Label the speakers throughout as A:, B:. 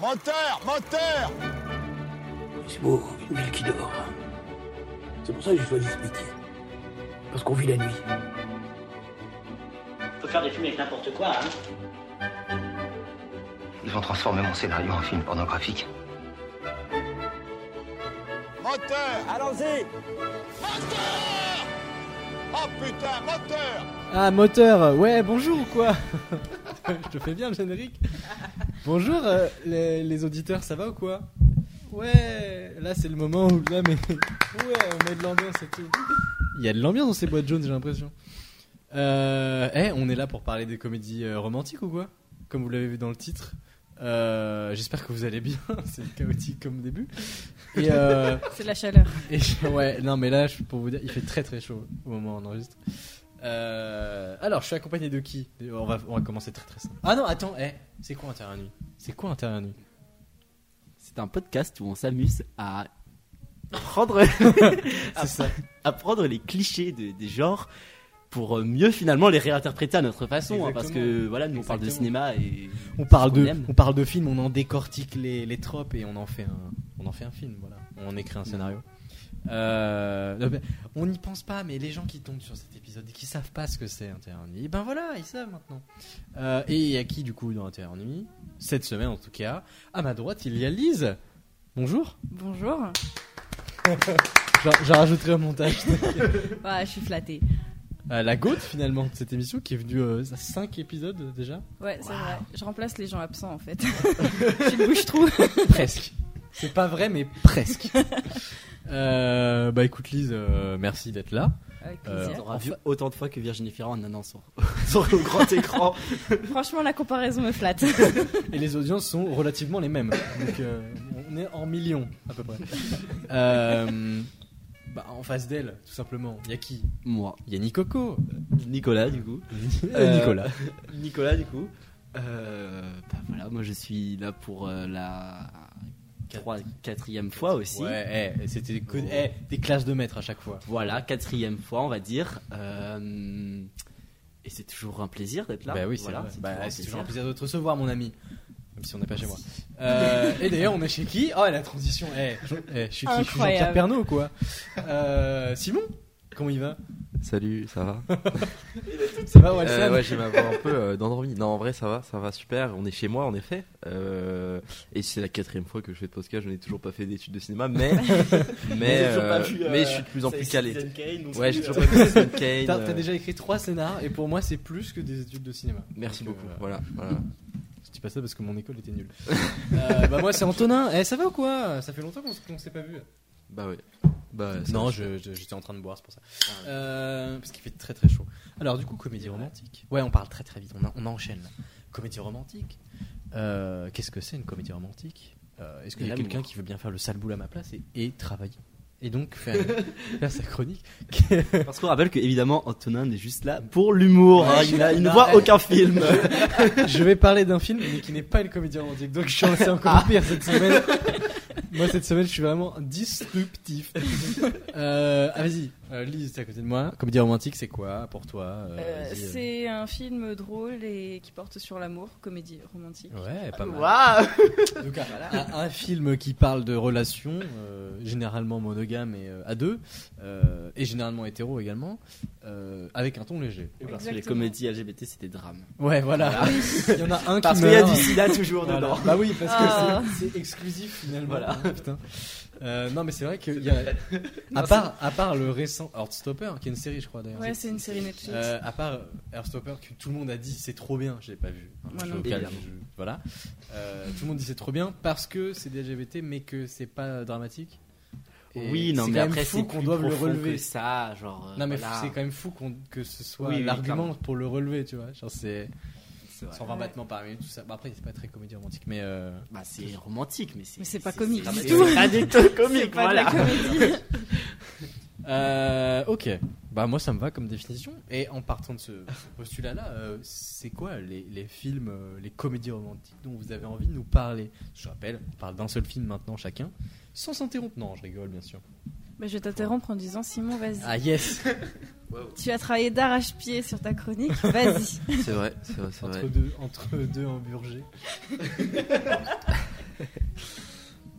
A: Moteur Moteur
B: C'est beau, une ville qui dort. C'est pour ça que j'ai choisi ce métier. Parce qu'on vit la nuit.
C: On peut faire des films avec n'importe quoi, hein.
D: Ils vont transformer mon scénario en film pornographique.
A: Moteur
B: Allons-y
A: Moteur Oh putain, moteur
E: Ah, moteur Ouais, bonjour ou quoi Je te fais bien le générique. Bonjour euh, les, les auditeurs, ça va ou quoi Ouais, là c'est le moment où là, mais. Ouais, on met de l'ambiance et tout. Il y a de l'ambiance dans ces boîtes jaunes, j'ai l'impression. Euh, Eh, on est là pour parler des comédies euh, romantiques ou quoi Comme vous l'avez vu dans le titre. Euh, J'espère que vous allez bien, c'est chaotique comme début. Et euh,
F: C'est de la chaleur.
E: et je- ouais, non, mais là, je- pour vous dire, il fait très très chaud au moment où on enregistre. Euh, alors, je suis accompagné de qui on va, on va commencer très très simple. Ah non, attends, eh, c'est quoi Intérieur Nuit C'est quoi Intérieur Nuit
G: C'est un podcast où on s'amuse à prendre, Ah,
E: C'est ça.
G: à prendre les clichés de- des genres pour euh, mieux finalement les réinterpréter à notre façon. hein, parce que
E: Exactement.
G: voilà, nous on parle de
E: Exactement.
G: cinéma et
E: On parle,
G: C'est ce qu'on
E: de,
G: aime.
E: on parle de films, on en décortique les, les tropes et on en fait un, on en fait un film, voilà. On écrit un scénario. Euh, non, mais on n'y pense pas, mais les gens qui tombent sur cet épisode et qui savent pas ce que c'est Intérieur Nuit, ben voilà, ils savent maintenant. Euh, et il y a qui du coup dans Intérieur Nuit Cette semaine en tout cas. À ma droite, il y a Lise. Bonjour.
F: Bonjour.
E: Je- Je rajouterai au montage.
F: Ouais, je suis flattée.
E: Euh, la goutte finalement de cette émission qui est venue euh, à 5 épisodes déjà.
F: Ouais, c'est vrai. Je remplace les gens absents en fait. je suis une bouche-trou.
E: Presque. C'est pas vrai, mais presque. Euh, bah écoute Lise, euh, merci d'être là.
F: Avec
E: Euh,
G: on
F: plaisir.
G: aura vu autant de fois que Virginie Ferrand en annonce sur le grand écran.
F: Franchement, la comparaison me flatte. Euh,
E: Et les audiences sont relativement les mêmes. Donc euh, on est en millions à peu près. Euh, bah, en face d'elle, tout simplement. Il y a qui
G: Moi,
E: Il y a Nicoco.
G: Nicolas du coup.
E: Euh,
G: Euh,
E: Nicolas.
G: Nicolas du coup. Euh, bah voilà, moi je suis là pour euh, la trois- quatrième fois aussi.
E: Ouais, eh, c'était que- eh, des classes de maître à chaque fois.
G: Voilà, quatrième fois, on va dire. Euh, et c'est toujours un plaisir d'être là.
E: Bah oui, c'est
G: Voilà,
E: vrai.
G: c'est
E: Bah,
G: toujours un
E: c'est
G: plaisir.
E: toujours un plaisir de te recevoir, mon ami. Même si on n'est pas chez moi. Euh, et d'ailleurs, on est chez qui Oh, la transition. Eh, je, eh, je suis qui Je suis
F: Incroyable.
E: Jean-Pierre Pernaut, quoi. Euh, Simon Comment il va
H: Salut, ça va
E: Ça va, Walson
H: Euh, Ouais, j'ai ma voix un peu euh, d'endormi. Non, en vrai, ça va, ça va super. On est chez moi, en effet. Euh, et c'est la quatrième fois que je fais de podcast. Je n'ai toujours pas fait d'études de cinéma, mais mais
G: J'ai toujours pas
H: euh,
G: vu, euh,
H: mais je suis de plus en plus
G: Citizen
H: calé.
G: Kane non
H: Ouais,
G: plus,
H: j'ai
G: euh.
H: toujours pas vu Citizen Kane.
E: T'as t'as
H: euh,
E: déjà écrit trois scénars et pour moi c'est plus que des études de cinéma.
H: Merci
E: Donc,
H: beaucoup.
E: euh,
H: Voilà, voilà.
E: Je dis pas ça parce que mon école était nulle. Euh, bah moi c'est Antonin. Eh ça va ou quoi Ça fait longtemps qu'on s- qu'on s'est pas vu.
H: Bah ouais. Bah ça
E: non,
H: va.
E: je- je- j'étais en train de boire, c'est pour ça. Euh, parce qu'il fait très très chaud. Alors du coup comédie romantique. Ouais, on parle très très vite. On, en- on enchaîne. là. Comédie romantique. Euh, Qu'est-ce que c'est une comédie romantique Euh, Est-ce qu'il y a
G: L'amour.
E: quelqu'un qui veut bien faire le sale boule à ma place et, et travailler et donc faire, faire sa chronique
G: Parce qu'on rappelle que évidemment Antonin est juste là pour l'humour. hein. Il, n'a- il ne
E: Non,
G: voit
E: eh.
G: aucun film.
E: Je vais parler d'un film mais qui n'est pas une comédie romantique, donc je suis laissé encore pire cette semaine. Moi cette semaine je suis vraiment disruptif. Euh, ah vas-y, euh, Lise, t'es à côté de moi. Comédie romantique c'est quoi pour toi Euh,
F: Euh,
E: vas-y, euh.
F: c'est un film drôle et qui porte sur l'amour, comédie romantique.
E: Ouais, pas mal.
G: Waouh.
E: Donc, un- un, un film qui parle de relations, euh, généralement monogame et euh, à deux, euh, et généralement hétéro également, euh, avec un ton léger.
G: Parce que les
F: Exactement.
G: comédies LGBT c'est des drames.
E: Ouais, voilà. Il y en a un qui
G: Ah Parce qu'il y a
E: meurt.
G: du sida toujours
E: Voilà.
G: dedans.
E: Bah oui, parce
F: Ah.
E: que c'est- c'est exclusif finalement.
G: Voilà.
E: Ah, putain. Euh, non, mais c'est vrai qu'il y a. À part, à part le récent Heartstopper, qui est une série, je crois d'ailleurs.
F: Ouais, c'est une série Netflix.
E: Euh, à part Heartstopper, que tout le monde a dit c'est trop bien, j'ai pas vu.
F: Moi
E: Je-
F: non
G: plus.
E: je- voilà. Euh, tout le monde dit c'est trop bien parce que c'est des LGBT, mais que c'est pas dramatique. Et
G: Oui, non
E: c'est
G: mais
E: quand même
G: après
E: fou
G: c'est
E: qu'on
G: plus
E: doive le
G: profond
E: relever.
G: que ça, genre. euh,
E: Non, mais
G: voilà.
E: c'est quand même fou qu'on- que ce soit
G: Oui, oui,
E: l'argument
G: clairement.
E: pour le relever, tu vois. Genre, c'est
G: C'est vrai.
E: 120
F: Ouais.
E: battements par minute, tout ça. Bah, après, c'est pas très comédie romantique, mais. euh,
G: Bah c'est romantique mais c'est.
F: Mais c'est pas comique
G: c'est-
F: du
G: c'est
F: tout.
G: pas du tout
F: C'est
G: comique
F: pas de la
G: voilà.
F: comédie.
E: Euh, ok. Bah moi ça me va comme définition. Et en partant de ce postulat-là, euh, c'est quoi les, les films, euh, les comédies romantiques dont vous avez envie de nous parler Je rappelle, on parle d'un seul film maintenant chacun, sans s'interrompre. Non, je rigole bien sûr.
F: Bah, je vais t'interrompre en disant Simon, vas-y.
E: Ah yes
F: Tu as travaillé d'arrache-pied sur ta chronique, vas-y.
H: C'est vrai, c'est vrai, c'est
E: entre
H: vrai.
E: deux, entre deux hamburgers.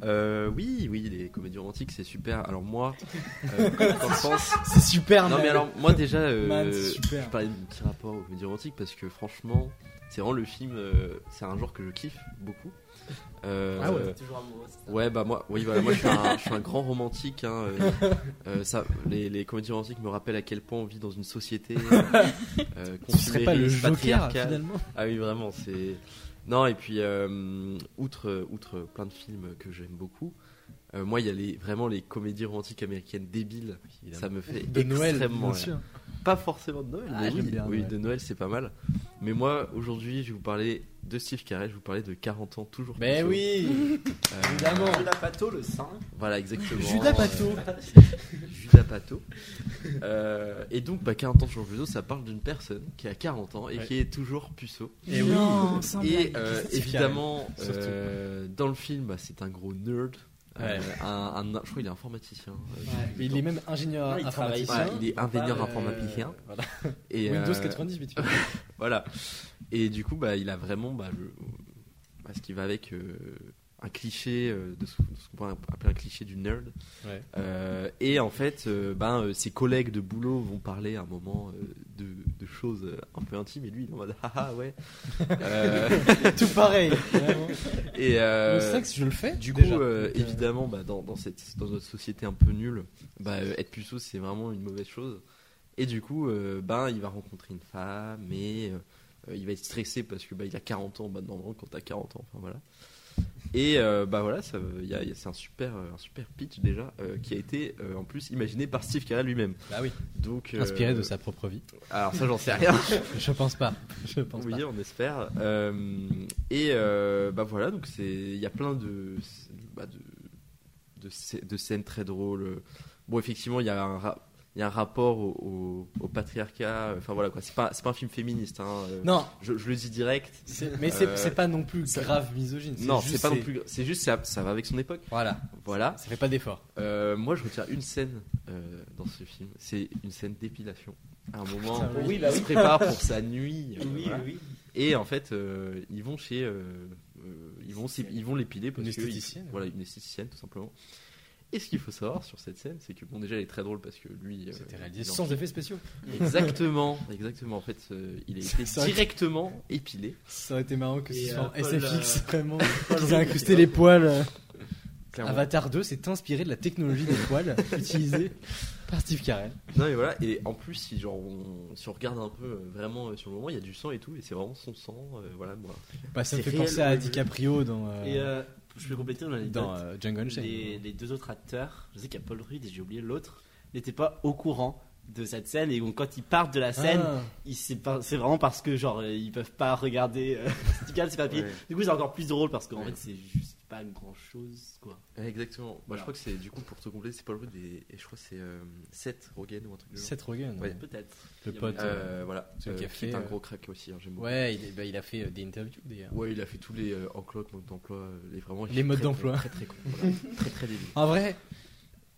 H: Euh, oui, oui, les comédies romantiques, c'est super. Alors moi, euh, quand je pense...
E: C'est super,
H: Non mais alors, moi déjà, euh,
E: Man, c'est super.
H: je parlais de mon petit rapport aux comédies romantiques parce que franchement, c'est vraiment le film, euh, c'est un genre que je kiffe beaucoup. Euh,
E: Ah ouais.
G: Toujours amoureux. c'est ça.
H: Ouais, bah moi, oui, voilà, moi je suis un, je suis un grand romantique. hein, euh, euh, ça, les, les comédies romantiques me rappellent à quel point on vit dans une société euh, euh,
E: Ce serait pas le
H: consumériste,
E: Joker
H: patriarcale.
E: finalement
H: Ah oui, vraiment, c'est. Non, et puis, euh, outre, outre plein de films que j'aime beaucoup, euh, moi, il y a les, vraiment les comédies romantiques américaines débiles. Ça me fait
E: De Noël,
H: extrêmement
E: bien
H: rire.
E: sûr.
H: Pas forcément de Noël,
E: Ah,
H: mais
E: j'aime
H: oui,
E: bien
H: oui,
E: Noël.
H: de Noël, c'est pas mal. Mais moi, aujourd'hui, je vais vous parler de Steve Carell, je vais vous parler de 40 ans toujours.
E: Mais
H: plus
E: Ben oui,
H: haut. Euh,
E: évidemment.
G: Judas Pato, le saint.
H: Voilà, exactement. Euh,
E: Judas Pato.
H: Judas Pato. Euh, et donc, bah, 40 ans sur le ça parle d'une personne qui a 40 ans et
E: Ouais.
H: qui est toujours puceau.
E: Et
G: Eh
E: Eh oui.
F: non, sans
H: Et
F: blague.
H: euh,
E: Steve
H: évidemment,
E: Carell, surtout.
H: euh, dans le film, bah, c'est un gros nerd. Euh, un, un- je crois qu'il est informaticien. euh, j'ai
E: Mais
H: vu
E: il est même ingénieur
G: Ouais, il travaille
E: informaticien.
H: Ouais, il est ingénieur
E: Euh,
H: informaticien.
E: voilà.
H: Et,
E: Windows
H: euh,
E: 98.
H: voilà. Et du coup, bah, il a vraiment bah, le- bah, ce qui va avec euh, un cliché, euh, de ce, de ce qu'on pourrait appeler un cliché du nerd.
E: Ouais.
H: Euh, et en fait, euh, ben, euh, ses collègues de boulot vont parler à un moment euh, de, de choses euh, un peu intimes, et lui, il est en mode ah ah ouais. Euh,
E: Tout pareil. vraiment.
H: et, euh,
E: Le sexe, je le fais.
H: du coup,
E: déjà.
H: euh,
E: Donc, euh,
H: évidemment, bah, dans, dans cette, dans notre société un peu nulle, bah, euh, être puceau, c'est vraiment une mauvaise chose. Et du coup, euh, ben, il va rencontrer une femme, mais euh, euh, il va être stressé parce que bah, il a 40 ans, bah, normalement, quand t'as 40 ans, enfin voilà. Et euh, bah voilà, ça, euh, y a- y a- c'est un super, euh, un super pitch déjà euh, qui a été euh, en plus imaginé par Steve Carell lui-même.
E: Bah oui.
H: Donc euh,
E: Inspiré de sa propre vie.
H: Alors ça, j'en sais rien.
E: Je pense pas. Je pense
H: Oui,
E: pas.
H: on espère. Euh, et euh, bah voilà, donc c'est il y a plein de bah, de, de sc- de scènes très drôles. Bon, effectivement, il y a un ra- il y a un rapport au, au- au patriarcat. Enfin voilà quoi, c'est pas c'est pas un film féministe. hein. Euh,
E: Non,
H: je, je le dis direct.
E: c'est- mais c'est
H: Euh,
E: c'est pas non plus grave misogyne.
H: Non,
E: juste
H: c'est pas non plus. Ah. C'est juste ça, ça va avec son époque.
E: Voilà,
H: Voilà.
E: ça fait pas d'effort.
H: Euh, moi, je retiens une scène euh, dans ce film. C'est une scène d'épilation. À un moment,
E: Putain,
H: où
G: oui.
H: il se prépare pour sa nuit. euh,
G: Oui,
H: voilà.
G: oui.
H: Et en fait, euh, ils vont chez, euh, euh, ils vont, s'ép- ils vont l'épiler parce
E: Une
H: que
E: esthéticienne.
H: ils- voilà, une esthéticienne tout simplement. Et ce qu'il faut savoir sur cette scène, c'est que bon, déjà, elle est très drôle parce que lui, euh,
E: C'était réalisé
H: il en-
E: sans effets spéciaux.
H: exactement, exactement. En fait, euh, il a été
E: Ça aurait-
H: directement épilé.
E: Ça aurait été marrant que
G: Et,
E: ce
G: euh,
E: soit en
G: Paul,
E: SFX,
G: euh,
E: vraiment.
G: Paul
E: Ils ont
G: Rudd,
E: incrusté
G: il
E: les poils. euh,
H: Clairement.
E: Avatar 2 s'est inspiré de la technologie des poils utilisée par Steve Carell.
H: bah. Non mais voilà. Et en plus, si genre, on, si on regarde un peu euh, vraiment euh, sur le moment, il y a du sang et tout, et c'est vraiment son sang. euh, voilà, moi.
E: Bah, ça me
G: C'est
E: fait
G: réel,
E: penser à
G: ouais,
E: DiCaprio dans, euh,
G: Et euh, je vais compléter dans l'anecdote.
E: dans euh, Django Unchained.
G: les, les deux autres acteurs, je sais qu'il y a Paul Rudd et j'ai oublié l'autre, n'étaient pas au courant de cette scène et donc quand ils partent de la scène,
E: Ah.
G: ils- c'est pas- c'est vraiment parce que genre euh, ils peuvent pas regarder euh, Steve Carell, c'est pas pire.
H: Ouais.
G: Du coup c'est encore plus drôle parce qu'en
H: Ouais.
G: fait c'est juste pas grand chose quoi.
H: Ouais, exactement. Bah,
G: Voilà.
H: je crois que c'est du coup pour te compléter, c'est Paul Rudd et, et je crois que c'est euh, Seth Rogen ou un truc. du genre.
E: Seth Rogen.
H: Ouais.
G: Peut-être.
E: Le
G: Il y a
E: pote.
G: moyen.
H: Euh, voilà.
E: Celui qui a
H: qui est
E: fait,
H: un
E: euh,
H: gros crack aussi. hein, J'aime beaucoup.
E: Ouais, il, bah, il a fait euh, des interviews d'ailleurs.
H: Ouais, il a fait tous les euh, enclos, modes d'emploi, euh, les vraiment
E: Les modes
H: très,
E: d'emploi.
H: très très très, con, voilà. très très débile.
E: En vrai,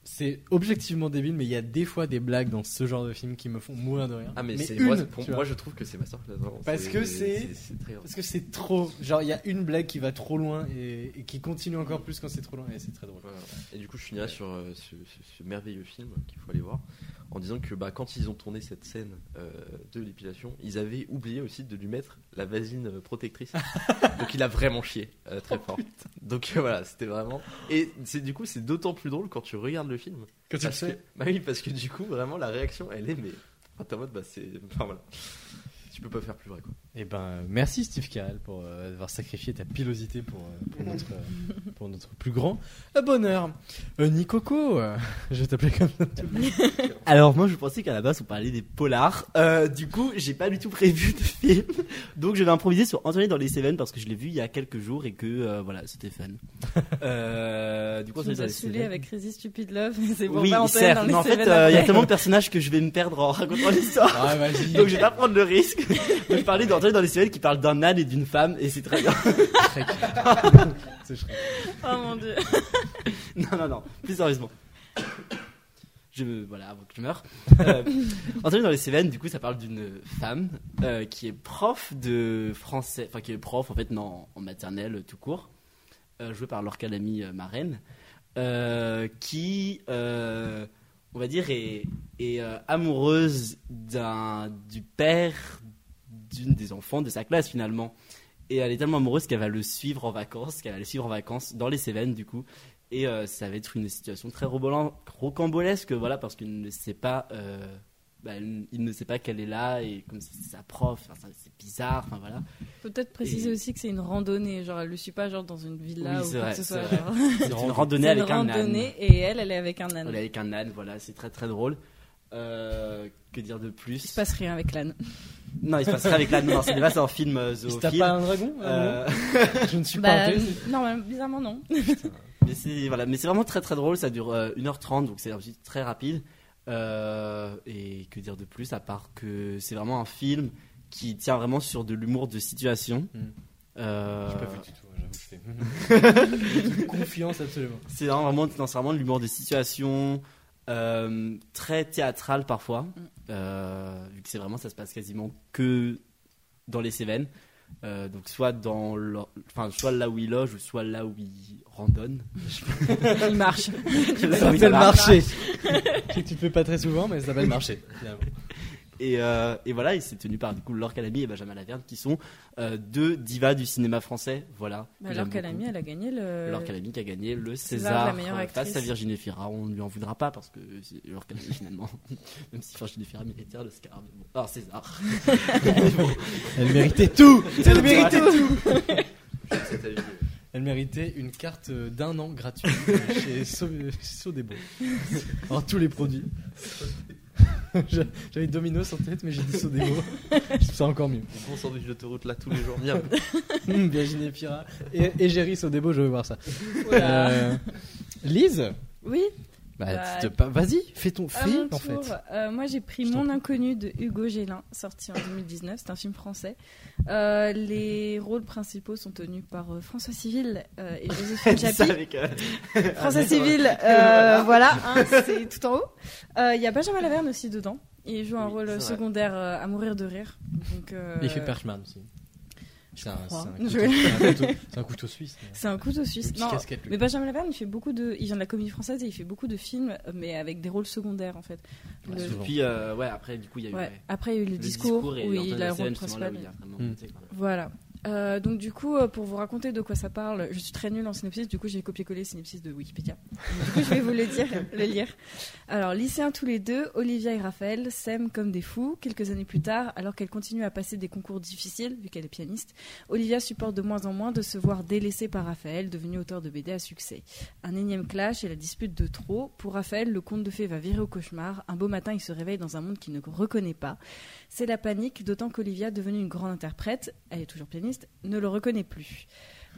E: c'est objectivement débile, mais il y a des fois des blagues dans ce genre de film qui me font mourir de rire.
H: Ah mais, c'est
E: une,
H: moi, pour
E: tu vois.
H: moi je trouve que c'est ma soeur vraiment.
E: Parce que c'est-
H: c'est très grave.
E: Parce que c'est trop. Genre, il y a une blague qui va trop loin et, et qui continue encore plus quand c'est trop loin. Et c'est très drôle.
H: Voilà. Et du coup, je finirai sur euh, ce, ce- ce merveilleux film qu'il faut aller voir en disant que bah, quand ils ont tourné cette scène euh, de l'épilation, ils avaient oublié aussi de lui mettre la vasine euh, protectrice. Donc il a vraiment chié euh,
E: Oh,
H: très fort. Donc euh, voilà, c'était vraiment. Et c'est du coup, c'est d'autant plus drôle quand tu regardes le film.
E: Quand tu le
H: Parce que,
E: sais.
H: bah oui, parce que du coup, vraiment, la réaction, elle est, mais. Ah, t'es en mode, bah c'est. Enfin voilà. Tu peux pas faire plus vrai, quoi.
E: Eh ben, merci Steve Carell pour euh, avoir sacrifié ta pilosité pour, euh, pour, notre, euh, pour notre plus grand euh, bonheur. Euh, Nicoco, euh, je vais t'appeler comme ça.
G: Alors moi je pensais qu'à la base on parlait des polars. Euh, du coup j'ai pas du tout prévu de film, donc je vais improviser sur Anthony dans les Seven parce que je l'ai vu il y a quelques jours et que euh, voilà c'était fun. Euh, du coup
F: Tu
G: Anthony
F: nous
G: dans
F: as
G: les
F: saoulés
G: Seven.
F: avec Crazy Stupid Love, c'est pour
G: Oui,
F: pas Antoine dans
G: certes,
F: les
G: mais en fait,
F: Seven
G: euh, il y a
F: après.
G: tellement de personnages que je vais me perdre en racontant l'histoire.
E: Ah, vas-y.
G: Donc je vais pas prendre le risque de parler d'Antoine dans les séries qui parle d'un âne et d'une femme et c'est très bien.
E: Shrek. C'est Shrek.
F: Oh mon dieu.
G: Non non non, plus sérieusement. Je me- voilà avant que je meure. Euh, Antoine dans les Cévennes, du coup ça parle d'une femme euh, qui est prof de français, enfin qui est prof en fait non en maternelle euh, tout court. euh, joué par Lorca Lamy euh, Marraine, euh, qui, euh, on va dire, est, est, euh, amoureuse d'un- du père d'une des enfants de sa classe finalement. Et elle est tellement amoureuse qu'elle va le suivre en vacances, qu'elle va le suivre en vacances dans les Cévennes du coup. Et euh, ça va être une situation très robolan- rocambolesque, voilà, parce qu'il ne sait pas, euh, bah, elle- il ne sait pas qu'elle est là et comme c'est sa prof, enfin, ça- c'est bizarre, enfin voilà.
F: Peut-être préciser
G: Et-
F: aussi que c'est une randonnée. Genre, elle le suit pas genre dans une villa
G: Oui,
F: ou
G: c'est
F: quoi
G: vrai,
F: que ce
G: c'est
F: soit.
G: vrai.
F: genre.
G: C'est une randonnée
F: C'est une
G: avec un âne. Oh
F: randonnée et elle, elle est avec un âne.
G: Voilà, avec un âne, voilà, c'est très très drôle. Euh, que dire de plus
F: Il se passe rien avec l'âne.
G: Non, il se passerait avec l'âne. Non, c'est pas c'est un film euh,
I: Il se tape
G: zoophile.
I: pas un dragon à un moment
G: Euh,
I: Je ne suis pas
F: Bah,
I: intéressé.
F: normalement, bizarrement, non.
G: mais c'est voilà, mais c'est vraiment très très drôle. Ça dure euh, 1h30, donc c'est un petit- très rapide. Euh, et que dire de plus à part que c'est vraiment un film qui tient vraiment sur de l'humour de situation.
I: Mm.
G: Euh,
I: J'ai pas vu du tout, hein, j'avoue, je fais. J'ai confiance absolument.
G: C'est vraiment, vraiment, non, c'est vraiment de l'humour de situation, euh, très théâtral parfois, euh, vu que c'est vraiment, ça se passe quasiment que dans les Cévennes. Euh, donc soit dans leur- enfin soit là où ils logent ou soit là où ils randonnent
F: Il marche.
G: Là
I: Ça
G: où ils
I: s'appelle
G: marchent.
I: marché. Je sais que tu le fais pas très souvent, mais ça s'appelle marché. finalement.
G: et, euh, et voilà et c'est tenu par du coup Laure Calamy et Benjamin Laverne qui sont euh, deux divas du cinéma français voilà
F: Bah,
G: que
F: alors
G: j'aime
F: qu'elle a
G: beaucoup.
F: mis, elle a gagné le.
G: Laure Calamy qui a gagné le
F: César
G: César
F: de la meilleure
G: euh, face à
F: actrice.
G: Virginie Fira. On ne lui en voudra pas parce que c'est Laure Calamy finalement, même si Virginie Fira méritait l'Oscar. mais Bon. Alors César.
I: Elle méritait tout Elle méritait tout
H: C'est ta vie.
I: Elle méritait une carte euh, d'un an gratuite chez Sau- Sodebo. Alors tous les produits. Je- J'avais Domino's en tête, mais j'ai dit Sodebo. Je trouve ça encore mieux.
H: Bon sandwich d'autoroute là tous les jours. Bien.
I: Hum, Virginie Fira et, et Géry Sodebo, je veux voir ça.
F: Voilà.
I: Euh, Lise
F: Oui,
I: bah,
F: Bah,
I: tu te- bah, Vas-y, fais ton
F: à
I: film
F: mon
I: en
F: tour.
I: fait.
F: Euh, moi, j'ai pris
I: Je t'en
F: Mon
I: prie.
F: Inconnu de Hugo Gélin, sorti en 2019. C'est un film français. Euh, les rôles principaux sont tenus par euh, François Civil euh, et Joséphine
G: Dis ça
F: Japy.
G: avec, euh,
F: François Civil, euh, voilà, hein, c'est tout en haut. Euh, Il y a Benjamin Laverne aussi dedans. Il joue un
G: Oui,
F: rôle
G: c'est vrai.
F: secondaire euh, à mourir de rire. Donc, euh,
I: Il fait Perchman aussi. C'est un,
F: crois.
I: c'est un
F: Je-
I: couteau- c'est un couteau, c'est un couteau suisse. mais-
F: C'est un couteau
I: Une
F: suisse.
I: petite
F: Non,
I: casquette, lui.
F: mais Benjamin Laverne, il fait beaucoup de. Il vient de la comédie française et il fait beaucoup de films, mais avec des rôles secondaires en fait.
I: Ouais,
F: Le-
I: souvent.
G: Puis euh, ouais après du coup il y a eu
F: ouais.
G: ouais,
F: Après, il y a eu le,
G: le
F: discours,
G: et
F: où
G: l'entrée
F: il
G: de
F: a
G: la
F: le rôle
G: scène, justement, là
F: principal.
G: où il a vraiment
I: Mm.
G: monté, quoi.
F: Voilà. Euh, donc du coup, euh, pour vous raconter de quoi ça parle, je suis très nulle en synopsis, du coup j'ai copié-collé le synopsis de Wikipédia. Du coup, je vais vous le dire, le lire. Alors, lycéens tous les deux, Olivia et Raphaël s'aiment comme des fous. Quelques années plus tard, alors qu'elle continue à passer des concours difficiles, vu qu'elle est pianiste, Olivia supporte de moins en moins de se voir délaissée par Raphaël, devenu auteur de BD à succès. Un énième clash et la dispute de trop. Pour Raphaël, le conte de fées va virer au cauchemar. Un beau matin, il se réveille dans un monde qu'il ne reconnaît pas. C'est la panique, d'autant qu'Olivia, devenue une grande interprète, elle est toujours pianiste, ne le reconnaît plus.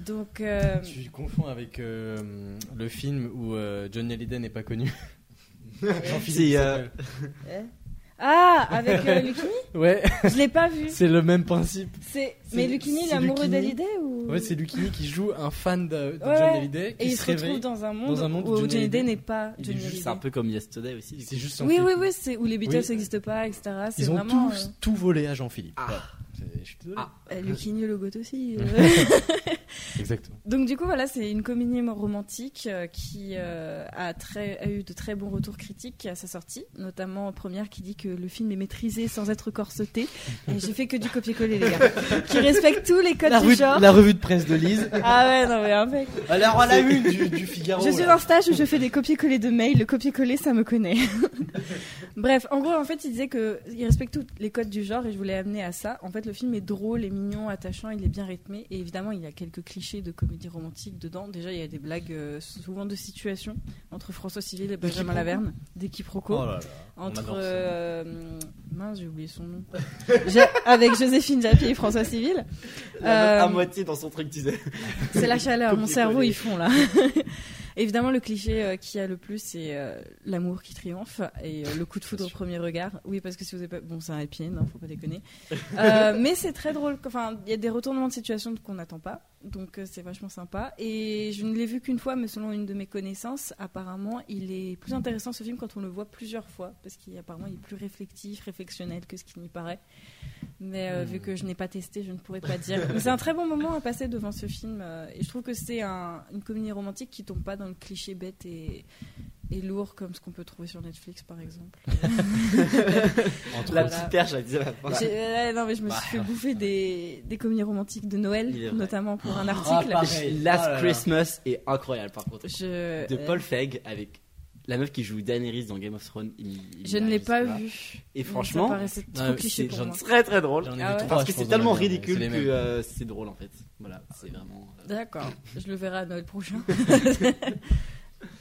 F: Donc, euh,
I: Tu confonds avec euh, le film où euh, Johnny Hallyday n'est pas connu. Jean-Philippe.
G: C'est, euh,
I: s'appelle.
F: hein ah, avec euh, Lucini,
I: Ouais,
F: je l'ai pas vu.
I: c'est le même principe.
F: C'est
I: C'est-
F: mais Lucini,
I: c'est
F: l'amoureux
I: Lucchini.
F: d'Hallyday ou
I: Ouais, c'est Lucini qui joue un fan de, de
F: Ouais,
I: Johnny Hallyday qui
F: Et il se, retrouve
I: réveille.
F: dans un monde,
I: dans un monde
F: où
I: où Johnny
F: Johnny Hallyday
I: Hallyday
F: n'est pas
G: Il est
F: Johnny
G: juste-
F: Hallyday.
G: C'est un peu comme Yesterday aussi. du coup.
I: C'est juste son
F: Oui,
I: film.
F: oui, oui, c'est où les Beatles
I: Oui.
F: n'existent pas, etc. C'est
I: Ils ont
F: vraiment
I: tous tout volé à Jean-Philippe.
G: Ah.
I: Voilà. C'est- Je suis désolé.
G: Ah.
F: euh, Lucchini, le goth aussi. euh.
I: Exactement.
F: Donc du coup voilà, c'est une comédie romantique euh, qui euh, a, très, a eu de très bons retours critiques à sa sortie, notamment première qui dit que le film est maîtrisé sans être corseté. Et j'ai fait que du copier-coller les gars, qui respecte tous les codes
I: La,
F: du
I: revue,
F: genre.
I: la revue de presse de Lise.
F: Ah ouais non mais un mec.
I: Alors à la une du, du Figaro.
F: Je suis
I: là.
F: en stage où je fais des copier-coller de mails. Le copier-coller, ça me connaît. Bref, en gros, en fait, il disait que il respecte tous les codes du genre et je voulais amener à ça. En fait, le film est drôle, est mignon, attachant, il est bien rythmé et évidemment, il y a quelques clichés de comédie romantique dedans. Déjà, il y a des blagues euh, souvent de situation entre François Civil et Benjamin Laverne, des quiproquos
I: Oh là là. on
F: entre
I: adore ça.
F: euh, mince, j'ai oublié son nom. Ja- avec Joséphine Japy et François Civil. Euh,
G: La meuf à moitié dans son truc, tu sais.
F: c'est la chaleur, mon
G: Copier-coller.
F: cerveau, ils font là. Évidemment, le cliché euh, qui a le plus, c'est euh, l'amour qui triomphe et euh, le coup de foudre au premier regard. Oui, parce que si vous avez pas. Bon, c'est un happy end, hein, faut pas déconner. Euh, mais c'est très drôle. Enfin, il y a des retournements de situation qu'on n'attend pas. Donc, euh, c'est vachement sympa. Et je ne l'ai vu qu'une fois, mais selon une de mes connaissances, apparemment, il est plus intéressant ce film quand on le voit plusieurs fois. Parce qu'apparemment, il est plus réflectif, réflexionnel que ce qui n'y paraît. Mais euh, vu que je n'ai pas testé, je ne pourrais pas dire. Mais c'est un très bon moment à passer devant ce film. euh, et je trouve que c'est un- une comédie romantique qui tombe pas dans le cliché bête et, et lourd comme ce qu'on peut trouver sur Netflix, par exemple.
E: Entre
G: La
F: Voilà.
G: petite perche, elle disait bah, la fin.
F: J'ai- euh, non, mais je me
E: Bah.
F: suis fait bouffer des, des comédies romantiques de
G: Il est
F: Noël,
G: vrai.
F: notamment pour un article.
E: Ah, pareil.
G: Last
E: Oh là Euh, là.
G: Christmas est incroyable par contre.
F: je euh,
G: De Paul Feig avec la meuf qui joue Daenerys dans Game of Thrones. il- il
F: je ne l'ai
G: réalise
F: pas vu.
G: Et
F: Ça
G: franchement,
F: paraissait trop
E: ouais,
F: cliché
E: c'est
F: pour
E: genre-
F: moi.
G: très très drôle.
E: J'en ai vu
F: Ah ouais.
E: trois,
G: Parce que
E: je pense,
G: c'est
E: dans
G: tellement
E: ma vie, mais
G: ridicule
E: c'est les
G: que
E: mêmes.
G: euh, c'est drôle en fait. Voilà, c'est vraiment. euh,
F: D'accord, je le verrai à Noël prochain.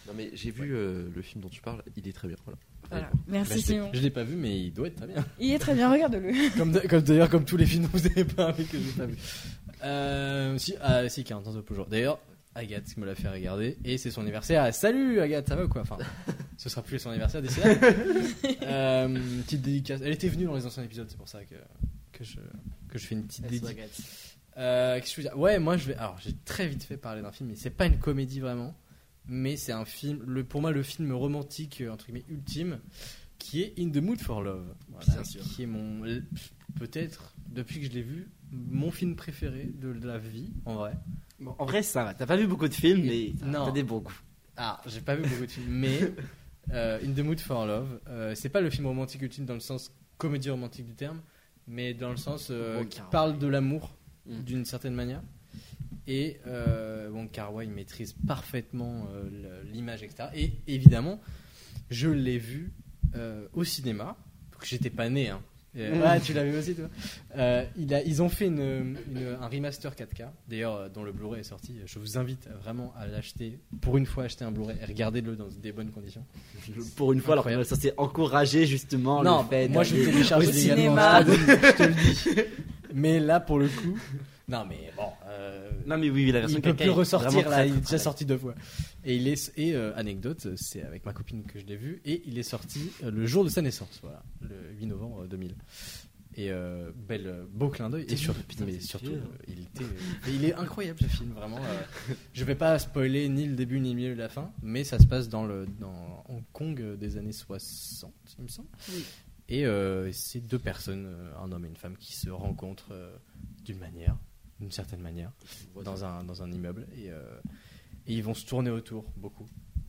H: Non, mais j'ai vu euh, le film dont tu parles, il est très bien. Voilà.
F: Voilà.
E: Ah,
J: Bah,
F: Merci
J: je l'ai-
F: Simon.
J: je l'ai pas vu, mais il doit être très bien.
F: Il est très bien, regarde-le.
E: Comme d'a- comme d'ailleurs, comme, tous les films que vous avez pas aimé que j'ai pas vu. Euh, si, ah, si, 40 ans de jour. D'ailleurs, Agathe qui me l'a fait regarder et c'est son anniversaire. Ah, salut Agathe, ça va ou quoi Enfin, ce sera plus son anniversaire d'ici là. Euh, petite dédicace. Elle était venue dans les anciens épisodes, c'est pour ça que, que, je, que je fais une petite
G: Dead.
E: dédicace. Euh, qu'est-ce que je veux dire Ouais, moi je vais. Alors, j'ai très vite fait parler d'un film, mais c'est pas une comédie vraiment, mais c'est un film. Le, pour moi, le film romantique euh, entre guillemets ultime, qui est In the Mood for Love. Voilà,
G: Bien sûr.
E: Qui est mon l- peut-être depuis que je l'ai vu mon film préféré de, de la vie en vrai.
G: Bon, en vrai, ça va. T'as pas vu beaucoup de films, mais
E: Non.
G: t'as des bons goûts.
E: Ah, j'ai pas vu beaucoup de films, mais euh, In the Mood for Love, euh, c'est pas le film romantique ultime dans le sens comédie romantique du terme, mais dans le sens euh,
G: Bon,
E: qui
G: Kar-wai.
E: parle de l'amour
G: Mm.
E: d'une certaine manière. Et euh, bon, Carway maîtrise parfaitement euh, le- l'image, etc. Et évidemment, je l'ai vu euh, au cinéma, donc j'étais pas né. Hein. Et- ah, tu l'avais aussi, toi Euh, il a- Ils ont fait une- une- un remaster 4K, d'ailleurs, euh, dont le Blu-ray est sorti. Je vous invite vraiment à l'acheter, pour une fois, acheter un Blu-ray et regardez-le dans des bonnes conditions.
G: Pour une fois, alors
E: Incroyable.
G: ça s'est encouragé justement.
E: non,
G: Oh, le fait
E: moi je
G: d'aller-
E: télécharge
F: au
E: également,
F: cinéma.
E: je te le- je te le dis. Mais là, pour le coup, non, mais bon. euh,
G: Non, mais oui, oui, la version
E: il peut
G: caca
E: plus
G: est vraiment
E: ressortir
G: très,
E: là,
G: très,
E: il est
G: très
E: déjà
G: bien.
E: sorti deux fois. Et il est et euh, anecdote, c'est avec ma copine que je l'ai vu et il est sorti euh, le jour de sa naissance, voilà, le 8 novembre 2000. Et euh, bel euh, beau clin d'œil et
G: T'es
E: sur-
G: vieux, putain,
E: mais
G: t'es
E: surtout
G: vieux.
E: euh, il était euh, et il est incroyable ce film vraiment. euh, je vais pas spoiler ni le début ni le milieu ni la fin, mais ça se passe dans le dans Hong Kong euh, des années 60, il me semble.
F: Oui.
E: Et euh, c'est deux personnes, euh, un homme et une femme qui se rencontrent euh, d'une manière, d'une certaine manière dans un, dans un immeuble et, euh, et ils vont se tourner autour beaucoup.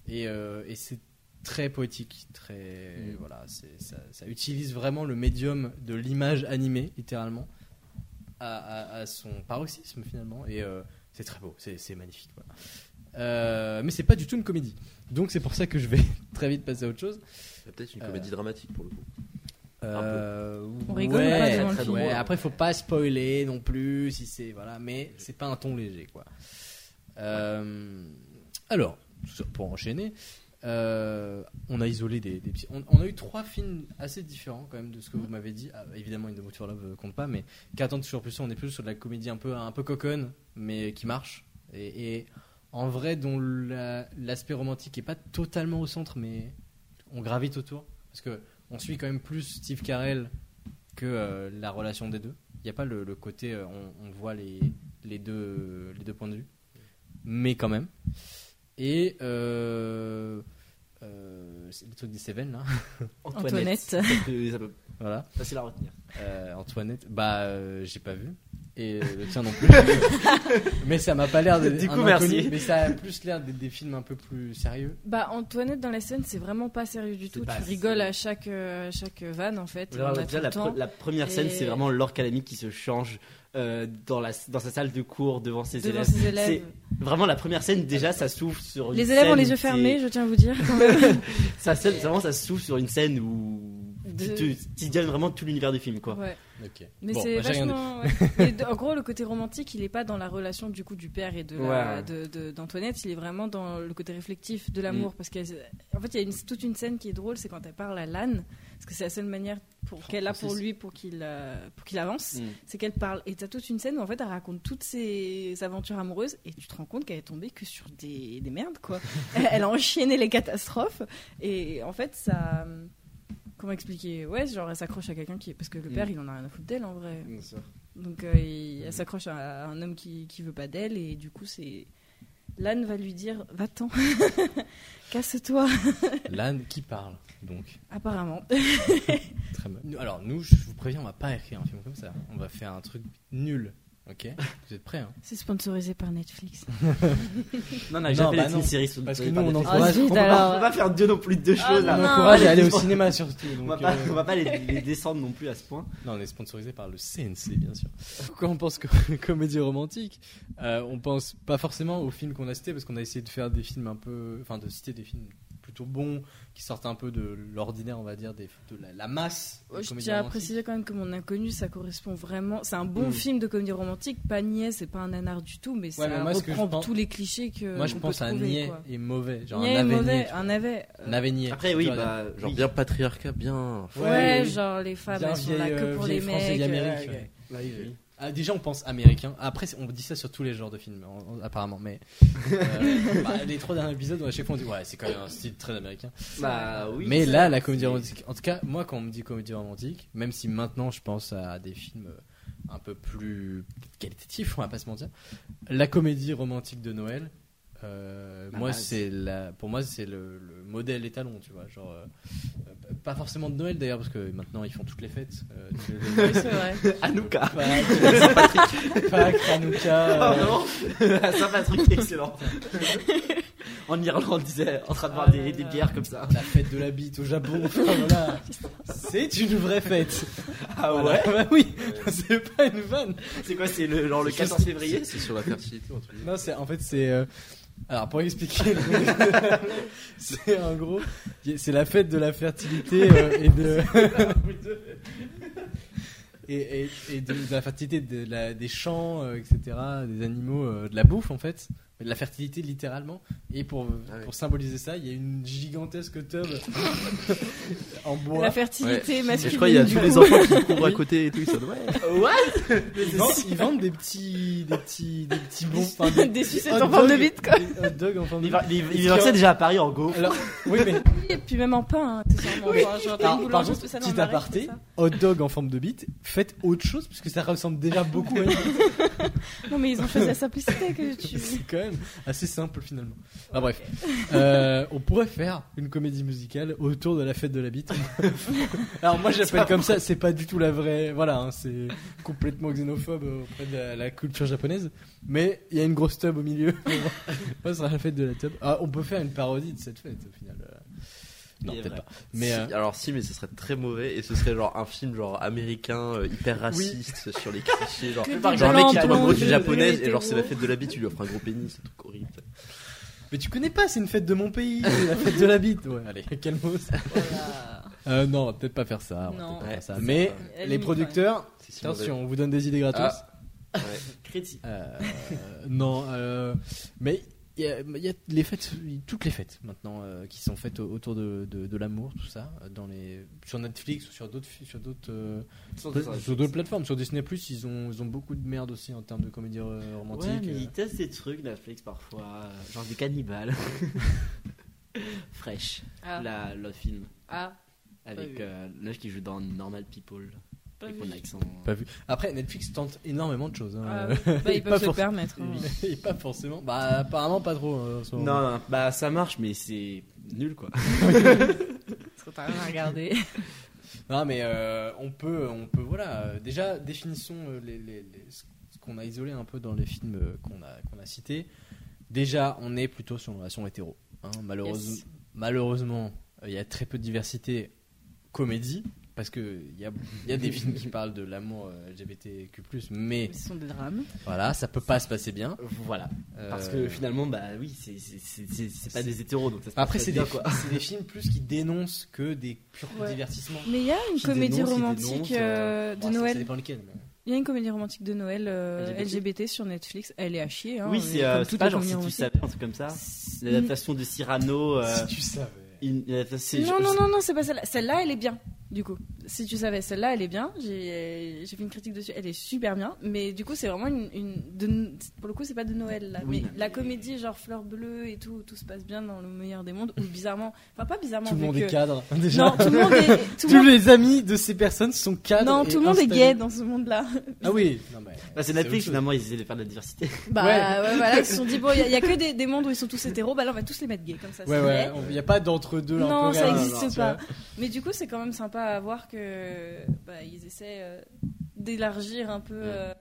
E: Et, euh, et c'est très poétique, très voilà, c'est- ça, ça utilise vraiment le médium de l'image animée littéralement à, à- à son paroxysme finalement et euh, c'est très beau, c'est c'est magnifique. voilà. Euh, mais c'est pas du tout une comédie, donc c'est pour ça que je vais très vite passer à autre chose.
H: C'est peut-être une
E: Euh.
H: comédie dramatique pour le coup.
E: Euh,
F: On rigole ou pas devant le
E: très
F: film
E: ouais, Après, faut pas spoiler non plus, si c'est voilà, mais c'est pas un ton léger, quoi. Euh, alors, pour enchaîner, euh, on a isolé des, des petits. On, on a eu trois films assez différents quand même de ce que vous m'avez dit. Ah, évidemment, une de Motor Love euh, compte pas, mais 40 sur plus, on est plus sur de la comédie un peu un peu coconne, mais qui marche. Et, et en vrai, dont la- l'aspect romantique est pas totalement au centre, mais on gravite autour parce que on suit quand même plus Steve Carell que euh, la relation des deux. Il n'y a pas le, le côté euh, on, on voit les, les, deux, les deux points de vue, mais quand même. Et euh, euh, c'est le truc des Seven là,
F: Antoinette.
G: Ça peut- ça peut-
E: voilà.
G: Facile à retenir.
E: Euh, Antoinette, bah euh, j'ai pas vu et euh, le tien non plus. mais ça m'a pas l'air de
G: Du coup,
E: un
G: merci.
E: Mais ça a plus l'air des, des films un peu plus sérieux.
F: Bah Antoinette dans la scène c'est vraiment pas sérieux du tout.
G: pas
F: Tu
G: assez-
F: rigoles à chaque euh, chaque vanne en fait.
G: Genre,
F: On a
G: déjà,
F: tout le
G: la,
F: temps.
G: pre- la première scène,
F: Et-
G: c'est vraiment Laure Calamy qui se change euh, dans, la, dans sa salle de cours devant ses
F: devant
G: élèves.
F: ses élèves.
G: C'est Vraiment, la première scène, déjà, ça s'ouvre sur une
F: Les élèves ont
G: scène
F: les
G: où
F: yeux
G: c'est-
F: fermés, je tiens à vous dire. quand même.
G: Ça, c'est- vraiment, ça s'ouvre sur une scène où
F: De-
G: tu te- tu donnes vraiment tout l'univers du film, quoi.
F: Ouais.
E: Ok.
F: Mais
E: Bon,
F: c'est
E: bah, j'ai rien
F: vachement. ouais. Mais de- en gros, le côté romantique, il est pas dans la relation du coup du père et de la-
G: Ouais.
F: de- de- d'Antoinette. il est vraiment dans le côté réflectif de l'amour,
E: Mm.
F: parce qu'en fait, il y a une- toute une scène qui est drôle, c'est quand elle parle à l'âne, parce que c'est la seule manière pour qu'elle a
G: c'est-
F: pour lui pour qu'il euh, pour qu'il avance,
G: Mm.
F: c'est qu'elle parle. Et t'as toute une scène où en fait, elle raconte toutes ses aventures amoureuses, et tu te rends compte qu'elle est tombée que sur des, des merdes, quoi. elle elle a enchaîné les catastrophes, et en fait, ça. Comment expliquer Ouais, genre elle s'accroche à quelqu'un qui. Parce que le
G: Mm.
F: père, il en a rien à foutre d'elle en vrai.
G: Bien sûr.
F: Donc euh, il- elle s'accroche à un homme qui, qui veut pas d'elle et du coup c'est L'âne va lui dire Va-t'en, casse-toi,
E: L'âne qui parle, donc.
F: apparemment.
E: Très mal. Nous- Alors, nous, je vous préviens, on va pas écrire un film comme ça. On va faire un truc nul. Ok Vous êtes prêts hein
F: C'est sponsorisé par Netflix.
G: Non, on
E: Non,
G: n'a jamais
E: bah
G: fait
E: non.
G: les séries sur
I: Parce que
G: sur-
I: nous, on
G: par
I: encourage-
G: Netflix.
F: Ah,
G: On
F: zut,
G: va pas-
F: alors. Ah,
G: on va pas faire deux non plus de deux choses
I: On
F: non.
G: là.
I: encourage à aller au
G: Bon.
I: cinéma surtout.
G: On
I: donc,
G: va pas,
I: euh,
G: on va pas les, les descendre non plus à ce point.
E: Non, on est sponsorisé par le CNC, bien sûr. Quand on pense co- comédie romantique, euh, on pense pas forcément aux films qu'on a cités, parce qu'on a essayé de faire des films un peu. Enfin, de citer des films plutôt bons, qui sortent un peu de l'ordinaire, on va dire, des, de la, la masse. des
F: je
E: comédies
F: tiens à
E: romantiques.
F: préciser quand même que mon inconnu, ça correspond vraiment. C'est un bon
E: Mm.
F: film de comédie romantique, pas niais, c'est pas un nanar du tout, mais ça
E: mais moi, ce que je
F: reprend
E: pense-
F: tous les clichés que.
E: Moi, je
F: on
E: pense
F: peut
E: à
F: trouver,
E: niais
F: quoi.
E: et mauvais. Genre
F: Niais
E: un
F: est
E: navet niais,
F: mauvais,
E: tu vois.
F: un navet. euh,
E: Navet niais.
G: Après, oui,
E: Tu vois,
G: bah,
H: Genre
G: oui.
H: bien patriarcat, bien.
E: Ouais,
F: Ouais,
E: oui.
F: genre les femmes,
E: Bien
F: elles sont là
E: vieille,
F: que
E: euh,
F: pour
E: vieille
F: les
E: France,
F: mecs.
E: vieille
F: euh,
E: Amérique, ouais.
G: oui.
E: Ah, déjà, on pense américain. Après, c'est- on dit ça sur tous les genres de films, en- en- apparemment. Mais euh, bah, les trois derniers épisodes, à chaque fois, on dit ouais, c'est quand même un style très américain.
G: Bah oui.
E: mais
G: c'est
E: là,
G: ça.
E: la comédie
G: C'est-
E: romantique. En tout cas, moi, quand on me dit comédie romantique, même si maintenant je pense à des films euh, un peu plus qualitatifs, on va pas se mentir, la comédie romantique de Noël. euh,
G: La
E: moi,
G: base.
E: c'est la, pour moi, c'est le, le modèle étalon, tu vois. Genre, euh, euh, pas forcément de Noël d'ailleurs, parce que maintenant ils font toutes les fêtes. euh, de- de-
F: C'est vrai.
G: Hanouka.
E: Pâques, Pâques, Hanouka,
G: Ah,
E: euh,
G: vraiment Saint-Patrick, excellent. en Irlande, on disait, en train de boire
F: Ah là
G: des, des
F: là.
G: bières comme ça.
E: la fête de la bite au Japon. enfin, voilà. C'est une vraie fête.
G: Ah
E: Voilà. Bah oui, c'est pas une vanne.
G: C'est quoi, c'est le, genre le
H: C'est
G: 14
H: juste-
G: février
H: C'est sur la fertilité, entre guillemets.
E: Non, c'est en fait c'est. euh, Alors pour expliquer, c'est en gros, y- c'est la fête de la fertilité euh, et de. Et, et- et de, de la fertilité de la- des champs, euh, etc., des animaux, euh, de la bouffe en fait, mais de la fertilité littéralement. Et pour,
H: Ah oui.
E: pour symboliser ça, il y a une gigantesque tub en bois.
F: La fertilité masculine.
H: je crois qu'il y a
F: du
H: tous les
F: coup.
H: enfants qui courent à côté et tout, ça doit
E: Ils vendent, ils vendent des petits, des petits, des petits bons. enfin, des
F: Des sucettes
E: hot
F: en forme de
E: dogs-
F: bite, quoi.
E: des hot dogs en forme de
G: Il
E: bite.
G: va- il- il va- c'est déjà à Paris en
H: Euh,
G: go.
E: Alors, oui, mais
F: Et puis même en pain, hein, accessoirement. Enfin, genre, t'as
E: Alors,
F: une
E: par
F: boulangerie
E: contre,
F: spéciale
E: petit
F: dans le Marais,
E: aparté,
F: c'est ça.
E: hot dog en forme de bite, faites autre chose parce que ça ressemble déjà beaucoup à une bite.
F: Non, mais ils ont choisi la simplicité que tu.
E: C'est quand même assez simple finalement. Ah, bref, Euh, on pourrait faire une comédie musicale autour de la fête de la bite. Alors moi j'appelle comme ça, c'est pas du tout la vraie. Voilà, hein, c'est complètement xénophobe auprès de la, la culture japonaise. Mais il y a une grosse tub au milieu. Moi, ce sera la fête de la tub. Ah, on peut faire une parodie de cette fête au final. Euh, Non,
G: Il est
E: peut-être
G: vrai.
E: pas. Mais euh,
H: Si, alors si, mais ce serait très mauvais et ce serait genre un film genre américain euh, hyper raciste euh, sur les clichés, genre.
F: Que
G: Genre
F: des
H: Genre un mec
F: blancs,
H: qui tombe amoureux
F: blondes,
H: d'une japonaise
F: des
H: et genre c'est la
F: hétéros.
H: fête de la bite, tu lui offres un gros pénis, c'est un truc horrible.
E: Mais tu connais pas, c'est une fête de mon pays, c'est la fête de la bite. Ouais, allez, calmos. Euh, non, on va peut-être pas faire ça. on va
F: Non.
E: peut-être pas faire ça.
H: Ouais,
E: Mais
H: c'est
F: pas-
E: les producteurs,
H: C'est si mauvais.
E: attention, on vous donne des idées gratuites.
H: Ouais.
G: Critique.
E: Ah. Euh, non, euh, mais il y a, il y a les fêtes, toutes les fêtes maintenant euh, qui sont faites au- autour de, de- de l'amour, tout ça, euh, dans les, sur Netflix ou sur d'autres, fi- sur d'autres, euh, sur d'autres plateformes, sur Disney Plus, ils ont, ils ont beaucoup de merde aussi en termes de comédie euh, romantique.
G: Ouais, mais
E: euh.
G: ils testent des trucs, Netflix parfois. euh, Genre du cannibale. Fresh.
F: Ah,
G: La, le film.
F: ah,
G: Avec
F: vu.
G: euh, l'âge qui joue dans Normal People.
F: Pas
G: Avec
F: vu.
G: mon accent.
E: Pas vu. Après, Netflix tente énormément de choses. hein.
F: ah, oui. Bah, ils
E: Pas
F: peuvent se le
E: forcément.
F: permettre. hein.
E: Et pas forcément. Bah, apparemment pas trop. euh, en ce
G: Non,
E: moment.
G: non, bah ça marche, mais c'est nul quoi.
F: Parce qu'on t'a rien à regarder.
E: Non, mais euh, on peut, on peut, voilà. euh, déjà, définissons euh, les, les- les- ce ce qu'on a isolé un peu dans les films euh, qu'on a, qu'on a cités. Déjà, on est plutôt sur une relation hétéro. hein. Malheureuse-
F: Yes.
E: Malheureusement, euh, il y a très peu de diversité comédie. Parce qu'il y a, il y a des films qui parlent de l'amour euh, LGBTQ, mais
F: Mais ce sont des drames.
E: voilà, ça peut pas se passer bien.
G: Voilà. Parce
E: Euh,
G: que finalement, bah oui, c'est- c'est- c'est c'est- c'est pas
E: c'est-
G: des hétéros donc ça se passe
E: Après,
G: pas
E: c'est des,
G: bien, quoi.
E: c'est des films plus qui dénoncent que des purs
F: Ouais.
E: divertissements.
F: Mais il y a une
G: Qui
F: comédie
G: dénonce, qui
F: romantique
G: dénonce,
F: euh,
G: euh,
F: de
E: Bon, ça- Ça
F: Noël.
E: dépend lequel. mais-
F: Il y a une comédie romantique de Noël euh,
G: LGBT.
F: LGBT sur Netflix. Elle est à chier. Hein,
G: Oui,
F: mais
G: c'est
F: comme
G: euh,
F: toutes
G: c'est pas
F: les
G: genre
F: comédies
G: si tu
F: romantiques.
G: savais, un truc comme ça. L'adaptation de Cyrano. euh,
E: tu savais.
G: une- une adaptation- c'est-
F: Non,
G: je-
F: non, non, non, c'est pas celle-là. Celle-là, elle est bien, du coup. Si tu savais, celle-là, elle est bien. J'ai j'ai fait une critique dessus. Elle est super bien. Mais du coup, c'est vraiment une. une- de- pour le coup, c'est pas de Noël. Là.
G: Oui.
F: Mais la comédie, genre fleur bleue et tout, où tout se passe bien dans le meilleur des mondes. Ou bizarrement. Enfin, pas bizarrement.
E: Tout le
F: vu
E: monde
F: que-
E: est cadre. Déjà.
F: Non, tout le monde est. tout le
E: Tous
F: monde-
E: les amis de ces personnes sont cadres.
F: Non,
E: et
F: tout le monde est
E: installés.
F: gay dans ce monde-là.
E: Ah oui. Non, mais-
G: Bah, c'est
E: autre chose.
G: Netflix, finalement, ils essaient de faire de la diversité.
F: Bah
E: Ouais.
F: ouais, voilà, ils se sont dit, bon, il n'y a, que des, des mondes où ils sont tous hétéros, bah là on va tous les mettre gays, comme ça.
E: Ouais,
F: c'est
E: ouais.
F: vrai.
E: Il n'y a pas d'entre-deux. un
F: Non,
E: peu
F: ça
E: rare,
F: existe
E: genre, tu
F: pas.
E: vois.
F: Mais du coup, c'est quand même sympa à voir que bah, ils essaient euh, d'élargir un peu. euh,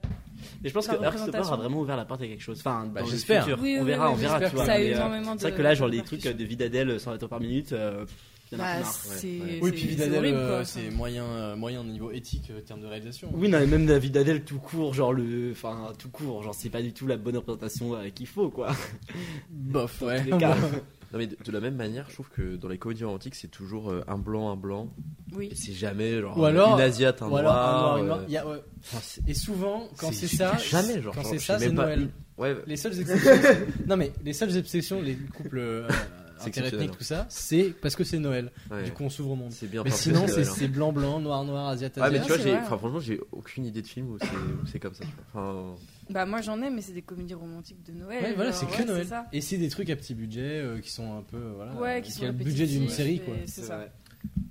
G: Mais je pense
F: La
G: que Hearthstone
F: représentation.
G: a vraiment ouvert la porte à quelque chose. Enfin,
E: Bah,
G: dans le
E: j'espère.
G: futur.
F: Oui, oui,
G: on verra,
F: oui,
G: on verra.
E: j'espère
G: tu vois,
F: ça a eu
G: mais, euh,
F: énormément de.
G: C'est vrai que là, genre les trucs euh, de Vidadel, euh, 100 lettres par minute, euh, pff, y en a
F: Bah,
G: marre.
F: c'est.
H: ouais.
E: Oui,
F: c'est-
E: puis
F: c'est
E: Vidadel,
F: horrible,
E: euh,
F: quoi.
E: c'est moyen, euh, moyen niveau éthique euh, en termes de réalisation.
G: Oui, non, mais même la Vidadel tout court, genre le. Enfin, tout court, genre c'est pas du tout la bonne représentation euh, qu'il faut, quoi.
E: Bof, ouais.
G: Les gars.
H: Non, mais de, de la même manière, je trouve que dans les comédies romantiques, c'est toujours euh, un blanc, un blanc.
F: Oui.
H: Et c'est jamais genre
E: Ou alors-
H: une asiate, un
E: Ou alors, un noir,
H: noir.
E: une noire.
H: euh,
E: Il y a, ouais.
H: enfin, c'est-
E: Et souvent, quand c'est
H: je sais
E: ça,
H: Jamais, genre.
E: quand
H: genre,
E: c'est
H: je
E: ça,
H: sais
E: c'est
H: même pas
E: Noël.
H: une- Ouais,
E: Les seules exceptions. non mais les seules exceptions, les couples euh,
H: C'est
E: interethniques,
H: exceptionnel.
E: tout ça, c'est parce que c'est Noël.
H: ouais.
E: Du coup, on s'ouvre au monde.
H: c'est bien.
E: Mais
H: parfait,
E: sinon, c'est
H: Noël, hein.
E: c'est blanc, blanc, noir, noir, asiatique.
H: Ah, mais
F: Ah,
H: tu vois,
F: c'est
H: j'ai,
F: vrai.
H: enfin, franchement, j'ai aucune idée de film où c'est, où c'est comme ça. tu vois. Enfin,
F: Bah, moi j'en ai, mais c'est des comédies romantiques de Noël.
E: Ouais, voilà,
F: genre,
E: c'est que
F: ouais,
E: Noël.
F: ça.
E: Et c'est des trucs à petit budget euh, qui sont un peu, euh, voilà,
F: Ouais,
E: euh,
F: qui
E: qui
F: sont
E: a le budget d'une
F: répétitifs,
E: série,
F: et
E: quoi.
F: C'est ça.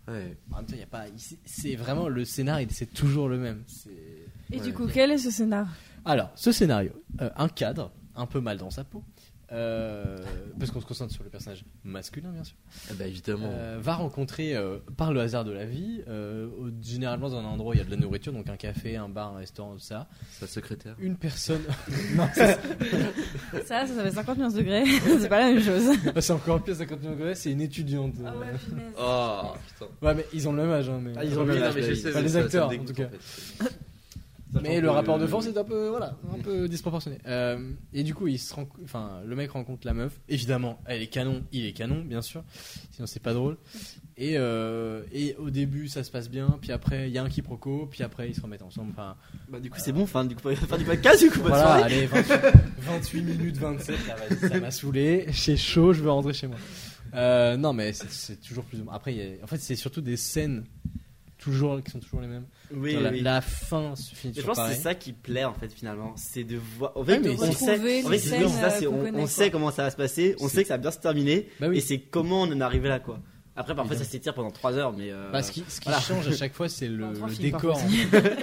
H: ouais.
E: En même temps, y a pas, il- c'est- c'est vraiment le scénar, il- c'est toujours le même. C'est-
F: Et
H: Ouais.
F: du coup, quel est ce scénar
E: Alors, ce scénario, euh, un cadre un peu mal dans sa peau, euh, parce qu'on se concentre sur le personnage masculin, bien sûr.
H: Eh ben, évidemment.
E: Euh, va rencontrer, euh, par le hasard de la vie, euh, au- généralement dans un endroit où il y a de la nourriture, donc un café, un bar, un restaurant, tout ça,
H: Sa secrétaire.
E: une personne.
F: Ça, ça fait 50 nuances degrés, c'est pas la même chose.
E: Ah, c'est encore pire, 50 degrés, c'est une étudiante.
F: Ah
H: Oh putain.
E: Ouais, mais ils ont le même âge. hein, mais...
G: Ah, ils ont le même
H: Oui, non,
G: âge,
H: mais je
G: bah,
H: sais,
G: ils-
E: enfin,
H: mais
E: les
H: ça- ça me
E: acteurs, en
H: dégoûte,
E: tout cas.
H: fait.
E: Mais
G: Sachant
E: le
G: que-
E: rapport de force est un peu, voilà, un peu disproportionné. Euh, et du coup, il se ren- enfin, le mec rencontre la meuf. Évidemment, elle est canon, il est canon, bien sûr. Sinon, c'est pas drôle. Et, euh, et au début, ça se passe bien. Puis après, il y a un quiproquo. Puis après, ils se remettent ensemble. Enfin,
G: Bah, du coup, c'est bon, fin du coup, fin du podcast, du coup, bonne
E: voilà,
G: soirée.
E: allez, 28, 28 minutes 27. Là, vas-y, ça m'a saoulé. J'ai chaud, je veux rentrer chez moi. Euh, non, mais c'est- c'est toujours plus. ou moins- Après, il y a- en fait, c'est surtout des scènes toujours qui sont toujours les mêmes.
G: Oui,
E: Genre, la,
G: oui.
E: la fin se finit
G: Mais je
E: toujours
G: pense que
E: pareil.
G: c'est ça qui plaît en fait finalement, c'est de voir. En fait,
E: mais
G: on
E: c'est-
G: sait,
F: Retrouver
G: en
F: les
G: fait, c'est
F: scènes,
G: c'est ça,
F: euh,
G: c'est-
F: qu'on
G: on,
F: connaît,
G: on
F: quoi.
G: sait comment ça va se passer, on
E: C'est-
G: sait que ça va bien se terminer,
E: Bah oui.
G: et c'est comment on en est arrivé là quoi. Après, parfois
E: Évidemment.
G: ça s'étire pendant 3 heures, mais. euh,
E: Bah, ce qui, ce qui
G: voilà.
E: change à chaque fois, c'est le,
F: En trois
E: le
F: films,
E: décor.
F: parfois.
E: en fait.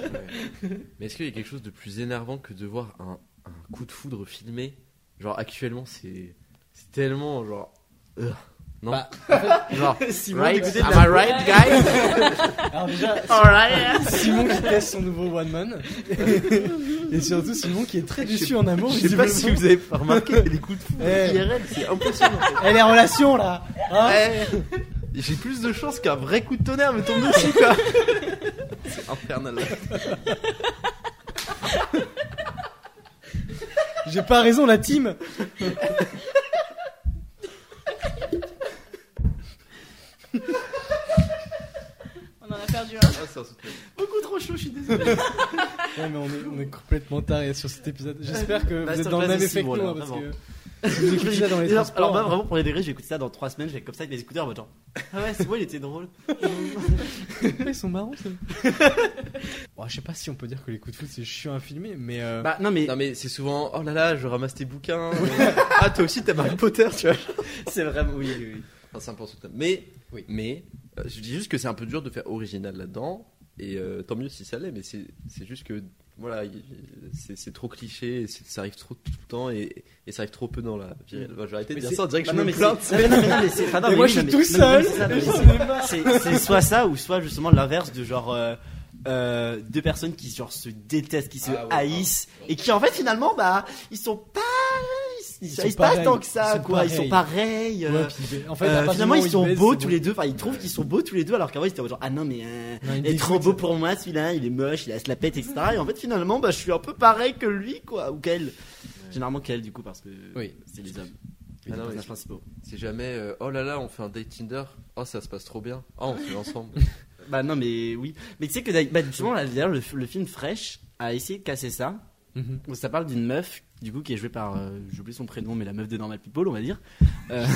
H: Mais est-ce qu'il y a quelque chose de plus énervant que de voir un, un coup de foudre filmé Genre actuellement, c'est c'est tellement genre. euh, non
E: Bah,
H: Genre,
G: Simon,
H: right
G: écoutez de
H: Am
G: la-
H: I right, guys
E: Alors déjà,
G: Alright.
E: Ah, Simon qui teste son nouveau One Man. Et surtout Simon qui est très déçu en amour.
G: Je sais pas si
E: visiblement.
G: vous avez remarqué, les coups de foudre
E: Eh.
G: IRL, c'est impressionnant.
E: Eh, les relations là hein
G: Eh, J'ai plus de chance qu'un vrai coup de tonnerre me tombe dessus quoi.
H: C'est infernal.
E: J'ai pas raison, la team
F: On en a perdu un.
H: Ah, c'est insoutenable.
G: Beaucoup trop chaud, je suis désolé.
E: Non, mais on est, on est complètement tarés sur cet épisode. J'espère que vous êtes dans le
G: Masterclass
E: même
G: de
E: effet que
G: Simon,
E: nous.
G: là,
E: hein, parce
G: vraiment.
E: que si vous écoutez ça dans les
G: Alors,
E: transports, hein.
G: alors, bah, vraiment pour les degrés, j'ai écouté ça dans 3 semaines, j'ai comme ça avec mes écouteurs en mode genre. Ah ouais, c'est moi, il était drôle.
E: ils sont marrants. Bon, je sais pas si on peut dire que les coups de foot c'est chiant à filmer, mais euh,
G: Bah non mais
H: Non, mais c'est souvent, oh là là, je ramasse tes bouquins. ah, toi aussi, t'aimes Harry Potter, tu vois.
G: c'est vraiment oui oui. oui.
H: Enfin, c'est un peu insoutenable. Mais,
E: Oui.
H: mais euh, je dis juste que c'est un peu dur de faire original là-dedans. Et euh, tant mieux si ça l'est, mais c'est c'est juste que voilà, il- il- c'est c'est trop cliché, et c'est- ça arrive trop tout le temps et, et ça arrive trop peu dans la vie réelle. Enfin, J'ai arrêté de
G: Mais
H: dire
G: c'est-
H: ça, on dirait que
G: Bah,
H: je
G: non,
H: me
G: mais
H: plains.
G: c'est- mais non, mais non, mais c'est- enfin, non,
E: Et
G: mais
E: moi,
G: oui,
E: je suis
G: non,
E: tout
G: mais- non,
E: seul,
G: mais c'est ça, non,
E: et
G: mais
E: j'en
G: c'est- C'est c'est soit ça ou soit justement l'inverse de genre euh, euh, deux personnes qui genre se détestent, qui se
H: Ah ouais,
G: haïssent et qui en fait finalement bah ils sont pas ils,
E: Ils
G: ils
E: sont
G: haïssent pas
E: pareils,
G: tant que ça
E: ils sont
G: quoi, ils sont pareils. euh,
E: ouais, puis, en fait, à
G: euh,
E: partir du
G: finalement,
E: moment où
G: ils sont
E: baissent,
G: beaux
E: c'est
G: tous
E: bon.
G: les deux. Enfin, ils trouvent qu'ils sont beaux tous les deux, alors qu'avant ils étaient genre ah non mais euh,
E: Non, ils
G: il est
E: disent
G: trop
E: oui,
G: beau
E: ça.
G: pour moi celui-là, il est moche, il a se la pète etc. Et en fait finalement bah je suis un peu pareil que lui quoi ou qu'elle. Généralement qu'elle du coup parce que
E: Oui.
G: c'est les hommes.
H: Ah
G: Les
H: non, mais
G: personnages
H: c'est-
G: principaux.
H: C'est jamais, euh, oh là là, on fait un date Tinder, oh ça se passe trop bien, oh on se met ensemble.
G: Bah non mais oui. Mais tu sais que d'ailleurs- bah, justement là, d'ailleurs le, le film Fresh a essayé de casser ça.
E: Mhm.
G: Où ça parle d'une meuf du coup qui est jouée par euh, j'oublie son prénom mais la meuf de Normal People on va dire. Euh,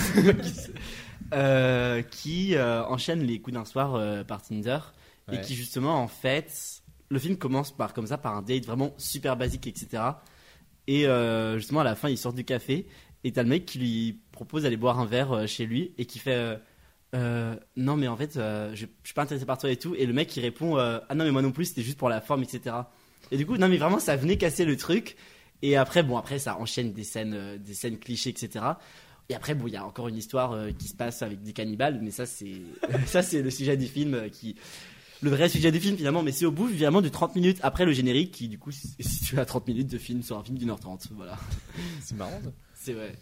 G: euh, qui euh, enchaîne les coups d'un soir euh, par Tinder
E: Ouais.
G: et qui justement en fait le film commence par comme ça par un date vraiment super basique etc et euh, justement à la fin il sort du café et t'as le mec qui lui propose d'aller boire un verre euh, chez lui et qui fait euh, Euh, non mais en fait euh, je, je suis pas intéressé par toi et tout et le mec il répond euh, ah non mais moi non plus c'était juste pour la forme etc et du coup non mais vraiment ça venait casser le truc et après bon après ça enchaîne des scènes euh, des scènes clichés etc et après, bon, il y a encore une histoire euh, qui se passe avec des cannibales, mais ça, c'est ça c'est le sujet du film euh, qui. Le vrai sujet du film, finalement, mais c'est au bout, finalement, de 30 minutes après le générique, qui, du coup, est situé à 30 minutes de film sur un film d'une heure trente. Voilà.
E: C'est marrant. ça.
G: C'est vrai.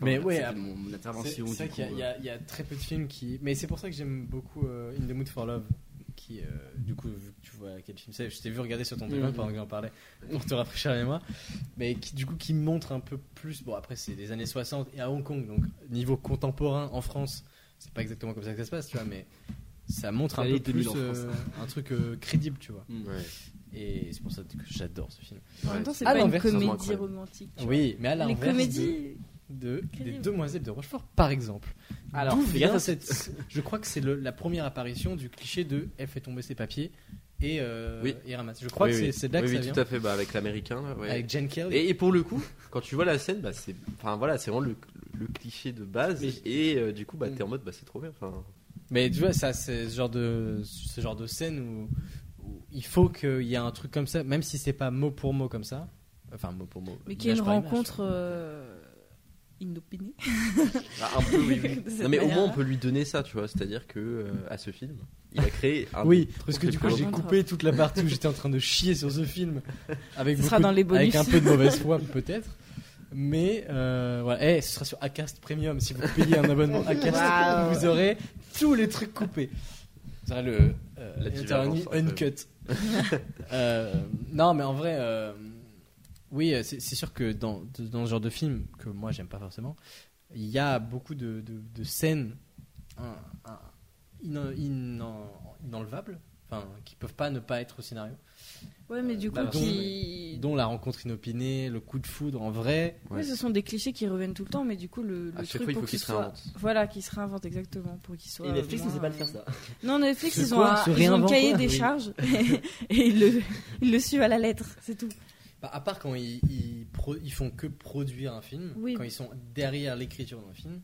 E: Mais ouais,
G: c'était
E: après-
G: mon, mon
E: C'est
G: intervention.
E: c'est
G: du
E: vrai
G: coup,
E: qu'il y, a- il y
G: euh,
E: a- il y a très peu de films qui. Mais c'est pour ça que j'aime beaucoup euh, In the Mood for Love. Qui, euh, du coup, vu que tu vois quel film c'est, je t'ai vu regarder sur ton téléphone pendant que j'en parlais pour te rafraîchir les mémoire. Mais qui, du coup, qui montre un peu plus. Bon, après, c'est des années 60 et à Hong Kong, donc niveau contemporain en France, c'est pas exactement comme ça que ça se passe, tu vois, mais ça montre un
G: Allez,
E: peu plus
G: 2000 en France.
E: euh, un truc euh, crédible, tu vois.
G: mm.
E: Et c'est pour ça que j'adore ce film.
F: En même temps, c'est
E: Ah,
F: pas une
E: l'inverse,
H: vraiment
F: comédie
H: incroyable.
F: romantique. tu vois.
E: Oui, mais à
F: Les
E: l'inverse. de-
F: comédies.
E: de, des
F: Incroyable.
E: demoiselles de Rochefort, par exemple.
G: Alors,
E: D'où
G: fais
E: vient
G: gaffe.
E: cette. Je crois que c'est le- la première apparition du cliché de elle fait tomber ses papiers et, euh,
H: Oui.
E: et ramasse. Je crois
H: Oui,
E: que c'est-
H: oui.
E: c'est de là
H: Oui,
E: que
H: oui,
E: ça vient.
H: tout à fait, bah, avec l'américain. là, ouais.
E: Avec Jane Kelly.
H: Et, et pour le coup, quand tu vois la scène, bah, c'est enfin, voilà, c'est vraiment le, le cliché de base.
G: Mais-
H: Et euh, du coup,
E: Mm.
H: bah, t'es en mode, bah, c'est trop bien. Enfin,
E: Mais tu vois, ça, c'est ce genre de, ce genre de scène où, où il faut qu'il y ait un truc comme ça, même si c'est pas mot pour mot comme ça. Enfin, mot pour mot.
F: Mais qui est une
E: image par image.
F: rencontre euh, inopinée.
H: bah, un peu, oui, oui.
F: De cette
H: Non, mais au moins, on
F: manière-là.
H: peut lui donner ça, tu vois. C'est-à-dire que euh, à ce film, il a créé un.
E: Oui,
H: des-
E: parce que du coup
H: Très
E: j'ai
F: bon.
E: coupé toute la partie où j'étais en train de chier sur ce film avec,
F: Ce
E: beaucoup
F: sera dans
E: de-
F: les
E: avec
F: bonus.
E: un peu de mauvaise foi peut-être. Mais euh, voilà, Eh, ce sera sur Acast Premium. Si vous payez un abonnement Acast, vous aurez tous les trucs coupés. Vous aurez le euh,
H: La
E: intervenu
H: divergence, un peu.
E: uncut. Euh, non, mais en vrai, euh, oui, euh, c'est c'est sûr que dans, dans ce genre de film que moi j'aime pas forcément, il y a beaucoup de, de- de scènes hein, hein, inen- inen- inenlevables, enfin, qui peuvent pas ne pas être au scénario,
F: Ouais, mais du coup,
E: Bah,
F: qui...
E: dont la rencontre inopinée, le coup de foudre en vrai.
F: Oui, ce sont des clichés qui reviennent tout le temps, mais du coup, le, le
H: À
F: truc
H: chaque fois, il
F: pour
H: faut qu'il
F: qu'il
H: se
F: soit...
H: réinvente.
F: Voilà, qui se réinvente exactement pour qu'il soit.
G: euh. Et Netflix
F: moins-
G: ne sait pas le faire ça.
F: Non, Netflix,
E: Se
F: ils ont,
E: quoi
F: un,
E: Se
F: ils ont le
E: réinvente,
F: cahier
E: quoi
F: des
E: Oui.
F: charges et, et ils, le, ils le suivent à la lettre, c'est tout.
E: Bah, à part quand ils, ils, pro- ils font que produire un film,
F: Oui.
E: quand ils sont derrière l'écriture d'un film,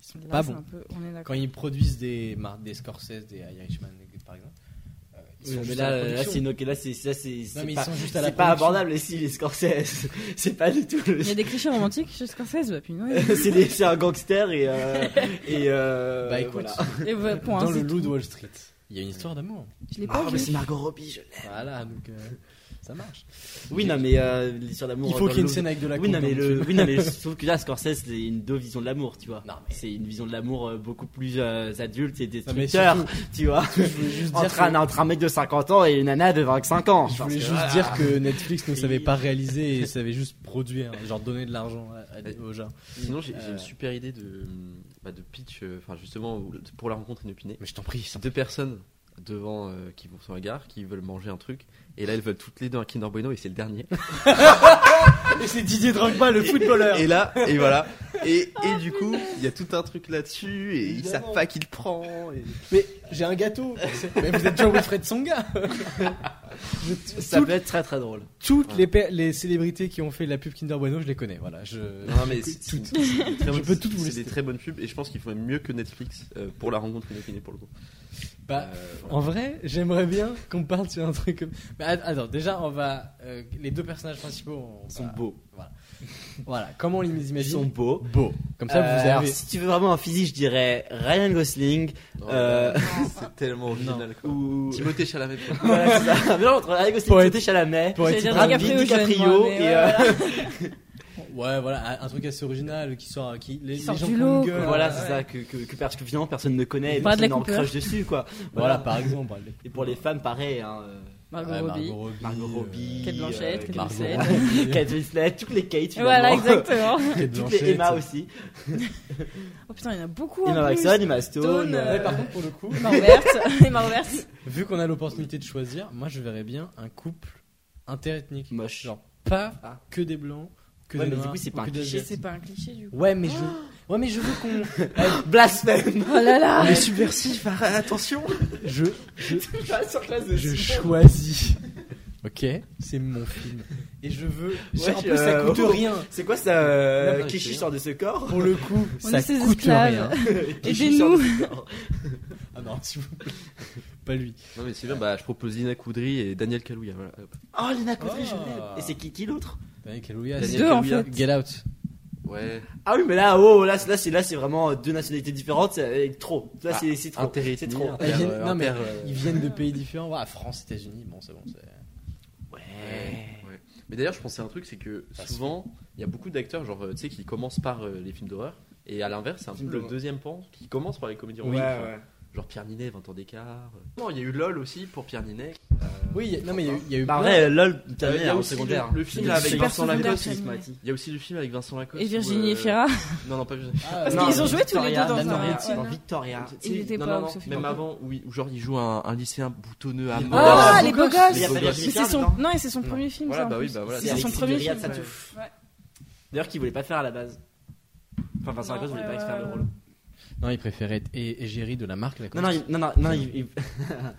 E: ils sont
F: Là,
E: pas
F: c'est
E: bons.
F: un peu- On est
E: Quand
F: d'accord.
E: ils produisent des, mar- des Scorsese, des Irishman, par exemple. euh, ils sont
G: Oui, mais
E: juste à
G: là,
E: la
G: là,
E: production. Euh,
G: c'est une- là, c'est ça, c'est c'est
E: mais ils
G: pas,
E: sont juste à la
G: c'est pas
E: production.
G: abordable. Et si les Scorsese, c'est pas du tout. le-
F: Il y a des clichés romantiques chez Scorsese, bah, puis non.
G: c'est des- c'est un gangster et euh, et euh,
E: Bah écoute,
G: voilà.
F: Et voilà, point,
E: dans
F: c'est
E: le loup
F: tout.
E: de Wall Street, il y a une histoire d'amour.
F: Je l'ai
G: Ah,
F: pas
G: mais
F: vu.
G: c'est Margot Robbie, je
E: Voilà, donc euh, ça marche.
G: Oui, non, mais euh, sur l'amour.
E: Il faut
G: dans
E: qu'il y ait une
G: le-
E: scène avec de la coke
G: Oui, non,
E: dans
G: mais
E: film.
G: le... oui, non, mais je trouve que là, Scorsese, c'est une deux visions de l'amour, tu vois.
E: Non, mais-
G: C'est une vision de l'amour euh, beaucoup plus euh, adulte et
E: Non, Ah, mais
G: destructeur,
E: surtout,
G: tu vois.
E: je voulais juste dire
G: Entre un,
E: que-
G: entre un mec de 50 ans et une nana de 25 ans.
E: Je
G: parce
E: voulais
G: que,
E: juste
G: voilà.
E: dire que ah, Netflix ne savait
G: Oui.
E: pas réaliser et savait juste produire, hein, genre donner de l'argent à- à- aux gens.
H: Sinon, j'ai j'ai
E: Euh.
H: une super idée de, bah, de pitch, euh, enfin, justement, où- pour la rencontre inopinée.
E: Mais je t'en prie,
H: C'est deux personnes devant euh, qui vont sur la gare, qui veulent manger un truc, et là elles veulent toutes les deux un Kinder Bueno et c'est le dernier.
E: Et c'est Didier Drogba, le footballeur
H: Et là, et voilà. Et, et du coup, il y a tout un truc là-dessus et ils savent pas qui le prend. et-
E: Mais j'ai un gâteau Mais vous êtes déjà Wilfred Songa
G: Ça peut être très très drôle.
E: Toutes les, pa- les célébrités qui ont fait la pub Kinder Bueno, je les connais, voilà. Je...
H: Non mais c'est c'est- c'est des très
E: Je
H: bonnes-
E: peux tout vous
H: c'est
E: lister.
H: des très bonnes pubs et je pense qu'ils font mieux que Netflix euh, pour la rencontre inopinée pour le coup.
E: Bah,
H: Euh, voilà.
E: En vrai, j'aimerais bien qu'on parle sur un truc comme. Mais att- attends, déjà, on va. euh, les deux personnages principaux on
G: Ils sont
E: va-
G: beaux.
E: Voilà, comment on les
G: Ils
E: imagine
G: sont beaux.
E: beaux. Comme ça,
G: Euh,
E: vous
G: alors,
E: avez. Oh
G: si tu veux vraiment un physique, je dirais Ryan Gosling Euh,
H: c'est tellement original quoi.
G: ou.
H: Timothée Chalamet.
G: voilà, c'est ça. Un mélange entre Ryan Gosling,
E: Poète.
G: Timothée Chalamet,
E: Pour
F: J'allais
E: être
F: dire
E: drôle.
G: Brad
F: DiCaprio,
G: Pitt,
F: jeune,
G: DiCaprio
F: moi, mais
G: et. euh,
E: Ouais, voilà, un un truc assez original qui sort. Qui, les,
F: sort
E: les gens
F: du
E: font une
F: lot,
E: gueule.
G: Voilà,
E: Ouais.
G: c'est ça, que, que, que parce que finalement personne ne connaît et
F: Pas de la
G: personne n'en
F: Cooper.
G: crush dessus, quoi.
E: Voilà, par exemple. allez.
G: Et pour les femmes, pareil, hein, euh,
F: Margot
E: Ouais,
F: Robbie.
E: Margot Robbie.
G: Margot
E: euh,
G: Robbie,
F: Kate Blanchett,
G: euh,
F: Kate
E: Margot
F: Winslet.
E: Robbie,
G: Kate Winslet, toutes les Kate, finalement.
F: Voilà, exactement.
E: Kate
G: toutes
E: Blanchett.
G: les Emma aussi.
F: Oh putain, il y en a beaucoup. en
G: Emma
F: plus.
G: Watson, Emma Stone.
F: Stone,
G: euh,
E: Ouais, par contre, pour le coup,
F: Emma Roberts. Emma Roberts.
E: vu qu'on a l'opportunité de choisir, moi je verrais bien un couple interethnique.
G: Moche.
E: Genre, pas
G: Ah.
E: que des blancs, que
G: Ouais,
E: des
G: mais du
E: noirs,
G: coup, c'est Ah pas
E: que
G: un
E: des
G: cliché,
E: asiatiques.
F: C'est pas un cliché du coup.
E: Ouais, mais je. Ouais, mais je veux qu'on.
G: Blasphème
F: Oh là là
G: Les subversifs, attention
E: Je, je,
G: Je
E: je choisis. Ok, c'est mon film. Et je veux.
G: Ouais,
E: en plus, ça
G: euh,
E: coûte
G: oh.
E: rien.
G: C'est quoi ça euh,
H: La vérité,
G: Keshi
H: hein.
G: sort de ce corps
E: Pour le coup,
F: On
E: ça
F: est ses
E: coûte rien.
F: esclaves.
G: Keshi sort de
F: Aidez-nous.
G: ce corps.
E: Ah non, s'il vous plaît. Pas lui.
H: Non, mais c'est bien, bah, je propose Lina Koudry et Daniel Kalouya. Voilà. hop.
F: Bah,
G: Oh, Lena Coudry, je
E: Ah.
G: l'aime Et c'est qui qui l'autre
E: Daniel Kaluuya,
H: Daniel
E: Bah, c'est-
F: Deux en
H: Kaluuya.
F: fait.
E: Get out.
H: Ouais.
G: Ah oui, mais là, oh, là, là, c'est là, c'est vraiment deux nationalités différentes, c'est euh, trop. Là,
E: Ah,
G: c'est c'est trop.
H: inter-
G: C'est trop.
E: Ils viennent- non, mais
H: inter-
E: ils viennent de pays différents. Ouah, France, États-Unis, bon, c'est bon. c'est-
G: Ouais.
F: Eh.
H: Ouais. Mais d'ailleurs, je pensais à un truc, c'est que souvent, il y a beaucoup d'acteurs, genre, euh, tu sais, qui commencent par euh, les films d'horreur, et à l'inverse, c'est un peu
G: Film
H: le
G: d'horreur.
H: deuxième pan qui commence par les comédies
G: Ouais,
H: romantiques.
G: ouais.
H: Genre Pierre Ninet, 20 ans d'écart. euh. Non, il y a eu LOL aussi pour Pierre Ninet.
E: Oui, il y a- non, mais il y a eu- il y a eu.
G: Bah, en
E: plein-
G: vrai, lol,
H: Euh,
G: ta
H: il y a
G: mère, en
H: aussi
G: secondaire.
H: le- le film
G: C'est
H: avec
G: super
H: Vincent
G: secondaire,
F: Lacoste.
G: ce matin.
H: Il y a aussi le film avec Vincent Lacoste.
F: Et
H: où,
F: Virginie
H: euh,
F: Efira.
H: Non, non, pas Virginie.
E: Ah,
F: Parce
E: non,
F: qu'ils ont joué tous les
G: Victoria,
F: deux dans
G: Nana
F: un-
G: Moretti,
F: ouais.
G: dans Victoria.
F: Et il était
H: non,
F: pas
H: non,
F: au
H: non,
F: Sophie
H: même
F: Lorrain.
H: avant, oui, où genre il joue un, un lycéen boutonneux à
G: Ah,
H: mort.
F: Ah,
G: Ah,
F: les
G: beau
F: beaux
G: gosse.
F: gosses
G: Il y a pas
F: Mais
G: Virginie
F: c'est
G: Efira
F: son...
G: dedans.
F: Non, et c'est son premier film,
H: Voilà,
F: ça, en
H: bah oui,
F: plus.
H: bah voilà,
F: C'est
H: c'est
F: son
G: Alexis
F: premier
G: Delia
F: film.
G: Satouf.
F: Ouais.
G: D'ailleurs, qu'il voulait pas faire à la base. Enfin, Vincent
F: Non,
G: Lacoste voulait
F: ouais,
G: pas
F: ouais,
G: faire le
F: ouais.
G: rôle.
E: Non, il préférait être é- égérie de la marque. Lacoste.
G: Non, non, il- non, non, non, il, il-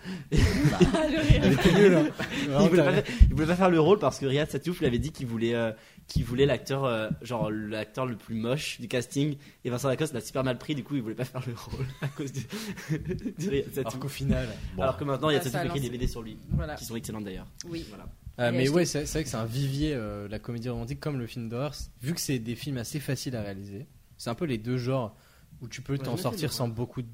F: Ah, le rire.
E: Elle était nulle, hein.
G: il
E: Vraiment,
G: voulait
E: t'as-
G: pas faire, il voulait pas faire le rôle parce que Riyad Satouf lui avait dit qu'il voulait, euh, qu'il voulait l'acteur, euh, genre l'acteur le plus moche du casting. Et Vincent Lacoste l'a super mal pris, du coup, il voulait pas faire le rôle à cause de, de Riyad Satouf.
E: Alors qu'au final. bon.
G: Alors que maintenant, il y a
F: Ah, ça
G: Satouf qui écrit
F: lance.
G: des BD sur lui,
F: Voilà.
G: qui sont excellentes d'ailleurs.
F: Oui.
G: Voilà.
E: Euh,
F: Et
E: mais
F: acheter.
E: ouais, c'est c'est vrai que c'est un vivier, euh, la comédie romantique, comme le film d'horreur. c- Vu que c'est des films assez faciles à réaliser, c'est un peu les deux genres où tu peux t'en
H: j'aime
E: sortir
H: bien,
E: sans beaucoup de.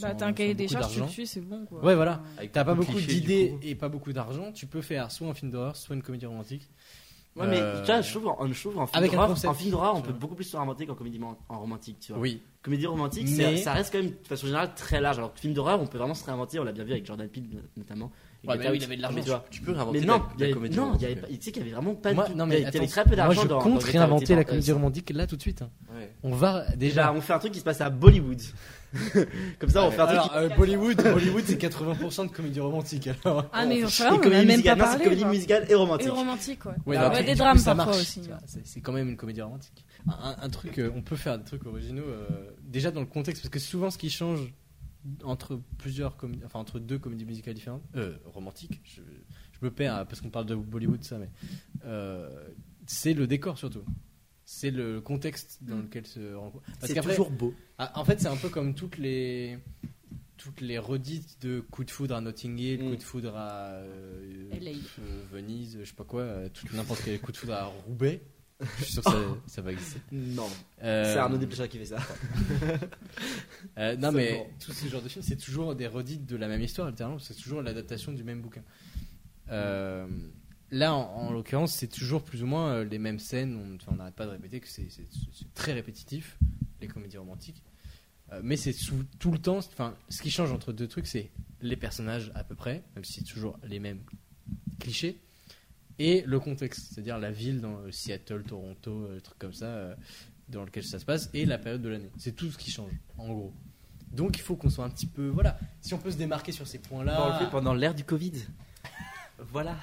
F: Bah,
E: sans-
F: t'as un cahier
E: sans
F: des
E: beaucoup
F: charges, tu le
E: d'argent.
F: suis, c'est bon, quoi.
E: Ouais, voilà.
H: Avec
E: T'as pas beaucoup
H: de clichés, du
E: d'idées
H: coup.
E: et pas beaucoup d'argent, tu peux faire soit un film d'horreur, soit une comédie romantique.
G: Ouais, mais
E: Euh,
G: tu vois, je trouve, en, je trouve en film
E: avec un
G: d'horreur-
E: concept,
G: en film d'horreur,
E: tu
G: on peut
E: vois.
G: beaucoup plus se raconter qu'en comédie man- en romantique, tu vois.
E: Oui.
G: Comédie romantique,
E: Mais-
G: c'est- ça reste quand même, de façon générale, très large. Alors que film d'horreur, on peut vraiment se réinventer, on l'a bien vu avec Jordan Peele notamment. Et
E: Ouais,
G: Get
E: mais oui,
G: Out.
E: il avait de
G: Mais tu
E: l'argent.
G: vois,
H: Tu peux réinventer
G: Mais non,
H: la-
G: il y
H: la,
G: avait,
H: comédie. hein,
G: non, il y avait
H: romantique.
G: pas, tu sais qu'il y avait vraiment pas
E: Moi,
G: du-
E: non,
G: il
E: mais
G: y avait
E: attends,
G: très peu
E: moi
G: d'argent
E: je
G: dans- dans
E: compte
G: Get Out,
E: réinventer
G: dans-
E: la
G: euh,
E: comédie romantique là tout de suite. hein.
H: Ouais.
E: On va
G: Déjà,
E: déjà.
G: on fait un truc qui se passe à Bollywood. Comme ça, on fait un truc.
E: Alors, euh, Bollywood, Bollywood c'est 80% de comédie romantique alors.
F: Ah, mais
G: qui-
F: enfin,
G: et
F: on
G: comédie
F: a même pas
G: musicale. Non, c'est
F: parlé.
G: comédie
F: genre.
G: musicale et
F: Et
G: romantique.
F: romantique, ouais.
E: Ouais,
F: Ouais,
E: mais après,
F: des
E: du
F: drames
E: coup, ça
F: parfois
E: marche,
F: aussi.
E: tu
F: ouais.
E: vois, C'est c'est quand même une comédie romantique. Un, un truc, euh, on peut faire des trucs originaux euh, déjà dans le contexte, parce que souvent ce qui change entre plusieurs, comé- enfin entre deux comédies musicales différentes, euh, romantiques, je, je me perds euh, parce qu'on parle de Bollywood ça, mais euh, c'est le décor surtout. C'est le contexte dans
F: Mm.
E: lequel se rencontre. Parce
G: C'est
E: qu'après,
G: toujours beau.
E: ah, en fait, c'est un peu comme toutes les toutes les redites de coup de foudre à Notting Hill,
G: Mm.
E: coup de foudre à euh,
F: LA.
E: pff, euh, Venise, je sais pas quoi, euh, tout- n'importe quel coup de foudre à Roubaix. Je suis sûr que ça, ça va exister.
G: Non,
E: Euh,
G: c'est Arnaud Desplechin qui fait ça.
E: euh, non,
G: C'est
E: mais
G: bon.
E: tout ce genre de films, c'est toujours des redites de la même histoire, littéralement, parce que c'est toujours l'adaptation du même bouquin. Euh, là, en, en l'occurrence, c'est toujours plus ou moins euh, les mêmes scènes. On enfin, on n'arrête pas de répéter que c'est c'est- c'est très répétitif, les comédies romantiques. Euh, mais c'est sous- tout le temps. Enfin, ce qui change entre deux trucs, c'est les personnages à peu près, même si c'est toujours les mêmes clichés, et le contexte, c'est-à-dire la ville dans euh, Seattle, Toronto, euh, des trucs comme ça, euh, dans lequel ça se passe, et la période de l'année. C'est tout ce qui change, en gros. Donc il faut qu'on soit un petit peu. Voilà, si on peut se démarquer sur ces
G: On le
E: points-là.
G: fait pendant l'ère du Covid.
E: Ah.
G: Voilà.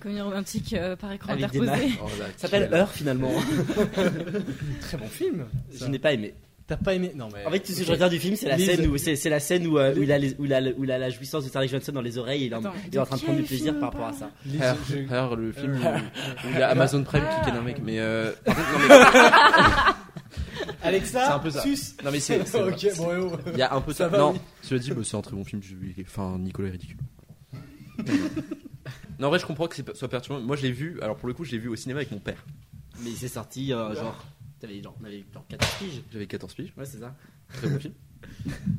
F: Comédie romantique euh, par écran
G: Avec des
F: interposé.
H: Oh, la
G: Ça s'appelle
H: quelle-
G: Heure finalement.
E: Très bon film.
G: Je
E: ça.
G: n'ai pas aimé.
E: T'as pas aimé Non, mais.
G: En fait, tout ce que
E: Ok.
G: je retiens du film, c'est la
E: Lise.
G: scène où c'est c'est la scène où, euh, où il a les- où il a le- où il a la jouissance de Sarah Johnson dans les oreilles. et Il est en-
F: Attends,
G: il est en train de prendre du
F: quel
G: plaisir
F: film
G: par
F: on
G: rapport à
F: parle
G: ça.
E: Lise,
H: Her,
E: je-
H: Her, le film
E: Euh.
H: où- où il y a Amazon Prime qui ken un mec, mais euh, par contre, non, mais-
E: Alexa,
H: C'est un peu ça.
E: suce.
H: non mais c'est, c'est vrai.
E: ok, bon, eh oh.
H: il y a un peu
E: Ça
H: ça.
E: va,
H: non,
E: oui.
H: cela dit, bah, c'est un très bon film. je- il est- Enfin, Nicolas est ridicule. non, en vrai, je comprends que c'est pas- soit perturbant. Moi, je l'ai vu. Alors pour le coup, je l'ai vu au cinéma avec mon père.
G: Mais c'est sorti euh, genre. T'avais genre, on avait genre 14 piges.
H: J'avais 14 piges.
G: Ouais, c'est ça.
H: Très bon film.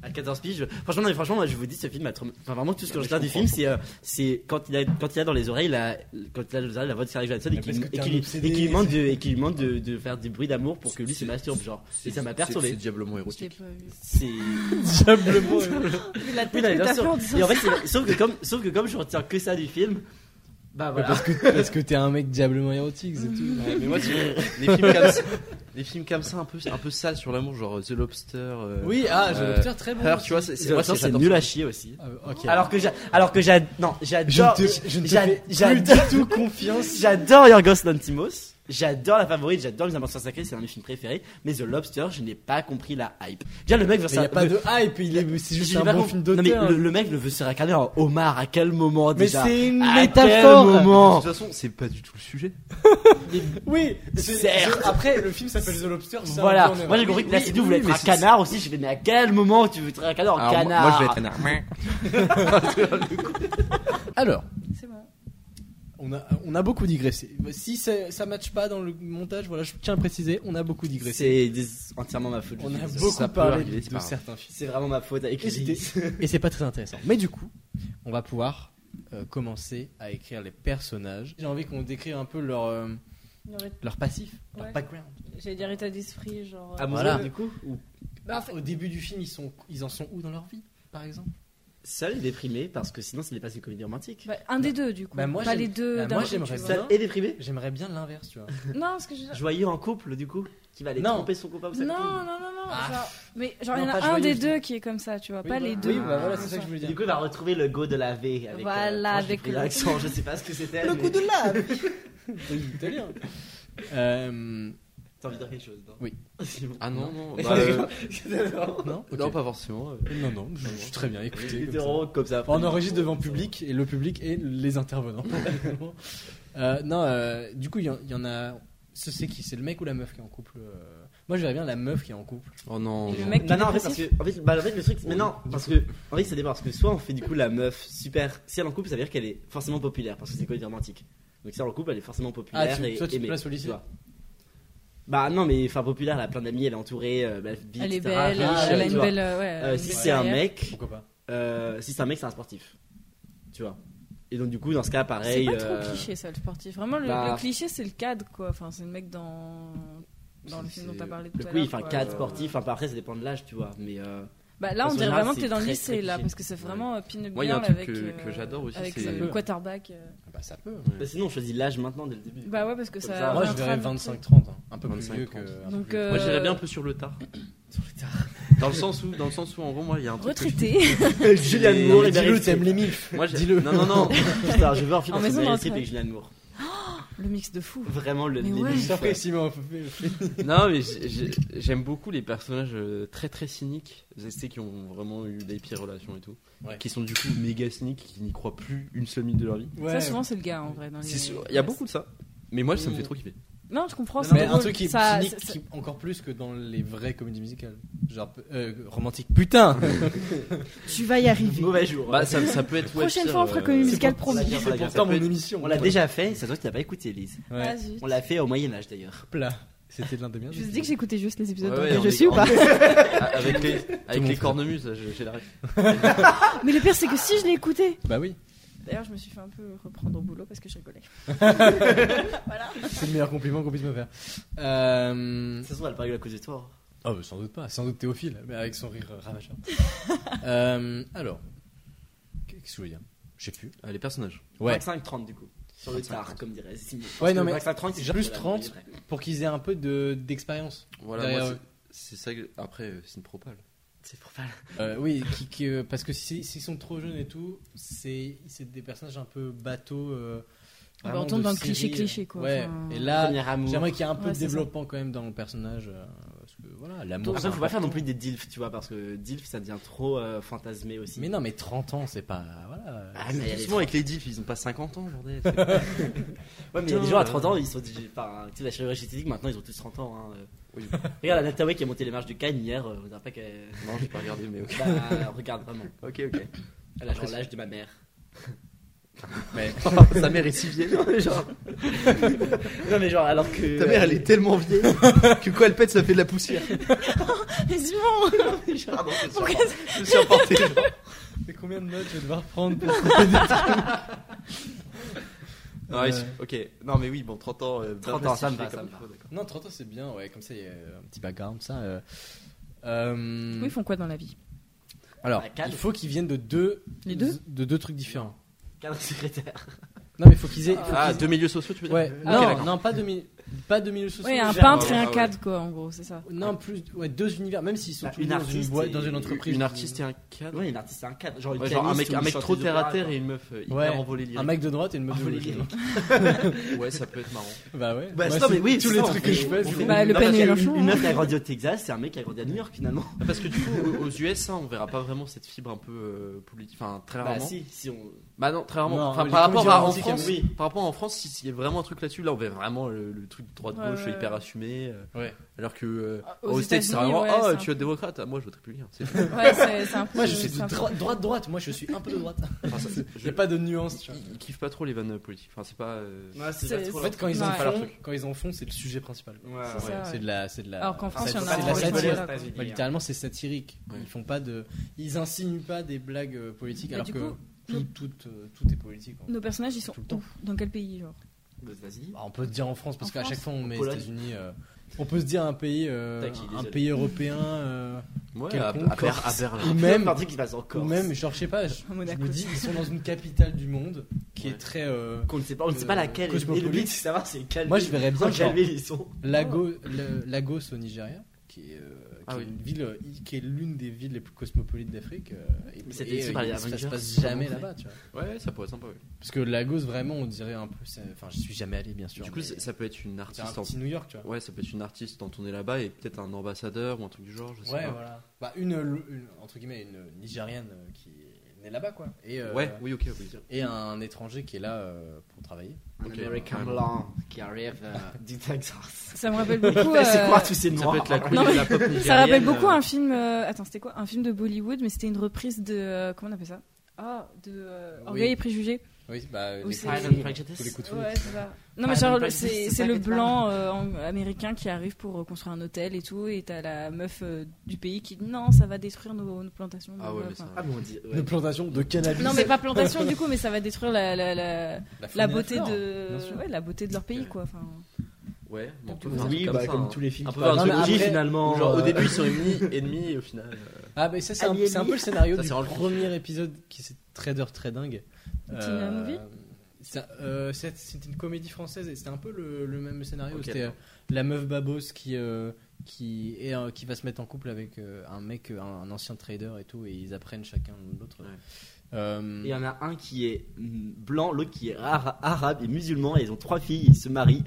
G: À 14 piges. Franchement, non, mais franchement, moi, je vous dis, ce film a trop- Enfin, vraiment, tout ce que
H: Non,
G: je
H: mais
G: retiens
H: je
G: du film, c'est euh, c'est quand, il a- quand il a dans les oreilles, la, quand il a dans les oreilles la voix de Sarah Johnson et
E: Mais
G: qu'il
E: parce que
G: et
E: t'es
G: qu'il-
E: un obsédé.
G: et qu'il lui demande, de, et qu'il lui demande de, de faire des bruits d'amour pour que lui se
H: C'est-
G: masturbe, genre. Et ça m'a perturbé.
H: C'est, c'est diablement
F: Je l'ai
H: érotique.
F: pas vu.
G: C'est.
E: Diablement.
F: La
G: Oui,
F: tête
G: non, mais
F: que
G: bien
F: t'as fait en
G: sûr.
F: disant
G: Et en fait, c'est- sauf que comme, sauf que comme je retiens que ça du film, bah voilà.
E: Parce que, parce que t'es un mec diablement érotique, c'est tout.
H: Ouais, mais moi, c'est- les films comme ça, les films comme ça, un peu, un peu sales sur l'amour, genre euh, The Lobster. euh,
E: Oui, ah, je
H: euh,
E: l'obtiens très bon.
H: Her, tu vois, c'est, c'est- moi,
G: ça, c'est
H: j'adore
G: nul
H: ça.
G: à chier aussi.
E: Ah, ok.
G: Alors que j'a- alors que j'a- non,
E: je ne
G: j'adore
E: te, je ne te
G: j'a-
E: fais plus
G: j'adore
E: du tout confiance.
G: j'adore Yorgos Lanthimos. J'adore la favorite, j'adore les inventions sacrées, c'est un de mes films préférés. Mais The Lobster, je n'ai pas compris la hype. Déjà, le mec veut
E: Mais il n'y a pas de hype, il est- c'est juste un bon film d'auteur.
G: Non, mais le, le mec le veut se réincarner en homard. À quel moment
E: Mais
G: déjà
E: c'est une
G: À
E: métaphore.
G: quel
H: De
G: moment
H: toute façon, c'est pas du tout le sujet.
E: Oui, c'est-
G: Certes.
E: c'est- Après, le film s'appelle The Lobster. ça,
G: Voilà.
E: on est
G: Moi j'ai
E: d'accord.
G: compris que
E: Oui,
G: la
E: oui,
G: Sidou
E: oui,
G: voulait être
E: mais
G: un
E: c'est-
G: canard aussi. J'ai fait mais à quel moment tu veux te réincarner en
H: Alors, moi-
G: canard
H: Moi, je vais être un
E: Alors,
F: C'est bon.
E: on a, on a beaucoup digressé. Si ça ça matche pas dans le montage, voilà, je tiens à préciser, on a beaucoup digressé.
G: C'est des- entièrement ma faute. je
E: On
G: suis
E: a
G: désolé.
E: beaucoup
H: ça peut
E: parlé
H: arriver,
E: de,
H: c'est pas grave.
E: certains films.
G: C'est vraiment Ah, ma faute avec les
E: Hésitez.
G: indices.
E: Et c'est pas très intéressant. Mais du coup, on va pouvoir euh, commencer à écrire les personnages. J'ai envie qu'on décrive un peu leur, euh, leur passif, leur
F: Ouais.
E: background.
F: J'allais dire état d'esprit, genre. euh,
G: Ah,
E: Voilà.
G: du coup ou...
F: Bah, en fait-
E: Au début du film, ils, sont, ils en sont où dans leur vie, par exemple
G: Seul et déprimé parce que sinon ce n'est pas une comédie romantique.
F: Bah, un des deux, du coup.
E: Bah, moi,
F: pas
E: j'aime-
F: les deux.
E: bah,
F: Euh, d'un
E: moi,
F: coup,
E: j'aimerais
F: tu vois.
G: Seul
E: Non.
G: et déprimé
E: J'aimerais bien l'inverse, tu vois.
F: Non, parce que je-
G: Joyeux en couple du coup Qui va aller
E: Non.
G: tromper son copain ou sa
F: Non,
G: copine
F: non, non, non.
E: Ah.
F: genre- Mais genre,
E: Non,
F: il y en
E: pas
F: a un
E: joyeux,
F: des
E: je-
F: deux qui est comme ça, tu vois.
E: Oui,
F: pas
E: voilà.
F: les deux.
E: Oui, bah, voilà, c'est ça que je voulais euh,
G: Et Du
E: dire.
G: coup, il va retrouver le go de la V avec.
F: Voilà,
G: moi, j'ai
F: avec
G: pris
F: le-
G: l'accent, je sais pas ce que c'était. mais
E: de lave Italien. Euh,
G: T'as envie de dire quelque chose, non
E: Oui.
G: C'est bon.
H: Ah non, non. bah, euh,
G: C'était
E: non, ok.
H: Non, pas forcément. euh.
E: non, non, je je suis très bien écouté. comme ça.
G: vraiment comme ça.
E: On enregistre devant le public et le public et les intervenants. Euh, non, euh, du coup, il y, en- il y en a. Ce c'est qui C'est le mec ou la meuf qui est en couple euh Moi, je verrais bien la meuf qui est en couple.
H: Oh non.
F: Le
H: non.
F: mec qui
G: Non,
F: est
G: non, en fait, parce
F: dépressif.
G: que, en fait, bah, en fait, le truc, mais non, parce que, en fait, ça dépend, parce que soit on fait du coup la meuf super, si elle est en couple, ça veut dire qu'elle est forcément populaire, parce que c'est comédie romantique. Donc si elle est en couple, elle est forcément populaire
E: Ah, tu-
G: et
E: toi, tu te
G: aimée,
E: places au lycée.
G: vois. Bah non, mais enfin populaire, elle a plein d'amis, elle est entourée, euh, bah, vie,
F: Elle est
G: etc.,
F: belle,
G: riche,
F: elle a
G: tu
F: une
G: vois.
F: belle. euh, ouais,
G: Ah, Euh,
F: une
G: si
F: belle
G: c'est un
F: carrière.
G: mec,
E: Pourquoi pas
G: euh, si c'est un mec, c'est un sportif, tu vois. Et donc du coup, dans ce cas,
F: C'est
G: pareil.
F: pas trop
G: euh,
F: cliché ça, le sportif. Vraiment, le,
G: bah-
F: le cliché, c'est le cadre, quoi. Enfin, c'est le mec dans, dans le film dont t'as parlé tout
G: Donc
F: à
G: oui,
F: l'heure.
G: enfin
F: quoi.
E: Euh.
G: cadre sportif, enfin après ça dépend de l'âge, tu vois, mais euh,
F: Bah, là,
G: Parce
F: on
G: qu'en
F: dirait
G: général,
F: vraiment que
G: c'est
F: t'es dans le
G: très,
F: lycée,
G: très
F: là,
G: cliché.
F: parce que c'est vraiment euh, pin-up
H: Moi, il y a un
F: girl
H: truc
F: avec,
H: que-
F: euh,
H: que j'adore aussi,
F: avec
H: c'est-
F: sa- le quarterback. euh.
E: Bah, ça peut.
G: bah, sinon on choisit l'âge maintenant dès le début.
F: Bah ouais, parce que
G: Comme
F: ça.
G: ça,
E: Moi, je
F: reviendra
E: verrais
F: vite.
E: 25-30. hein. Un peu plus
H: 25-30.
E: vieux que. un peu
F: Donc,
E: plus vieux.
F: euh,
H: Moi, j'irais bien un peu sur le tard. Dans le sens où, dans le sens où, en gros, moi, il y a un truc. que je-
F: Retraité.
G: Julianne Moore et Meryl
E: Dis-le,
G: Streep.
E: t'aimes les MILF.
H: Moi, j'ai-
E: Dis-le.
H: Non, non, non.
G: Putain, je veux un film
F: En
G: entre
F: maison
G: Meryl
F: d'entraide.
G: Streep et Julianne Moore.
F: Le mix de fou.
G: Vraiment le
F: Mais
G: les
F: ouais.
G: deux.
E: Ça fait, Simon, un peu-
H: Non, mais j'ai- j'ai- j'aime beaucoup les personnages euh, très très cyniques, ZST qui ont vraiment eu des pires relations et tout,
E: Ouais.
H: qui sont du coup méga cyniques, qui n'y croient plus une seule minute de leur vie.
E: Ouais.
F: Ça, souvent, c'est le gars, en vrai. dans les-
H: C'est sûr, Il y a beaucoup de ça, mais moi ça me fait trop kiffer.
F: Non, je comprends. c'est
E: Mais un
F: drôle.
E: truc qui est
F: Ça-
E: cynique,
F: ça-
E: qui- encore plus que dans les vraies comédies musicales. Genre, euh, romantique. Putain
F: Tu vas y arriver.
G: Mauvais jour.
H: Bah, ça, ça peut être ouais,
F: Prochaine
H: pire,
F: fois, on fera
H: euh,
F: comédie musicale
G: pour-
F: promis.
G: Ça
E: C'est
G: peut
E: pourtant mon
H: être-
E: émission.
G: On l'a déjà fait, ça se voit que tu n'as pas écouté Elise.
E: Ouais.
F: Ah, zut.
G: On l'a fait au Moyen Âge d'ailleurs.
E: Hop là. C'était l'un des miens.
F: Je vous dis que j'écoutais juste les épisodes
H: Ouais,
F: dans
H: ouais,
F: lesquels
H: on
F: je
H: est-
F: suis ou
H: on
F: pas
H: Avec les, avec
E: monde
H: les
E: fait.
H: cornemuses, là, j'ai j'ai la ref.
F: Mais le pire, c'est que si je l'ai écouté,
E: Bah oui.
F: D'ailleurs, je me suis fait un peu reprendre au boulot parce que je rigolais.
E: C'est le meilleur compliment qu'on puisse me faire. Euh...
G: Ça se voit, elle parlait à cause de toi.
E: Oh, bah, sans doute pas, sans doute Théophile, mais avec son rire euh, ravageur. euh, alors, qu'est-ce que je voulais dire Je sais plus.
H: Ah, les personnages.
E: Ouais.
G: 25-30 du coup. Sur le tard, comme dirait Simon.
E: Ouais, non, mais
G: 25-30, c'est
E: j'ai plus
G: sur la-
E: 30. Pour qu'ils aient un peu de- d'expérience.
H: Voilà,
E: Derrière
H: moi,
E: eux.
H: c'est c'est ça que. Après, euh, c'est une propale.
G: C'est pour mal.
E: Euh, oui, qui, qui, euh, parce que si- s'ils sont trop jeunes et tout, c'est c'est des personnages un peu bateaux. euh,
F: Bah, on
E: vraiment
F: tombe
E: de
F: dans le cliché-cliché,
E: euh,
F: quoi,
E: Ouais,
F: enfin.
E: et là,
G: Premier amour.
E: j'aimerais qu'il y ait un peu
F: Ouais,
E: de
F: c'est ça.
E: développement quand même dans le personnage. euh, parce que voilà, l'amour.
G: Après,
E: c'est
G: faut pas faire non
E: important.
G: plus des DILF, tu vois, parce que DILF ça devient trop euh, fantasmé aussi.
E: Mais non, mais 30 ans, c'est pas. Voilà.
G: Ah, mais
H: Doucement
G: avec
H: avec les diffs, ils ont pas 50 ans, bordel.
G: Ouais, mais il y a des gens à 30 ans, ils sont. des- Enfin, tu sais, la chirurgie esthétique, maintenant, ils ont tous 30 ans. Hein. euh.
H: Oui.
G: Regarde, la Nataway qui a monté les marches de Cannes hier, euh, on dirait pas qu'elle.
H: non, j'ai pas regardé, mais ok.
G: Bah, regarde vraiment.
H: Ok, ok.
G: Elle a genre l'âge de ma mère.
E: Mais-
H: Sa mère est si vieille.
G: Non, mais genre. non, mais genre, alors que.
H: Ta mère, elle est tellement vieille que quand elle pète, ça fait de la poussière.
F: Mais Simon
G: est. genre,
F: Pourquoi
H: Je suis emporté.
E: Mais combien de notes je vais devoir prendre
G: Ah,
H: Non,
E: Euh,
H: oui, ok. Non, mais oui, bon, 30 ans. euh,
G: 30
H: bien
G: ans, ça me
H: plastifié
G: va, ça
H: comme
G: me
H: il
G: va.
H: faut, d'accord.
E: Non, 30 ans c'est bien, ouais, comme ça il y a un petit background, ça. euh. Euh,
F: Oui, ils font quoi dans la vie
E: Alors,
G: La canne.
E: il faut qu'ils viennent de deux,
F: Les deux
E: de deux trucs différents.
G: Cadre secrétaire.
E: Non, mais il faut qu'ils aient. faut
H: Ah,
E: qu'ils-
H: deux milieux sociaux, tu veux dire
G: Ah,
E: Ouais,
H: Ok,
E: non,
H: d'accord.
E: non, pas demi. Pas de milieu social.
F: Ouais, un
E: J'ai-
F: peintre et
H: Ah
F: un
H: ouais.
F: cadre, quoi, en gros, c'est ça.
E: Non, plus ouais, deux univers, même s'ils sont
G: Bah,
E: tous
G: une
E: deux dans une
G: artiste
E: boîte,
G: et-
E: dans une entreprise.
H: Une artiste et un cadre.
G: Ouais, une artiste, c'est un cadre. Genre, une
H: Ouais, genre un
G: pianiste
H: mec,
G: ou
H: un
G: une
H: mec trop
G: chanteuse
H: terre à
G: d'opéra,
H: terre
G: quoi.
H: et une meuf euh, hyper
E: Ouais.
H: envolée lyrique.
E: Un mec de droite et une meuf de
G: Envolée
E: gauche.
G: lyrique.
H: Ouais, ça peut être marrant.
E: Bah ouais.
G: Bah,
E: Moi,
G: c'est- non,
E: c'est
G: mais oui,
E: tous
G: c'est
E: les
G: ça,
E: trucs
G: on
E: que
G: fait-
E: je fais.
G: on
E: je
G: fait-
E: fais-
F: Bah, Le Pen
G: Non, parce
F: et
G: qu'il y a
F: Mélenchon,
G: Une
F: hein.
G: meuf qui a grandi au Texas, c'est un mec qui a grandi à New York finalement.
H: Ah, Parce que du coup, aux- aux US, ça, on verra pas vraiment cette fibre un peu euh, politique. Enfin, très
G: Bah
H: rarement.
G: si, si on.
H: Bah non, très rarement.
E: Non,
H: enfin,
E: les
H: par rapport
E: comédies
H: à en
E: romantiques,
H: France,
G: oui.
H: par rapport à en France, si- s'il y a vraiment un truc là-dessus, là on verra vraiment le, le truc droite-gauche
F: Ouais, ouais,
H: hyper
F: ouais.
H: assumé. euh,
E: Ouais.
H: Alors que euh,
F: Ah, aux
H: aux States, c'est
F: États-Unis,
H: vraiment
F: ouais,
H: oh
F: c'est
H: tu
F: un
H: es démocrate, ah, moi je voterai plus rien. C'est-
F: Ouais, c'est c'est un peu.
E: Moi, je suis
F: c'est
E: de
F: un peu-
E: droite, droite, droite. Moi, je suis un peu de droite.
H: enfin, ça- je-
E: J'ai pas de nuance, tu vois.
H: Ils ils kiffent pas trop les vannes politiques. Enfin, c'est pas. euh,
F: C'est-
E: En fait, quand ils en
F: Ouais.
E: font, quand ils en font, c'est le sujet principal.
F: C'est ça, ouais.
E: C'est de la, c'est de la.
F: Alors qu'en France, il y en a
E: c'est de
F: vraiment,
E: la
F: voilà,
E: satire.
F: quoi.
E: Bah,
G: hein.
E: littéralement, c'est satirique.
H: Ouais.
E: Ils font pas de, ils insinuent pas des blagues euh, politiques,
F: Mais
E: alors
F: du
E: que
F: coup,
E: tout, tout, euh, tout est politique. hein.
F: Nos personnages, ils sont
E: Tout le
F: où Dans quel pays, genre
H: hein. Vas-y.
E: Bah, on peut dire en France parce
F: En
E: qu'à
F: France,
E: chaque fois on met les
G: Pologne.
E: États-Unis. euh, on peut se dire un pays, euh,
G: Taquille,
E: un
G: désolé.
E: pays européen, euh,
H: Ouais, à,
E: Quelconque.
H: à Ber- à
E: ou
H: Berlin.
E: même,
G: un truc qui se passe en
E: ou
G: Corse.
E: même, genre je sais pas, je,
F: À
E: je
F: Monaco.
E: me dis ils sont dans une capitale du monde qui
H: Ouais.
E: est très euh,
G: qu'on ne sait pas, on ne sait pas
E: Euh,
G: laquelle. Et le
E: cosmopolite.
G: but, c'est de savoir c'est calmer.
E: Moi, je verrais bien,
G: Faut
E: genre-
G: calmer les sons.
E: Lago-
F: Oh.
E: le- Lagos au Nigeria, qui est, euh, qui
H: Ah
E: est
H: oui.
E: une ville, euh, qui est l'une des villes les plus cosmopolites d'afrique. euh, et
G: Mais c'était
E: et,
G: aussi
E: euh,
G: par les
E: ça se
G: Avengers,
E: passe
G: ça
E: jamais
G: montrait.
E: là-bas, tu vois.
H: Ouais, ça pourrait être sympa. ouais.
E: Parce que Lagos, vraiment, on dirait un peu. c'est- Enfin, je suis jamais allé, bien sûr.
H: Du coup,
E: mais
H: c'est- ça peut être une
E: c'est un
H: artiste. en-
E: petit New York, tu vois.
H: Ouais, ça peut être une artiste en tournée là-bas et peut-être un ambassadeur ou un truc du genre. Je sais
E: Ouais,
H: pas.
E: voilà. Bah, une, euh, une- entre guillemets, une Nigériane euh, qui est née là-bas, quoi. Et, euh,
H: Ouais, oui, ok, oui.
E: Et un étranger qui est là euh, pour travailler.
G: Un
H: Ok.
G: American
H: Ouais.
G: blanc qui arrive euh, du Texas.
F: Ça me rappelle beaucoup.
G: C'est
F: euh,
G: quoi tous ces
H: Ça
G: noirs
H: peut être la couille
F: Non,
H: de la pop
F: Ça rappelle
H: nigérienne,
F: beaucoup
H: euh,
F: un film. euh, Attends, c'était quoi Un film de Bollywood, mais c'était une reprise de. euh, Comment on appelle ça Ah, de euh,
E: Oui.
F: Orgueil et Préjugés.
E: Oui, bah,
F: Ou
E: les-
F: c'est-
G: Pride
E: tous
G: and Prejudice.
E: les coups de foudre.
F: Ouais, c'est ça. Non, mais
G: Pride and
F: genre,
G: Prejudice,
F: c'est
G: c'est
F: c'est
G: ça
F: le
G: qui te
F: blanc euh, en- américain qui arrive pour euh, construire un hôtel et tout, et t'as la meuf euh, du pays qui dit non, ça va détruire nos, nos plantations.
H: Ah
F: nos-
H: ouais, mais
F: enfin.
H: ça.
G: Ah, mais on dit. ouais.
E: Une plantation de cannabis.
F: Non, mais pas plantation du coup, mais ça va détruire la, la, la, la
E: faune et
F: beauté
E: flore. bien
F: de
E: sûr.
F: ouais, la beauté de leur pays, quoi. Enfin,
H: Ouais, mais on peut
F: Oui,
H: faire un
G: Oui,
H: truc
G: bah,
H: ça, hein.
G: comme tous les films.
H: Un peu
G: par
E: Non,
H: vers
E: mais
G: zoologie,
E: après-
G: finalement.
H: Genre au
G: euh,
H: début ils sont ennemis, ennemis et au final. euh,
E: Ah, mais ça, c'est un,
G: Ali,
E: c'est un
G: Ali.
E: peu le scénario
H: Ça,
E: du
H: c'est enlevé.
E: premier épisode qui c'est Trader très dingue.
F: Teen Movie
E: c'est- euh, c'est- C'était une comédie française et c'était un peu le, le même scénario.
H: Ok,
E: C'était euh, la meuf babos qui, euh, qui, est, euh, qui va se mettre en couple avec euh, un mec, euh, un, un ancien trader et tout, et ils apprennent chacun de l'autre.
H: Ouais.
E: Euh,
G: Il y en a un qui est mm, blanc, l'autre qui est ara- arabe et musulman, et ils ont trois filles, ils se marient.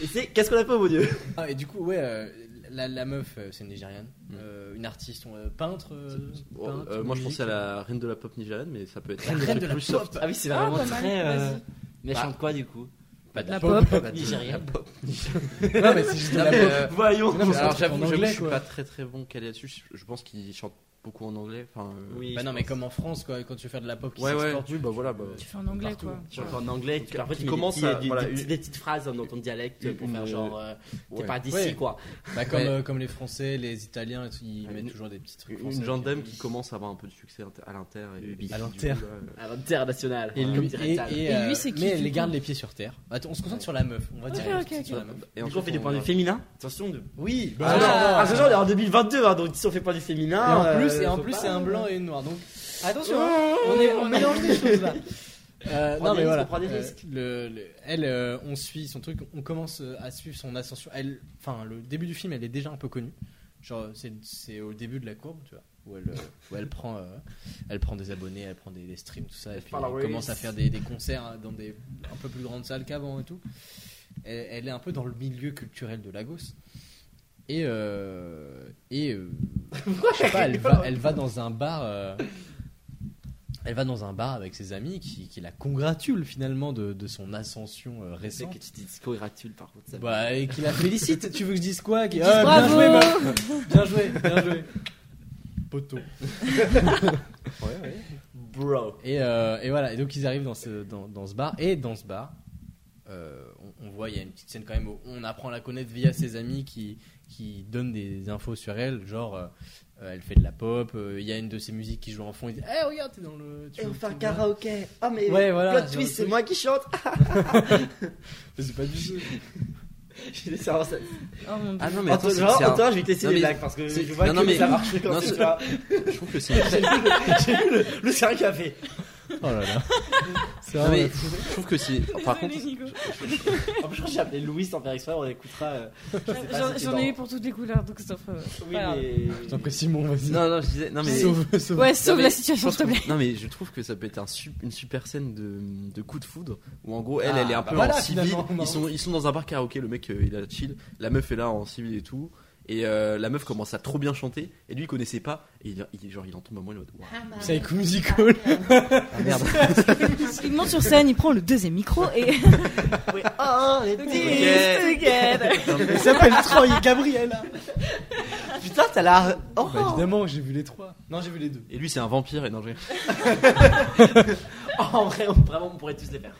G: et c'est qu'est-ce qu'on a fait, mon dieu
E: ah, et du coup, ouais, euh, la, la meuf, euh, c'est une nigériane, Euh, une artiste, euh, peintre. euh,
H: bon,
E: peintre,
H: euh, moi je
E: musique.
H: pensais à la reine de la pop nigériane, mais ça peut être.
E: La reine de la pop.
G: Ah oui, c'est
F: Ah,
G: vraiment
F: pas mal,
G: très. euh,
F: vas-y.
G: Mais elle chante quoi du coup
E: Pas de
F: La
E: pas
F: pop.
G: bah,
E: de-
G: Nigériane.
E: Non, mais c'est juste de la pop.
H: Euh,
G: Voyons
E: Non, mais c'est un
H: Alors
E: truc en
H: j'avoue, j'avoue,
E: anglais,
H: je suis
E: quoi.
H: pas très très bon calé là-dessus. Je, je pense qu'il chante beaucoup en anglais. Enfin. euh,
G: Oui,
E: Bah
G: je
E: non, mais
G: pense.
E: comme en France, quoi, quand tu veux faire de la pop qui
H: Ouais, ouais.
E: s'exporte,
H: Oui, bah voilà, bah.
F: tu fais en anglais,
E: Partout.
F: quoi.
G: Tu chantes en anglais, tu,
H: Donc,
G: parfois,
H: il
G: tu mets
H: commence
G: des, petits- euh,
H: à-
G: des- des
H: voilà,
G: petits-
H: une-
G: des petites phrases dans ton dialecte pour
H: une-
G: faire genre. euh, T'es
H: ouais.
G: pas d'ici,
E: Ouais.
G: quoi.
E: bah, comme,
H: Ouais.
E: euh, comme les Français, les Italiens, et tout, ils
H: Une-
E: mettent toujours des petits trucs.
H: Une
E: français.
H: Jandem qui commence à avoir un peu de succès inter- à l'inter. et-
G: Oui,
E: à
H: et-
E: l'inter.
H: du coup, là, euh,
G: À l'international.
E: Et
G: comme
E: lui,
G: dirait
E: et-
G: Tal.
E: et,
F: Et
E: euh,
F: lui, c'est qui,
E: Mais
F: du
E: elle
F: coup
E: garde les pieds sur terre. Attends, on se concentre sur la meuf. On va
F: Ok,
E: dire.
F: ok,
E: on se concentre
F: ok.
E: sur la meuf.
H: Et
G: Du coup, on
H: ensuite,
G: fait des points du
H: va-
G: féminin
H: Attention de.
E: Oui,
G: Ah,
E: bah,
G: non, attention, on est en 2022, hein, donc si on fait pas du
E: et
G: féminin.
E: en plus,
G: euh,
E: et en
G: faut
E: plus,
G: pas- Oh.
E: c'est un blanc et une noire. Donc, attention, hein, on, est, on mélange des choses là. Euh,
G: Prends
E: non
G: des
E: mais
G: risques,
E: voilà.
G: prends des
E: Euh,
G: risques.
E: le- le- elle, euh, on suit son truc, on commence euh, à suivre son ascension. Elle, enfin, le début du film, elle est déjà un peu connue. Genre, c'est- c'est au début de la courbe, tu vois, où elle, euh, où elle prend, euh, elle prend des abonnés, elle prend des, des streams, tout ça, et puis elle
G: Followers.
E: commence à faire des, des concerts hein, dans des un peu plus grandes salles qu'avant et tout. Elle, elle est un peu dans le milieu culturel de Lagos. Et euh, et euh, je sais pas, elle va, elle va dans un bar. euh, elle va dans un bar avec ses amis qui, qui la congratulent finalement de, de son ascension euh,
G: C'est
E: récente.
G: que tu dis discogratule par contre. ça-
E: Bah, et qui la félicite. tu veux que je dise quoi qui- Ah, bien
F: Bravo
E: joué, meuf. bien joué, bien joué. Poteau.
G: Bro.
E: Et, euh, et voilà, et donc ils arrivent dans ce, dans, dans ce bar. Et dans ce bar, euh, on, on voit, il y a une petite scène quand même où on apprend à la connaître via ses amis qui, qui donnent des infos sur elle. Genre, euh, euh, elle fait de la pop, euh, il y a une de ses musiques qui joue en fond. Il dit Eh, regarde, t'es dans le. tu
G: Et
E: veux-
G: on fait un
E: tu veux-
G: karaoké. Oh, mais.
E: Ouais, voilà,
G: Plot
E: genre le
G: twist, c'est
E: truc.
G: moi qui chante.
E: Mais C'est pas du jeu.
G: Je vais savoir ça.
F: Oh mon dieu.
H: Ah non, mais attends,
G: Antoine,
H: c'est
G: genre,
H: c'est un-
G: Antoine, je vais te laisser
H: Non,
G: les
H: mais-
G: blagues parce que
H: c'est-
G: je vois
H: non, non,
G: que
H: mais-
G: ça marche comme
H: non,
G: ça,
H: c'est-
G: tu vois.
H: je trouve que c'est une très-
G: J'ai vu le- le sérieux qui a fait.
E: Oh là là. C'est
H: Non, mais
E: vrai.
H: je trouve que c'est. Oh, Par contre,
F: Désolée, Nico.
G: En plus, je crois que j'ai appelé Louis sans faire exprès, on écoutera. euh, je sais pas
F: J'en-
G: si c'est
F: J'en ai eu
G: dans-
F: pour toutes les couleurs, donc sauf. euh,
G: Oui,
F: voilà.
G: mais.
E: Après Simon, vas-y.
H: non, non, je disais. Non, mais.
E: Sauve, sauve.
F: Ouais, sauve
H: mais
F: la
H: je
F: situation,
H: pense
F: s'il te plaît.
H: que- Non, mais je trouve que ça peut être un sup- une super scène de, de coup de foudre où en gros, elle,
E: Ah,
H: elle est un
E: bah
H: peu
E: voilà,
H: en civil.
E: finalement, marrant.
H: Ils sont, ils sont dans un bar karaoké, le mec euh, il a chill, la meuf est là en civil et tout. Et euh, la meuf commence à trop bien chanter et lui il connaissait pas. Et il, il- genre, il en tombe à moi, il est en mode,
F: Ah.
H: Waouh,
E: C'est
G: Ah,
E: avec musical.
F: Il monte sur scène, il prend le deuxième micro et.
G: Oh, les
F: This together.
E: Elle s'appelle Troy et Gabriel.
G: Putain, t'as l'air. Oh,
E: Bah, évidemment, j'ai vu les trois. Non, j'ai vu les deux.
H: Et lui c'est un vampire et non, je-
G: Oh, en vrai, on, vraiment, on pourrait tous les faire.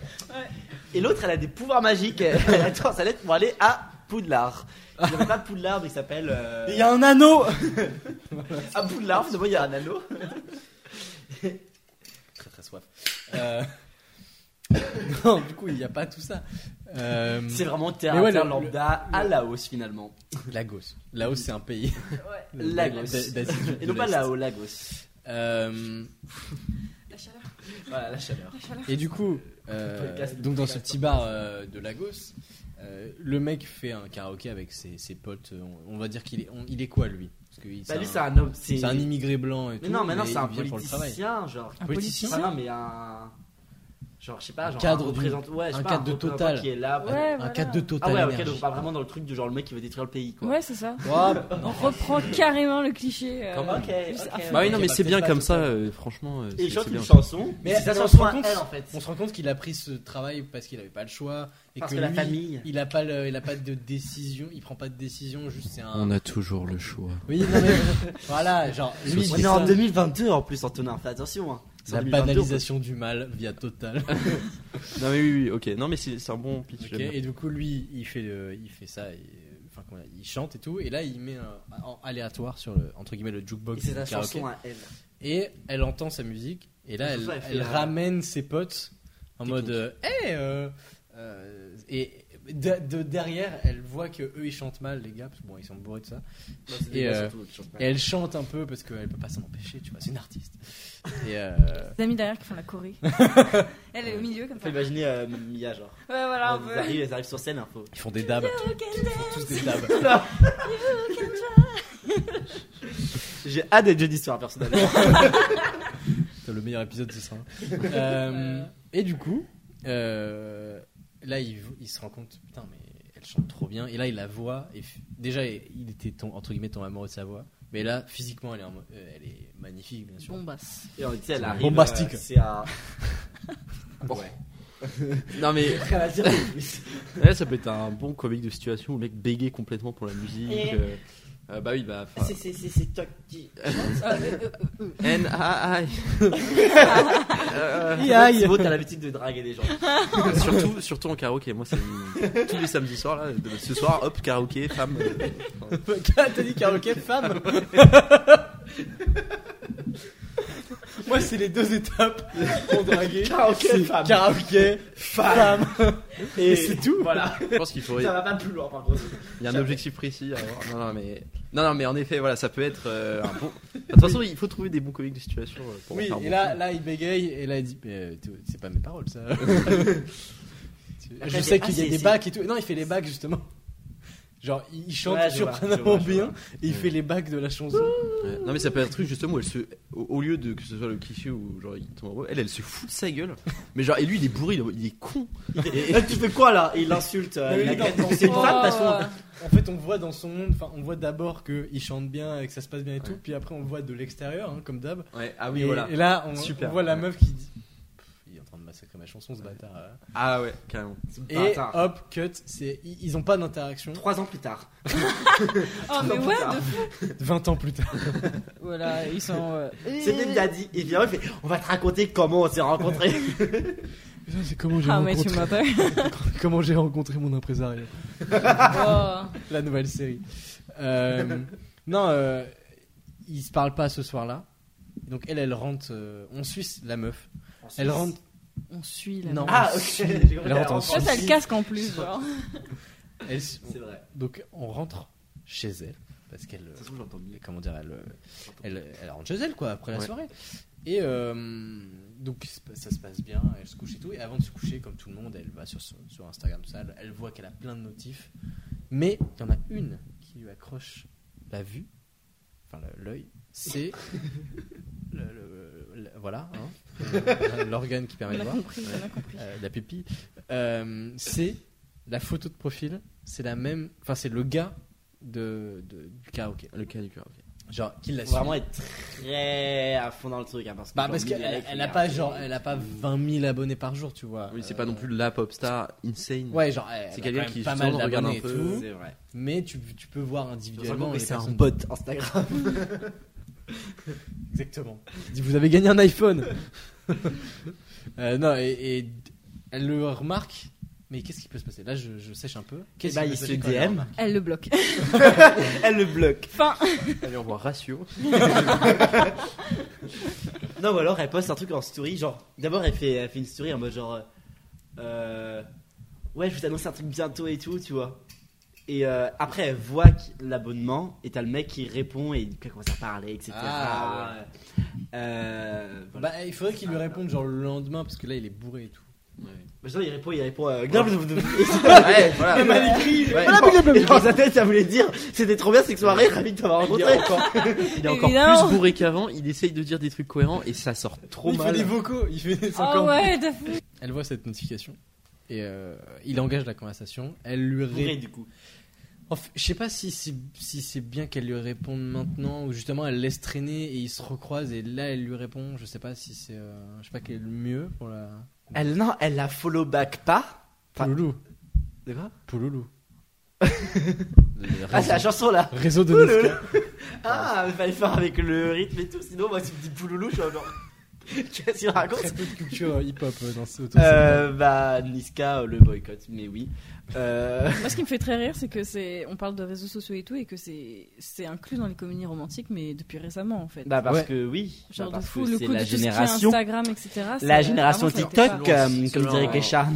G: Et l'autre, elle a des pouvoirs magiques. Elle attend sa lettre pour aller à Poudlard. Il s'appelle pas Poudlard, mais il s'appelle. euh,
E: Il y a un anneau.
G: À Poudlard, finalement, il y a un anneau. très très soif.
E: Euh, non, du coup, il n'y a pas tout ça. Euh,
G: C'est vraiment terre
E: Mais
G: à
E: ouais,
G: terre
E: le-
G: lambda à Laos finalement.
E: Lagos. Laos, c'est un pays.
G: Lagos.
E: D'Asie du- de
G: Et non pas
E: l'Est.
G: Lao, Lagos.
E: Euh,
F: La chaleur,
G: Voilà la chaleur.
F: la chaleur.
E: et du coup, euh,
G: Podcast.
E: donc dans ce petit bar euh, de Lagos, euh, le mec fait un karaoké avec ses, ses potes. On, on va dire qu'il est, on- il est quoi lui Parce que il-
G: Bah lui c'est un homme.
E: c'est un immigré blanc et
G: Mais
E: tout,
G: non, mais non, c'est
E: il
G: un
E: vient pour le travail.
G: politicien, genre.
E: Un politicien
G: Ah non, mais un. Genre, je sais pas,
E: Un
G: genre.
E: cadre
G: un
E: du-
G: représentant- ouais, je sais
E: un
G: pas,
E: cadre de
G: représentant
E: Total.
G: Qui est là.
F: Ouais,
G: bah-
E: Un
F: voilà.
E: cadre de
G: Ah
E: total
G: ouais, ok,
E: Energy.
G: donc on parle vraiment dans le truc du genre le mec qui veut détruire le pays, quoi.
F: Ouais, c'est ça.
E: Oh, non,
F: On reprend carrément le cliché. euh,
G: Ok, ok.
F: juste à fond.
H: Bah oui, non,
E: Ok,
H: mais
E: bah,
H: c'est bien
E: peut-être
H: comme
E: pas
H: ça, euh, franchement. euh,
G: Et
H: c'est
G: il chante
H: c'est
G: une
H: bien.
G: chanson,
E: Mais
G: mais c'est
E: mais
G: sa
E: on
G: chanson
E: se rend
G: à
E: compte-
G: elle en fait.
E: On se rend compte qu'il a pris ce travail parce qu'il n'avait pas le choix et
G: Parce
E: que,
G: que la
E: lui,
G: famille.
E: il a pas le- il a pas de décision, il prend pas de décision, juste c'est un.
H: On a toujours le choix.
E: Oui, non mais voilà, genre lui,
G: On
E: c'est
G: est en
E: ça.
G: 2022 en plus, Antonin, fais attention. Hein. C'est en
E: la
G: 2022,
E: banalisation du mal via Total.
H: Non, mais oui, oui, ok. Non, mais c'est c'est un bon pitch.
E: Ok,
H: j'aime bien.
E: et du coup, lui, il fait, euh, il fait ça, et, euh, enfin, comment dire, il chante et tout, et là, il met un- en aléatoire sur le, entre guillemets, le
G: on-
E: jukebox.
G: Et c'est sa
E: du karaoké.
G: chanson à elle.
E: Et elle entend sa musique, et là,
G: C'est
E: elle,
G: pour ça, elle fait euh,
E: elle
G: la-
E: ramène ses potes en
G: Technique.
E: mode, euh, Hey, euh, euh, et de, de derrière, elle voit que eux ils chantent mal, les gars, parce que bon, ils sont bourrés de ça.
G: Non, Bah, c'est des
E: Et,
G: gars,
E: euh,
G: surtout, qui chantent pas.
E: Et elle chante un peu parce qu'elle peut pas s'en empêcher, tu vois, c'est une artiste. Et euh,
F: Les amis derrière qui font la choré. Elle est au milieu comme
G: Faut
F: ça. Ouais,
G: imaginer euh, Mia, genre.
F: voilà, un
G: Elles
F: peu.
G: arrivent, elles arrivent sur scène, hein, faut.
E: ils font des dabs,
F: You can dance,
E: tous des dabs.
F: you can dance.
G: J'ai hâte d'être jeudi soir, personnellement.
E: Putain, Le meilleur épisode, ce sera. Euh, et du coup, euh, là, il, il se rend compte, putain, mais elle chante trop bien. Et là, il la voit. Et f- déjà, il était ton- entre guillemets ton amoureux de sa voix. Mais là, physiquement, elle est, en mo- euh, elle est magnifique, bien sûr.
F: Bombasse.
G: Et on dit, elle arrive.
E: Bombastique.
G: euh, C'est à.
H: Non, mais
G: Rien à dire de plus.
H: Ouais, ça peut être un bon comique de situation où le mec bégaye complètement pour la musique.
G: Et-
H: euh, euh, bah oui, bah. enfin,
G: C'est- C'est c'est- c'est toi qui.
H: N A I. Euh,
E: Aïe, aïe.
G: Thibaut, t'as l'habitude de draguer des gens.
H: Surtout, surtout en karaoké. Moi, c'est tous les samedis soirs là. de- Ce soir, hop, karaoké, femme. euh, enfin,
E: T'as dit karaoké femme Moi, c'est les deux étapes. Pour draguer,
G: Karaoké,
E: c'est
G: femme.
E: Karaoké, femme.
G: Et
E: c'est tout.
G: Voilà.
H: je pense qu'il faut.
G: Ça va pas plus loin, par contre.
H: Il y a un objectif précis. à avoir. Non, non, mais non, non, mais en effet, voilà, ça peut être euh, un bon. De toute façon, il faut trouver des bons comiques de situation euh, pour. en
E: Oui,
H: faire un
E: et
H: bon
E: là,
H: film.
E: là, il bégaye et là, il dit Mais euh, tu- c'est pas mes paroles, ça. Tu-
G: Après,
E: je
G: il
E: sais
G: fait, Ah,
E: qu'il y a
G: c'est-
E: des
G: c'est-
E: bacs et tout. Non, il fait les bacs justement. Genre, il il chante
G: Ouais, je vois, je
E: surprenamment
G: vois, je
E: bien
G: vois. Ah,
E: et il
H: Ouais.
E: fait les bacs de la chanson.
H: Ouais. Non mais ça peut être un truc justement où elle se, au, au lieu de que ce soit le cliché où genre il tombe amoureux, elle elle se fout de sa gueule. Mais genre et lui il est bourré, il est- il est con.
G: Et- et- Ah, tu fais quoi là Il l'insulte. euh,
E: Mais
G: il
E: oui,
G: la-
E: dans- dans-
G: C'est une
E: Oh.
G: femme, de toute façon.
E: En fait, on voit dans son monde, enfin, on voit d'abord qu'il chante bien et que ça se passe bien et tout. Puis après, on voit de l'extérieur, hein, comme d'hab.
H: Ouais, ah
E: et, et là, on,
H: Super.
E: on voit la
H: Ouais.
E: meuf qui dit Pff, Il est en train de massacrer ma chanson, ce bâtard. là.
H: Ah ouais, carrément.
E: Et
G: Bâtard.
E: hop, cut. c'est- Ils ils ont pas d'interaction.
G: euh, Trois ans plus tard.
F: Oh, mais ouais, de fou.
E: 20 ans plus tard.
F: Voilà, ils sont. euh,
G: C'est même Daddy. Il vient, il fait On va te raconter comment on s'est rencontrés.
E: Putain, c'est comment j'ai
F: Ah, mais tu
E: rencontré,
F: m'as pas.
E: comment j'ai rencontré mon impresario.
F: Oh.
E: la nouvelle série. Euh, non, euh, ils se parlent pas ce soir-là. Donc elle, elle rentre. euh, on suit la meuf. Elle rentre.
F: On suit là.
E: Non.
G: Ah, ok. J'ai compris,
E: Elle rentre en
F: Ça, t'as le casque en plus, genre.
E: elle s-
G: C'est vrai.
E: donc on rentre chez elle parce qu'elle. euh,
G: Ça se trouve, j'entends mieux.
E: comment dire, elle, euh, elle, elle rentre chez elle quoi après la
H: Ouais.
E: soirée. Et euh, donc ça se passe- ça se passe bien, elle se couche et tout. Et avant de se coucher, comme tout le monde, elle va sur, son, sur Instagram sale, elle voit qu'elle a plein de notifs. Mais il y en a une qui lui accroche la vue, enfin le- l'œil, c'est. le- le- le- voilà, hein, euh, l'organe qui permet
F: On
E: de
F: a
E: voir,
F: compris, on a compris.
E: euh, la pupille. Euh, c'est la photo de profil, c'est la même. Enfin, c'est le gars de, de- du karaoké.
H: Le cas du cœur, ok.
E: Genre, qui l'a
G: Faut
E: suivi.
G: Vraiment être très à fond dans le truc. hein, parce que
E: Bah
G: genre,
E: parce
G: Billie
E: qu'elle elle,
G: Eilish,
E: a
G: regarde.
E: pas genre elle a pas 20 000 abonnés par jour tu vois.
H: Ah Oui, c'est
E: Euh,
H: pas non plus la pop star insane.
E: Ouais genre elle,
H: C'est
E: a
H: quelqu'un
E: quand même
H: qui
E: pas
H: justement
E: mal
H: regarde un
E: d'abonnés et
H: peu,
E: tout,
G: C'est vrai.
E: mais tu, tu peux voir individuellement euh, les
G: C'est un
E: personnes.
G: bot Instagram.
E: Exactement. Dis, Vous avez gagné un iPhone. Euh, non et, et elle le remarque. Mais qu'est-ce qui peut se passer Là, je, je sèche un peu. Qu'est-ce
G: bah,
E: qui peut
G: il
E: passer
G: se
E: quand elle le
G: DM.
E: remarque
F: Elle le bloque.
G: Elle le bloque.
F: Enfin,
H: Allez, on voit Ratio.
G: Non, ou alors elle poste un truc en story. Genre, d'abord elle fait, elle fait une story en mode genre. euh, euh, ouais, je vous annonce un truc bientôt et tout, tu vois. Et euh, après elle voit qu- l'abonnement et t'as le mec qui répond et qui commence à parler, etc.
E: Ah,
G: Euh, voilà.
E: Bah, il faudrait qu'il lui réponde genre le lendemain parce que là, il est bourré et tout.
G: Bah, genre, il répond, il répond. Euh, Grave, je vous-
H: ouais, voilà.
G: Elle m'a écrit.
H: Ouais.
G: Voilà, blablabla. Et dans sa tête, ça voulait dire c'était trop bien cette soirée, ravi de t'avoir
H: Il est
G: rencontré.
H: encore, il est encore
F: Évidemment.
H: plus bourré qu'avant, il essaye de dire des trucs cohérents et ça sort trop
E: il
H: mal.
E: fait des vocaux. Il fait des
F: oh ouais, de fou.
E: Ah Elle voit cette notification et euh, il engage la conversation. Elle lui
G: Bourré,
E: répond.
G: du coup.
E: je sais pas si c'est si c'est bien qu'elle lui réponde maintenant ou justement elle laisse traîner et ils se recroisent et là elle lui répond. Je sais pas si c'est euh, je sais pas quel est le mieux pour la.
G: Elle, non, elle la follow back pas. Enfin,
E: Pouloulou.
G: De quoi
E: Pouloulou.
G: Ah, c'est la chanson là.
E: Réseau de
G: Pouloulou.
E: Niska.
G: Ah, il fallait faire avec le rythme et tout, sinon moi tu me dis pouloulou, je suis en genre. Qu'est-ce
E: Très
G: qu'il raconte
E: peu de culture euh, hip-hop euh, dans ce autour de cette table.
G: Ah, euh, bah, Niska, euh, le boycott, mais oui. Euh,
F: Moi, ce qui me fait très rire, c'est que c'est, on parle de réseaux sociaux et tout, et que c'est, c'est inclus dans les comédies romantiques, mais depuis récemment en fait.
G: bah, parce
E: Ouais.
G: que oui.
F: Genre
G: bah,
F: de
G: parce
F: fou,
G: que
F: le
G: c'est
F: coup de
G: la
F: tout ce qui est Ah,
G: génération.
F: Instagram, etc.
G: La
F: c'est-
G: génération
F: avant, ça n'existait
G: TikTok,
F: pas.
G: euh,
H: Selon-
G: comme dirait
H: selon-
G: Richard.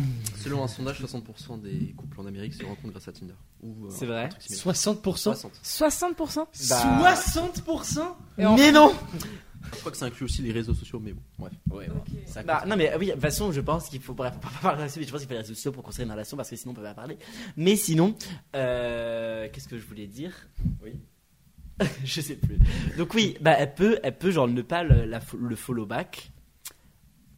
H: Selon un sondage, 60% des couples en Amérique se rencontrent grâce à Tinder. Ou, euh,
G: C'est vrai.
H: un truc similaire.
E: 60%.
H: 60.
F: 60%
G: Bah,
E: 60%
F: Et en-
G: Mais non
H: Je crois que ça inclut aussi les réseaux sociaux, mais bon. Bref.
E: Ouais, ouais. Ça
G: Bah,
E: compte.
G: non mais oui, de toute façon, je pense qu'il faut bref, on peut pas parler là-dessus, mais je pense qu'il faut les réseaux sociaux pour construire une relation parce que sinon on peut pas parler. Mais sinon, euh, qu'est-ce que je voulais dire Oui. je sais plus. Donc oui, bah elle peut, elle peut genre ne pas le, la fo- le follow back.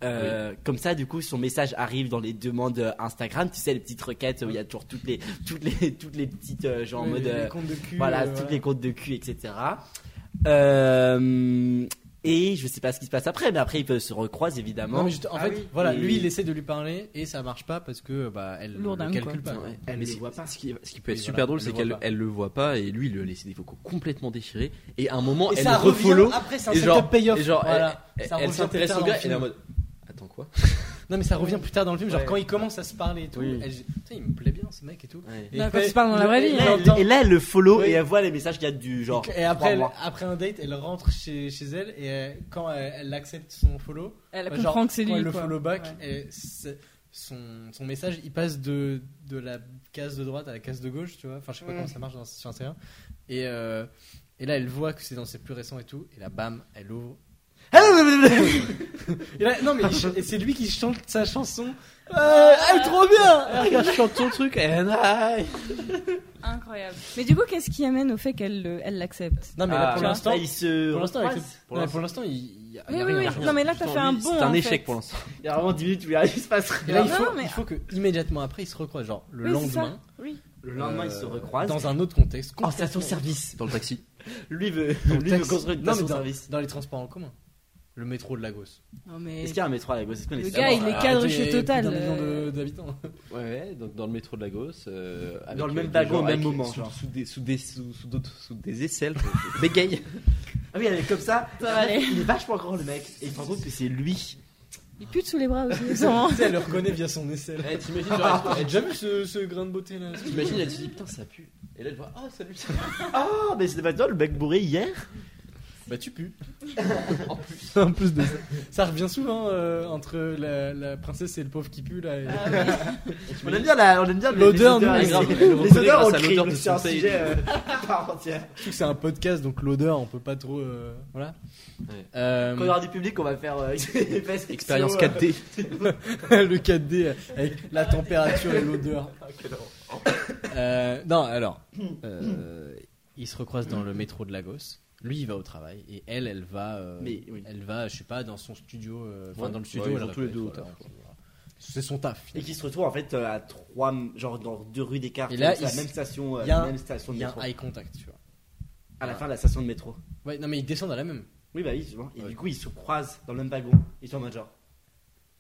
G: Euh, Comme ça, du coup, son message arrive dans les demandes euh, Instagram. Tu sais, les petites requêtes où il y a toujours toutes les, toutes les, toutes les petites euh, genre en
E: Ouais,
G: mode.
E: les-
G: euh,
E: les comptes de cul,
G: voilà,
E: euh,
G: toutes
E: voilà.
G: les comptes de cul, etc. Euh, et je sais pas ce qui se passe après, mais après ils peuvent se recroisent évidemment.
E: Non, mais juste- en
G: Ah
E: fait,
G: oui.
E: voilà,
G: Et-
E: lui il essaie de lui parler et ça marche pas parce que bah elle
F: Lourdingue,
E: le calcule
F: quoi.
E: pas.
H: Ouais.
G: Elle
H: Mais
G: les
H: ce-
G: voit pas.
H: Ce qui, est- ce qui peut être
E: Oui, voilà,
H: super drôle,
E: elle
H: c'est
E: le voit
H: qu'elle
E: pas.
H: elle le voit pas et lui il lui a laissé des vocaux complètement déchirés. Et à un moment, elle le refollow.
E: après c'est
H: Et genre,
E: payoff.
H: et genre,
E: Voilà.
H: elle-
E: Ça
H: elle
E: revient
H: s'intéresse
E: plus
H: au
E: tard
H: gars,
E: dans le
H: elle est en
E: film.
H: mode Attends quoi
E: Non mais ça revient plus tard dans le film, genre
G: Ouais.
E: quand ils commencent à se parler et tout,
G: Oui.
E: elle dit putain il me plaît bien ce mec et tout.
G: Ouais.
E: Et
F: Non,
E: il
F: quand
E: fait-
F: ils se parlent dans la
E: il-
F: vraie vie,
E: il
G: Et
F: hein.
G: là,
E: l'entend.
G: elle- et là, elle le follow
E: Oui.
G: et elle voit les messages qu'il y a du genre.
E: Et après, elle-
G: trois mois.
E: après un date, elle rentre chez, chez elle et euh, quand elle, elle accepte son follow,
F: Elle
E: bah,
F: comprend
E: genre,
F: que c'est
E: quand
F: lui.
E: elle le
F: quoi.
E: follow back,
F: Ouais.
E: et c'est- son, son message il passe de, de la case de droite à la case de gauche, tu vois. Enfin, je
F: Mm.
E: sais pas comment ça marche dans, sur Instagram. Et, euh, et là, elle voit que c'est dans ses plus récents et tout, et là, bam, elle ouvre. Et là, non mais il ch- et c'est lui qui chante sa chanson. Euh, elle est trop bien.
H: Regarde, je chante ton truc.
F: Incroyable. Mais du coup, qu'est-ce qui amène au fait qu'elle le- elle l'accepte
E: Non mais là,
G: Ah,
E: pour
G: là,
E: l'instant,
G: il se.
E: pour l'instant,
G: recroise.
E: avec-
G: Pour
E: non, mais
G: l'instant.
E: pour l'instant, il il y a, il y
F: Oui,
E: a
F: oui,
E: rien.
F: oui.
E: à faire.
F: Non, mais là, t'as fait un bond.
H: C'est un
F: en
H: échec
F: fait.
H: pour l'instant.
G: Il y a vraiment 10 minutes où il arrive, il se passe
E: Et
G: rien.
E: là, il
F: Non,
E: faut,
F: mais-
E: il faut que immédiatement après, il se recroise, genre le
F: Oui, c'est ça. Oh,
E: lendemain.
F: Oui.
G: Le lendemain, ils
E: euh,
G: se recroisent.
E: Dans un autre contexte.
G: En station service.
H: Dans le taxi.
G: Lui veut,
E: Dans le
G: lui veut
E: taxi.
G: construire une
E: Non, mais
G: station
E: dans-
G: service.
E: Dans les transports en commun. Le métro de Lagos.
F: Non, mais.
G: Est-ce qu'il y a un métro à la gauche Est-ce qu'on
F: Le
G: est
F: gars, il est cadre chez Total.
E: Un million
F: euh,
E: de- d'habitants.
H: Ouais, ouais, donc dans le métro de Lagos. euh, avec,
G: Dans le même
H: euh, des
G: wagon,
H: gens
G: au même
H: avec-
G: moment,
H: Sous,
G: genre.
H: sous des, sous, des, sous, sous d'autres- sous des aisselles. Bégaye.
G: Ah oui, elle est comme ça.
F: Ça va aller.
G: Il est vachement grand le mec. Et il se rend compte que c'est lui.
F: Il pute sous les bras aussi. non.
E: Tu sais, elle le reconnaît via son aisselle.
H: Eh, T'imagines, genre, elle-
E: T'as déjà vu ce, ce grain de beauté là
H: elle- t'imagines,
G: Oh,
H: elle se dit putain, ça pue. Et là, elle voit, ah, salut.
G: Ah, mais c'était pas toi le mec bourré hier
K: Bah tu pues. en plus. en plus de ça. Ça revient souvent euh, entre la, la princesse et le pauvre qui pue là. et-
G: On aime bien la- on aime bien les-
K: L'odeur,
G: les
K: nous,
G: odeurs,
K: c'est-
G: grave.
H: les
G: Les odeurs,
H: grâce
G: on
H: à
G: le crie,
H: l'odeur
G: donc
H: de
G: c'est un
H: son pays.
G: sujet euh, à part entière.
K: Surtout que c'est un podcast donc l'odeur on peut pas trop. euh, voilà.
H: Ouais.
E: Mm.
K: Euh,
G: Quand il y aura du public, on va faire euh, des fesses
H: Expérience
G: SEO, euh,
H: 4D.
K: le 4D euh, avec la température et l'odeur.
E: Euh, non, alors, euh, ils se recroisent dans le métro de Lagos. Lui, il va au travail et elle, elle va, euh,
G: Mais, oui.
E: elle va, je sais pas, dans son studio, euh, enfin
H: Ouais.
E: dans le
H: Ouais,
E: studio.
H: ils
E: elle
H: vont tous les
E: répète,
H: deux au
E: voilà.
H: taf,
K: C'est son taf.
G: Et qui se retrouve en fait euh, à trois, genre dans deux rues d'écart.
E: Et là,
G: c'est la
E: il-
G: même station, euh,
E: il y a un-
G: même station de
E: Il y a
G: métro.
E: un eye contact, tu vois.
G: À la fin de la station de métro.
E: Ouais, non mais ils descendent à la même.
G: Oui, bah oui, je vois. Et
E: Ouais.
G: du coup, ils se croisent dans le même wagon. Ils sont en mode genre.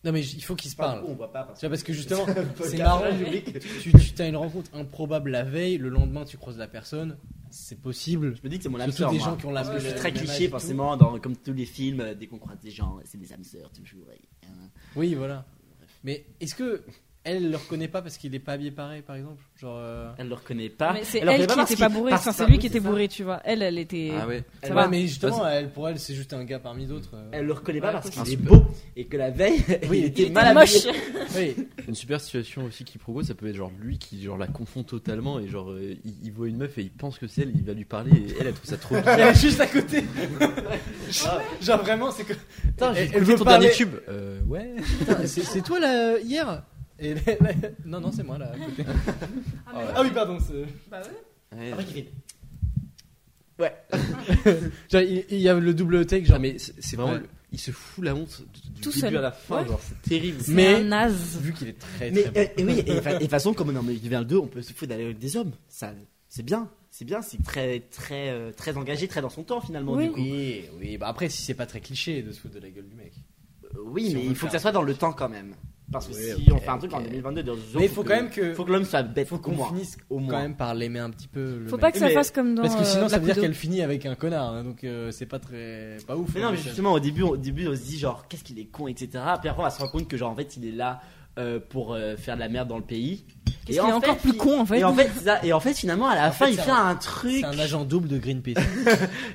E: Non mais j- il faut qu'ils se
G: Enfin,
E: parlent.
G: on voit pas. Parce
E: Tu vois, parce que justement, c'est
G: podcast,
E: marrant.
G: le public.
E: Tu, tu as une rencontre improbable la veille, le lendemain tu croises la personne, c'est possible.
G: Je me dis que c'est mon âme
E: Surtout
G: sœur.
E: des
G: moi.
E: gens qui ont la
G: hein. Parce que je suis
E: même-
G: très
E: même âge
G: cliché,
E: et tout.
G: forcément, dans, comme tous les films, euh, dès qu'on croise des gens, c'est des âmes sœurs, toujours. et, euh,
E: Oui, voilà. Mais est-ce que elle le reconnaît pas parce qu'il est pas habillé pareil, par exemple Genre. euh,
G: Elle le reconnaît pas.
F: Mais c'est
G: le reconnaît
F: elle qui
G: parce
F: était
G: qu'il-
F: pas bourrée,
G: parce
F: enfin, c'est
G: que-
F: lui
G: oui,
F: qui était
G: ça.
F: bourré, tu vois. Elle, elle était.
H: Ah ouais.
G: Elle
E: ouais,
G: va-
E: mais justement, elle, pour elle, c'est juste un gars parmi d'autres. euh.
G: Elle le reconnaît pas
F: Ouais,
G: parce
F: parce
G: qu'il est
H: qu'il-
G: beau et que la veille,
E: Oui,
G: il
E: il
G: était
F: était
G: mal
F: moche.
G: habillé.
E: Oui.
H: Une super situation aussi qui propose, ça peut être genre lui qui genre la confond totalement et genre euh, il, il voit une meuf et il pense que c'est elle, il va lui parler et elle elle trouve ça trop
E: Elle
H: bizarre.
E: est juste à côté.
G: Ah.
E: Genre vraiment, c'est que.
H: Putain, j'ai
E: Elle- elle
H: écouté
E: veut
H: ton
E: parler-
H: dernier tube. Euh, ouais.
E: Putain, C'est c'est toi là euh, hier Et là- là- Non, non, c'est moi là à côté. Ah oui, pardon. c'est-
G: Après, il fait-
E: Genre, Bah, il il y a le double take,
H: Genre
E: genre.
H: mais c'est c'est vraiment
E: Ouais.
H: le- il se fout la honte du
F: Tout
H: début
F: seul.
H: à la fin,
F: Ouais.
H: genre c'est terrible.
F: C'est
E: Mais-
F: un naze.
E: Vu qu'il est très
G: Mais
E: très.
G: euh, et oui, et fa- et de toute façon, comme on est en 2022, on peut se foutre d'aller avec des hommes. Ça, c'est bien, c'est bien, c'est très, très, euh, très engagé, très dans son temps finalement.
F: Oui.
G: du coup.
E: Oui, oui. Bah après, si c'est pas très cliché de se foutre de la gueule du mec.
G: Euh, oui,
E: Si on
G: mais
E: veut
G: il faut
E: faire.
G: que ça soit dans le temps quand même. Parce que
E: Oui,
G: si
E: ok,
G: on fait un truc en
E: ok.
G: 2022, dans deux ans,
E: Mais il faut quand même que-
G: faut que l'homme soit bête.
E: Faut
G: au
E: qu'on
G: moins.
E: finisse
G: au moins.
E: quand même par l'aimer un petit peu. le
F: Faut
E: mec.
F: pas que ça
G: Mais-
F: fasse comme dans.
E: Parce que sinon,
F: euh,
E: ça veut dire
F: Lapudo.
E: qu'elle finit avec un connard, hein, donc euh, c'est pas très, pas ouf.
G: Mais
E: hein,
G: non, mais
E: Michel.
G: justement, au début, on- au début, on se dit genre, qu'est-ce qu'il est con, etc. Puis après, on va se rendre compte que genre, en fait, il est là euh, pour euh, faire de la merde dans le pays.
F: Qu'est-ce qu'il est encore plus
G: il-
F: con, en fait.
G: Et en fait, c'est ça. et en fait finalement, à la fin,
E: fait,
G: il
E: c'est
G: fait
E: un-
G: un truc.
E: c'est un agent double de Greenpeace.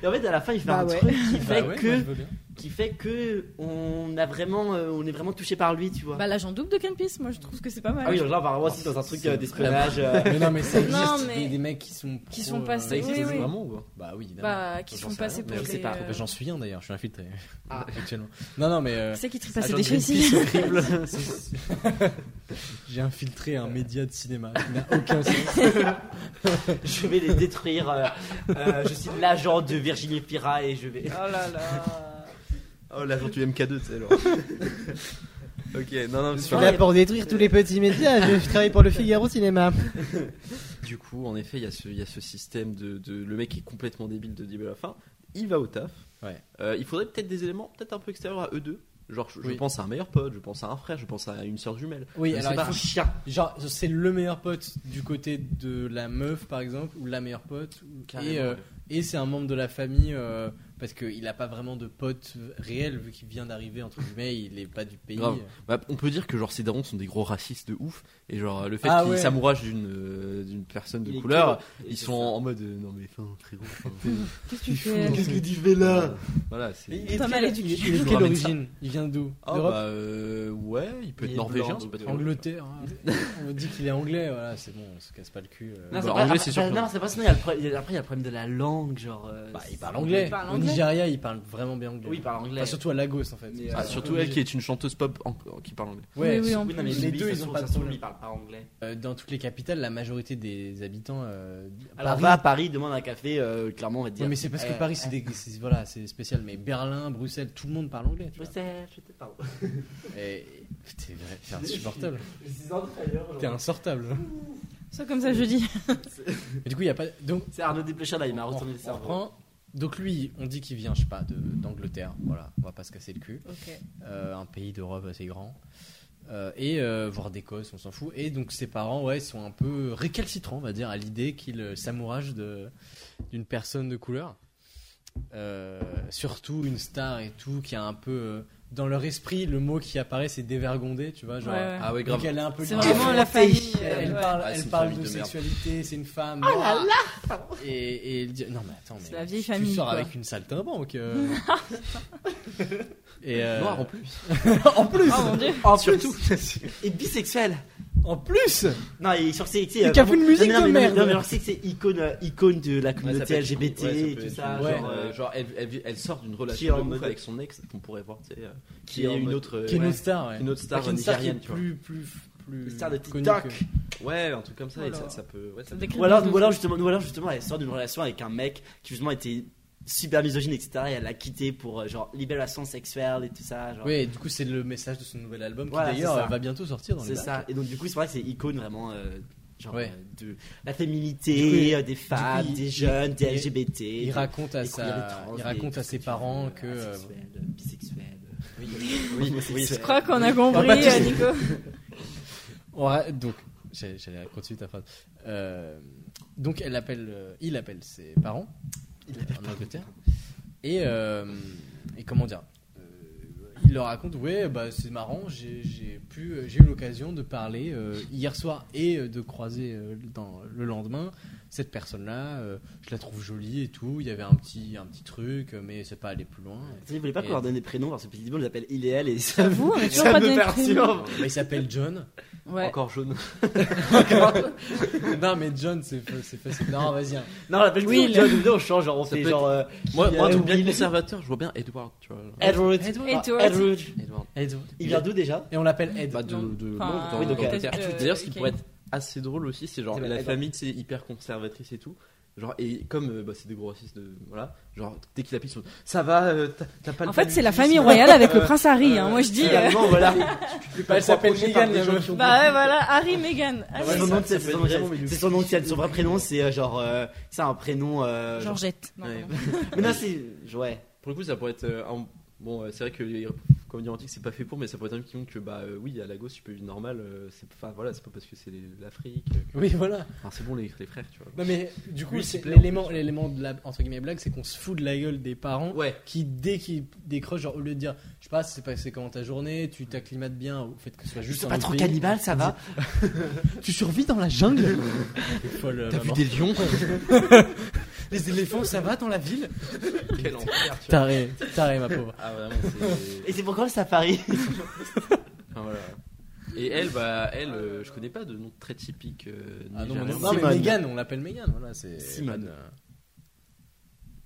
G: Et en fait, à la fin, il fait
F: Bah
G: un
F: ouais.
G: truc qui
E: Bah
G: fait
E: ouais, moi,
G: que
E: je veux bien.
G: qui fait que on a vraiment euh, on est vraiment touché par lui tu vois
F: Bah, l'agent double de Greenpeace, moi je trouve que c'est pas mal.
G: ah oui genre là apparemment aussi dans un truc euh, d'espionnage euh,
E: Mais non, mais ça existe.
F: Non, mais-
E: Des, des mecs qui sont
F: Qui
E: pro,
F: sont
E: euh,
F: passés-
E: ça existe
F: oui, oui.
E: vraiment ou pas Bah oui, évidemment.
F: Bah, qui se
E: J'en
F: font
E: sais
F: passer
E: rien,
F: pour
E: mais
F: des.
E: je sais pas.
F: euh,
E: Bah, J'en suis un d'ailleurs, je suis infiltré
G: Ah.
E: actuellement. Non, non, mais euh,
F: C'est qui tripasse
E: Agent
F: des
E: Greenpeace,
F: ici.
G: Bah,
K: J'ai infiltré un média de cinéma qui n'a aucun sens.
G: je vais les détruire euh, euh, je suis l'agent de Virginie Pira et je vais
E: Ah,
H: Oh l'agent du MK2 tu sais alors. ok non non mais c'est
E: suis
H: pas-
E: pour détruire tous les petits médias. Je travaille pour le Figaro Cinéma.
H: Du coup en effet il y, a ce- il y a ce système de, de- le mec est complètement débile de début à la fin. Il va au taf.
E: Ouais.
H: Euh, il faudrait peut-être des éléments peut-être un peu extérieurs à eux deux. Genre je, je
E: Oui.
H: pense à un meilleur pote, je pense à un frère, je pense à une sœur jumelle.
E: Oui,
H: Mais
E: alors
H: c'est
E: il
H: pas
E: faut
H: un chien.
E: Genre, c'est le meilleur pote du côté de la meuf, par exemple, ou la meilleure pote. ou-
G: Carrément,
E: Et, euh,
G: ouais.
E: et c'est un membre de la famille, euh, parce qu'il n'a pas vraiment de pote réel, vu qu'il vient d'arriver, entre guillemets, il n'est pas du pays.
H: Grave. Bah, on peut dire que genre ces darons sont des gros racistes de ouf et genre le fait
E: Ah
H: qu'ils
E: ouais.
H: s'amouragent d'une euh, d'une personne de
G: Il est
H: couleur,
G: curieux.
H: ils sont en, en mode euh, non mais enfin frérot. enfin,
F: Qu'est-ce que tu fais
H: Qu'est-ce que
G: tu fais là
H: voilà, c'est
E: Il est,
F: Pas
E: très-
F: mal
E: il est-
F: éduqué.
E: il est de
H: Je vous
E: quelle
H: ramène ça.
E: origine Il vient d'où
H: Ah,
E: D'Europe
H: bah, euh, ouais, il peut
G: Il
H: être
G: est
H: norvégien,
G: blanc, euh,
H: c'est pas
G: donc,
H: trop
E: Angleterre. hein. On dit qu'il est anglais, voilà, c'est bon, on se casse pas le cul. euh.
G: non c'est
H: Bah,
G: pas,
H: anglais,
G: après-
H: c'est sûr
G: bah,
H: que-
G: non, c'est pas sinon il y a le pro- il y a- après il y a le problème de la langue genre euh,
E: Bah, il parle
G: c'est-
E: anglais.
F: Il parle
E: Au
F: anglais.
E: Nigeria, il parle vraiment bien anglais.
G: oui il parle anglais
E: Enfin, surtout à Lagos, en fait.
G: Mais,
H: Ah,
G: euh,
H: surtout elle qui est une chanteuse pop en- qui parle anglais.
E: Ouais,
F: Oui, oui, en
G: oui, non, mais
F: plus.
E: Les
G: lui,
E: deux,
G: ça
E: ils
G: se
E: ont
G: trouve-
E: pas
G: ça
E: de
G: se trouve,
E: problème.
G: lui, il parle pas anglais
E: Euh, dans toutes les capitales, la majorité des habitants. euh,
G: alors
E: Paris-
G: va à Paris demande un café euh, clairement on va te dire
E: Ouais, mais c'est parce que
G: Eh,
E: Paris, c'est des- c'est- voilà, c'est spécial. Mais Berlin, Bruxelles, tout le monde parle anglais. Tu
G: je
E: vois.
G: sais je sais pardon
E: Et t'es vrai- t'es insupportable.
G: je suis en frayeur, genre.
E: T'es insortable.
F: Ça, comme ça, je dis.
E: Mais du coup, il y a pas. Donc,
G: c'est Arnaud Desplechin là il m'a
E: on-
G: retourné le
E: on
G: cerveau
E: reprend. Donc lui, on dit qu'il vient, je sais pas, de- d'Angleterre. Voilà, on va pas se casser le cul.
F: Ok.
E: Euh, un pays d'Europe assez grand. Euh, et euh, voire d'Écosse, on s'en fout. Et donc ses parents, ouais, sont un peu récalcitrants, on va dire, à l'idée qu'il euh, s'amourage de d'une personne de couleur. Euh, surtout une star et tout, qui a un peu euh, dans leur esprit le mot qui apparaît, c'est dévergondé, tu vois, genre.
F: Ouais, ouais.
H: Ah ouais, grave.
E: Donc elle est un peu
F: C'est
E: liée.
F: vraiment la famille.
E: Elle
F: euh, Ah ouais.
E: parle,
H: Ah, c'est
E: elle
H: une
E: parle
H: famille
E: de,
H: de merde.
E: sexualité, c'est une femme. Et, et il dit Non, mais attends, mais
F: C'est la vieille
E: tu
F: famille,
E: sors
F: quoi.
E: avec une saltimbanque. euh. et euh,
G: Noir en plus.
E: en plus
F: Oh mon dieu.
E: En
G: Surtout.
E: plus
G: Et bisexuel.
E: En plus
G: Non, et sur c'est.
E: Il cafouille une musique
G: non,
E: de
G: mais, non, mais-
E: merde.
G: Non, mais genre, c'est que c'est icône, euh, icône de la communauté
H: peut être-
G: LGBT
H: ouais, ça peut
G: et tout
H: être
G: ça.
H: une-
E: ouais.
G: genre,
H: genre,
G: euh,
H: euh, genre, elle, elle vit- elle sort d'une
G: Qui est en
H: relation de
G: mode-
H: ouf avec son ex, on pourrait voir, tu sais, euh,
G: Qui
H: qui
G: est en
H: est une
G: mode-
H: autre, euh,
E: Qui est
H: ouais,
E: une star, ouais.
H: une autre star
E: Avec une star qui est
H: nigérienne, tu vois.
E: plus, plus, plus.
G: Une star de
E: connue
G: TikTok.
E: que-
H: Ouais, un truc comme ça, et ça, ça peut. ouais, ça peut-
G: Ou alors,
F: euh,
G: ou alors justement, ou alors justement, elle sort d'une relation avec un mec qui justement était super misogyne, etc. Et elle l'a quitté pour euh, genre libération sexuelle et tout ça. Genre.
E: Oui, et du coup, c'est le message de son nouvel album
G: Voilà,
E: qui
G: c'est ça.
E: d'ailleurs euh, va bientôt sortir dans les
G: c'est
E: bacs.
G: ça. Et donc du coup, c'est vrai que c'est icône vraiment. euh, Genre
E: Ouais.
G: euh, de la
E: Du coup,
G: féminité,
E: il-
G: euh, des femmes,
E: il-
G: des
E: il-
G: jeunes, des
E: il-
G: LGBT.
E: Il
G: des-
E: raconte à,
G: des queers, des
E: sa...
G: trans,
E: il
G: des
E: raconte à ses
G: homosexuels,
E: parents que. euh,
G: asexuels, bisexuels. euh. Oui, oui,
F: Je crois qu'on a compris,
E: Ah, bah, tu-
F: euh, Nico.
E: on ra- Donc, j'allais j'allais continuer ta phrase. Euh, Donc, elle appelle, euh, il appelle ses parents en Angleterre. Et, euh, et comment dire euh, Il leur raconte Ouais, bah, c'est marrant, j'ai j'ai pu- euh, j'ai eu l'occasion de parler euh, hier soir et euh, de croiser euh, dans, le lendemain cette personne-là. euh, je la trouve jolie et tout. Il y avait un petit, un petit truc, mais c'est pas aller plus loin.
G: Je voulais pas qu'on
E: Et-
G: leur donne des prénoms parce que petit on les appelle il et elle et ça,
F: Vous, on est toujours
G: ça
F: pas
G: me
F: bien
G: perturbe.
E: Bah, il s'appelle John.
F: Ouais.
H: Encore jaune.
E: non mais John c'est fa- c'est facile. Non vas-y. hein.
G: Non, on l'appelle
E: Will.
G: toujours John, on change, genre on
H: Ça
G: fait
H: peut
G: genre. euh,
H: Moi, moi, un truc bien
G: Will.
H: conservateur, je vois bien Edward, tu vois.
G: Edward.
F: Edward.
G: Edward.
H: Edward.
E: Ed-
G: Il vient d'où déjà
E: Et on l'appelle Ed.
H: Bah, de,
F: Non.
H: de
F: Enfin,
H: Londres,
F: euh,
H: dans-
G: oui, donc,
H: dans
G: euh,
H: l'Angleterre.
F: euh,
H: D'ailleurs, ce qui
F: UK.
H: pourrait être assez drôle aussi, c'est genre
G: C'est
H: la
G: Edward.
H: famille, c'est hyper conservatrice et tout. Genre, et comme euh, bah, c'est des gros racistes, de, voilà. Genre, dès qu'il appuie sur. Ça va, euh, t'as t'as pas le
F: En fait, c'est la
H: paludisme.
F: famille royale avec le
H: Euh,
F: prince Harry. hein.
H: euh,
F: Moi, je dis. euh,
G: Finalement, voilà.
H: Tu
E: Bah, elle s'appelle Meghan, la meuf.
F: Bah ouais, voilà, Harry, Meghan. Harry.
G: C'est son nom, c'est
H: ça
G: son
H: peut être
G: nom,
H: vraiment, mais
G: c'est-
H: le
G: c'est son nom, c'est son vrai prénom, c'est euh, genre. euh, C'est un prénom. euh, genre-
F: Georgette. Non,
H: Ouais.
F: pardon.
G: Mais non, c'est. Ouais.
H: Pour le coup, ça pourrait être. euh, un- Bon, euh, c'est vrai que les comédies antiques, c'est pas fait pour, mais ça pourrait être un petit que, bah euh, oui, à Lagos, tu peux vivre normal. euh, c'est- Enfin, voilà, c'est pas parce que c'est les- l'Afrique. euh,
E: Oui voilà.
H: Enfin, c'est bon, les, les frères, tu vois.
F: Bah,
E: Non mais du coup
H: Lui,
E: c'est
H: il plaît,
E: l'élément l'élément de la entre guillemets blague c'est qu'on se fout de la gueule des parents
H: Ouais.
E: qui dès qu'ils décrochent genre au lieu de dire je sais pas c'est passé comment ta journée tu t'acclimates bien au fait que ce soit juste
G: C'est
E: un
G: pas
E: autre
G: trop
E: pays.
G: cannibale, ça va.
E: tu survis dans la jungle. Folle, euh, maman.
H: lions
E: Les éléphants ça va dans la ville.
H: Quel enfer, tu vois.
E: Taré taré ma pauvre.
H: Ah, vraiment, c'est.
G: Et c'est pourquoi le safari
H: Enfin, voilà. Et elle, bah, elle, euh, je connais pas de nom très typique. euh,
E: Ah non, non,
H: nigérien.
E: non, mais
G: Simone.
E: Meghan on l'appelle Meghan voilà c'est.
H: Simone.
E: euh,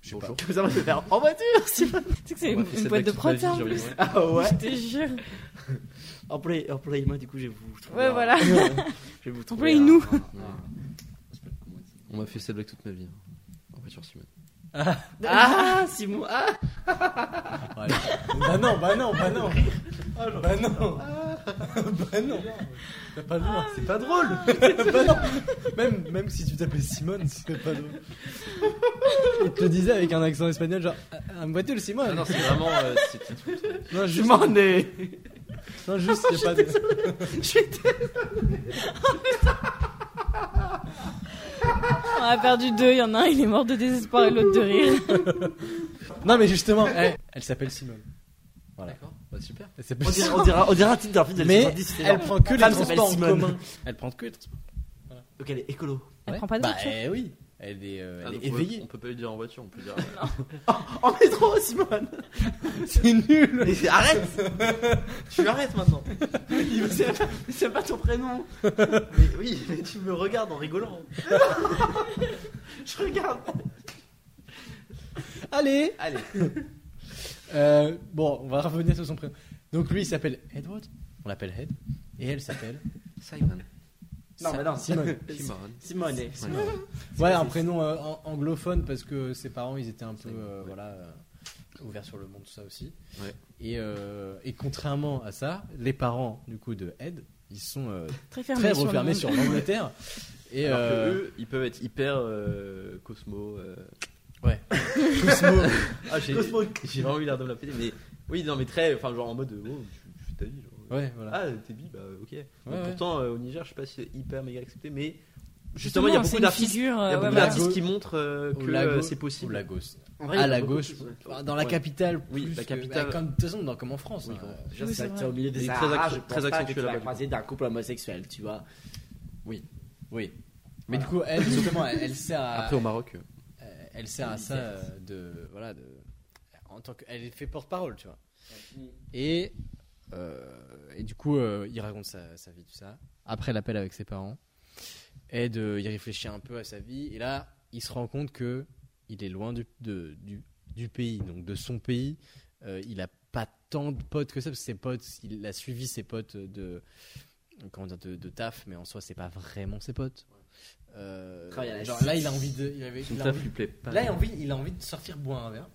E: Je sais pas.
H: Bonjour.
G: Nous allons se faire oh, en voiture, Simon.
F: Tu sais que c'est
H: On
F: une,
H: m'a fait
F: une
H: cette
F: boîte de
H: blague toute ma
F: prod,
H: vie,
F: ça, en
H: j'ai
F: plus.
H: rigolé.
G: Ah ouais
F: Je te jure.
G: En play, en play, moi, du coup, je vais vous. trouver
F: Ouais,
G: un- euh,
F: voilà.
G: Je vais vous
F: En
G: trouver.
F: play, nous.
G: un- euh, un- un-
H: On m'a fait cette blague toute ma vie. hein. En voiture, Simone.
G: Ah, Simon, ah
E: Ouais. bah non, bah non, bah non. bah non. bah non. T'as pas le droit, c'est pas drôle. bah non. Même, même si tu t'appelais Simone, c'est pas drôle. Il te le disait avec un accent espagnol, genre, un voiture Simone.
H: Ah non, c'est vraiment. euh, c'était tout.
E: non,
G: Je
E: juste,
G: m'en ai
E: non, juste, y a pas de.
F: On a perdu deux. Il y en a un, il est mort de désespoir et l'autre de rire.
E: Non, mais justement, elle, elle s'appelle Simone. Voilà.
H: D'accord. Bah, super.
E: Elle s'appelle
G: on dira, on, dira, on dira un titre d'un film de
E: Mais
G: 70, c'est
E: elle
G: genre-
E: prend que les
G: Femme s'appelle
E: transports en
G: Simone.
E: commun. Elle prend que les transports.
G: Ok, elle est écolo.
F: Elle
E: Ouais.
F: prend pas de
E: bah,
F: voiture.
E: eh oui. Elle est, euh,
H: Ah,
E: elle
H: donc,
E: est
H: on peut-
E: éveillée.
H: On peut pas lui dire en voiture, on peut dire. euh,
G: En métro, Simone
E: C'est nul.
G: Mais arrête Tu arrêtes maintenant Il- C'est c'est pas ton prénom Mais oui, mais tu me regardes en rigolant Je regarde
E: Allez.
G: Allez,
E: Euh, bon, on va revenir sur son prénom. Donc lui, il s'appelle Edward. On l'appelle Ed. Et elle s'appelle.
H: Simon.
G: non,
E: Sa-
G: mais non,
E: Simone.
H: Simone.
G: Simone.
H: Simone.
E: Ouais, un
G: raciste.
E: prénom euh, an- anglophone parce que ses parents, ils étaient un peu
H: Ouais.
E: euh, voilà euh, ouverts sur le monde, tout ça aussi.
H: Ouais.
E: Et, euh, et contrairement à ça, les parents du coup de Ed, ils sont euh,
F: Très fermé.
E: très
F: sur le
E: refermés
F: monde.
E: sur l'Angleterre. Et
H: Alors que
E: euh,
H: eux, ils peuvent être hyper euh, Cosmo. euh,
E: Cosmo,
H: Ah, j'ai
G: Cosmo.
H: j'ai vraiment eu l'air de me la péter, mais oui, non, mais très, enfin, genre en mode, oh, tu, tu fais ta vie, genre.
E: ouais, voilà.
H: Ah, t'es bi, bah ok. Donc,
E: ouais.
H: Pourtant, euh, au Niger, je sais pas si c'est hyper méga accepté, mais
F: Justement,
H: justement, il y a beaucoup d'artistes.
F: Il y
E: euh,
H: Il y a beaucoup d'artistes qui montrent euh,
E: Au
H: que
E: Lagos-
H: euh, c'est
E: Au
H: possible.
E: Lagos.
G: En vrai, il y
E: À
G: a
E: la
G: beaucoup
E: gauche,
G: plus, ouais.
E: dans la
H: Ouais.
E: capitale.
H: Oui,
E: plus
H: la
E: que-
H: capitale.
E: bah, comme, de toute façon, dans- comme en France.
H: Oui,
E: hein.
H: voilà.
G: Déjà,
F: Oui,
G: c'est
F: c'est
G: vrai que
F: vrai.
G: t'es au milieu des
H: Il est très
G: Sahara,
H: actu-
G: je
H: très
G: pense pas que
H: accentué
G: tu vas
H: là-bas.
G: croiser d'un couple homosexuel, tu vois.
E: Oui. Mais du coup, elle, justement, elle, elle sert à.
H: Après, au Maroc, euh,
E: Euh, elle sert à ça euh, de voilà de en tant que elle fait porte-parole tu vois Mm. et euh, et du coup euh, il raconte sa, sa vie tout ça après l'appel avec ses parents et de il réfléchit un peu à sa vie et là il se rend compte que il est loin du de- du, du pays donc de son pays Euh, il a pas tant de potes que ça parce que ses potes il a suivi ses potes de comment dire, de, de taf mais en soi c'est pas vraiment ses potes Euh,
G: Travaille à la
E: genre là il a envie de il avait-
H: son
E: il a
H: taf
E: envie-
H: lui plaît pas.
E: Là, il a, envie, il a envie de sortir boire un verre.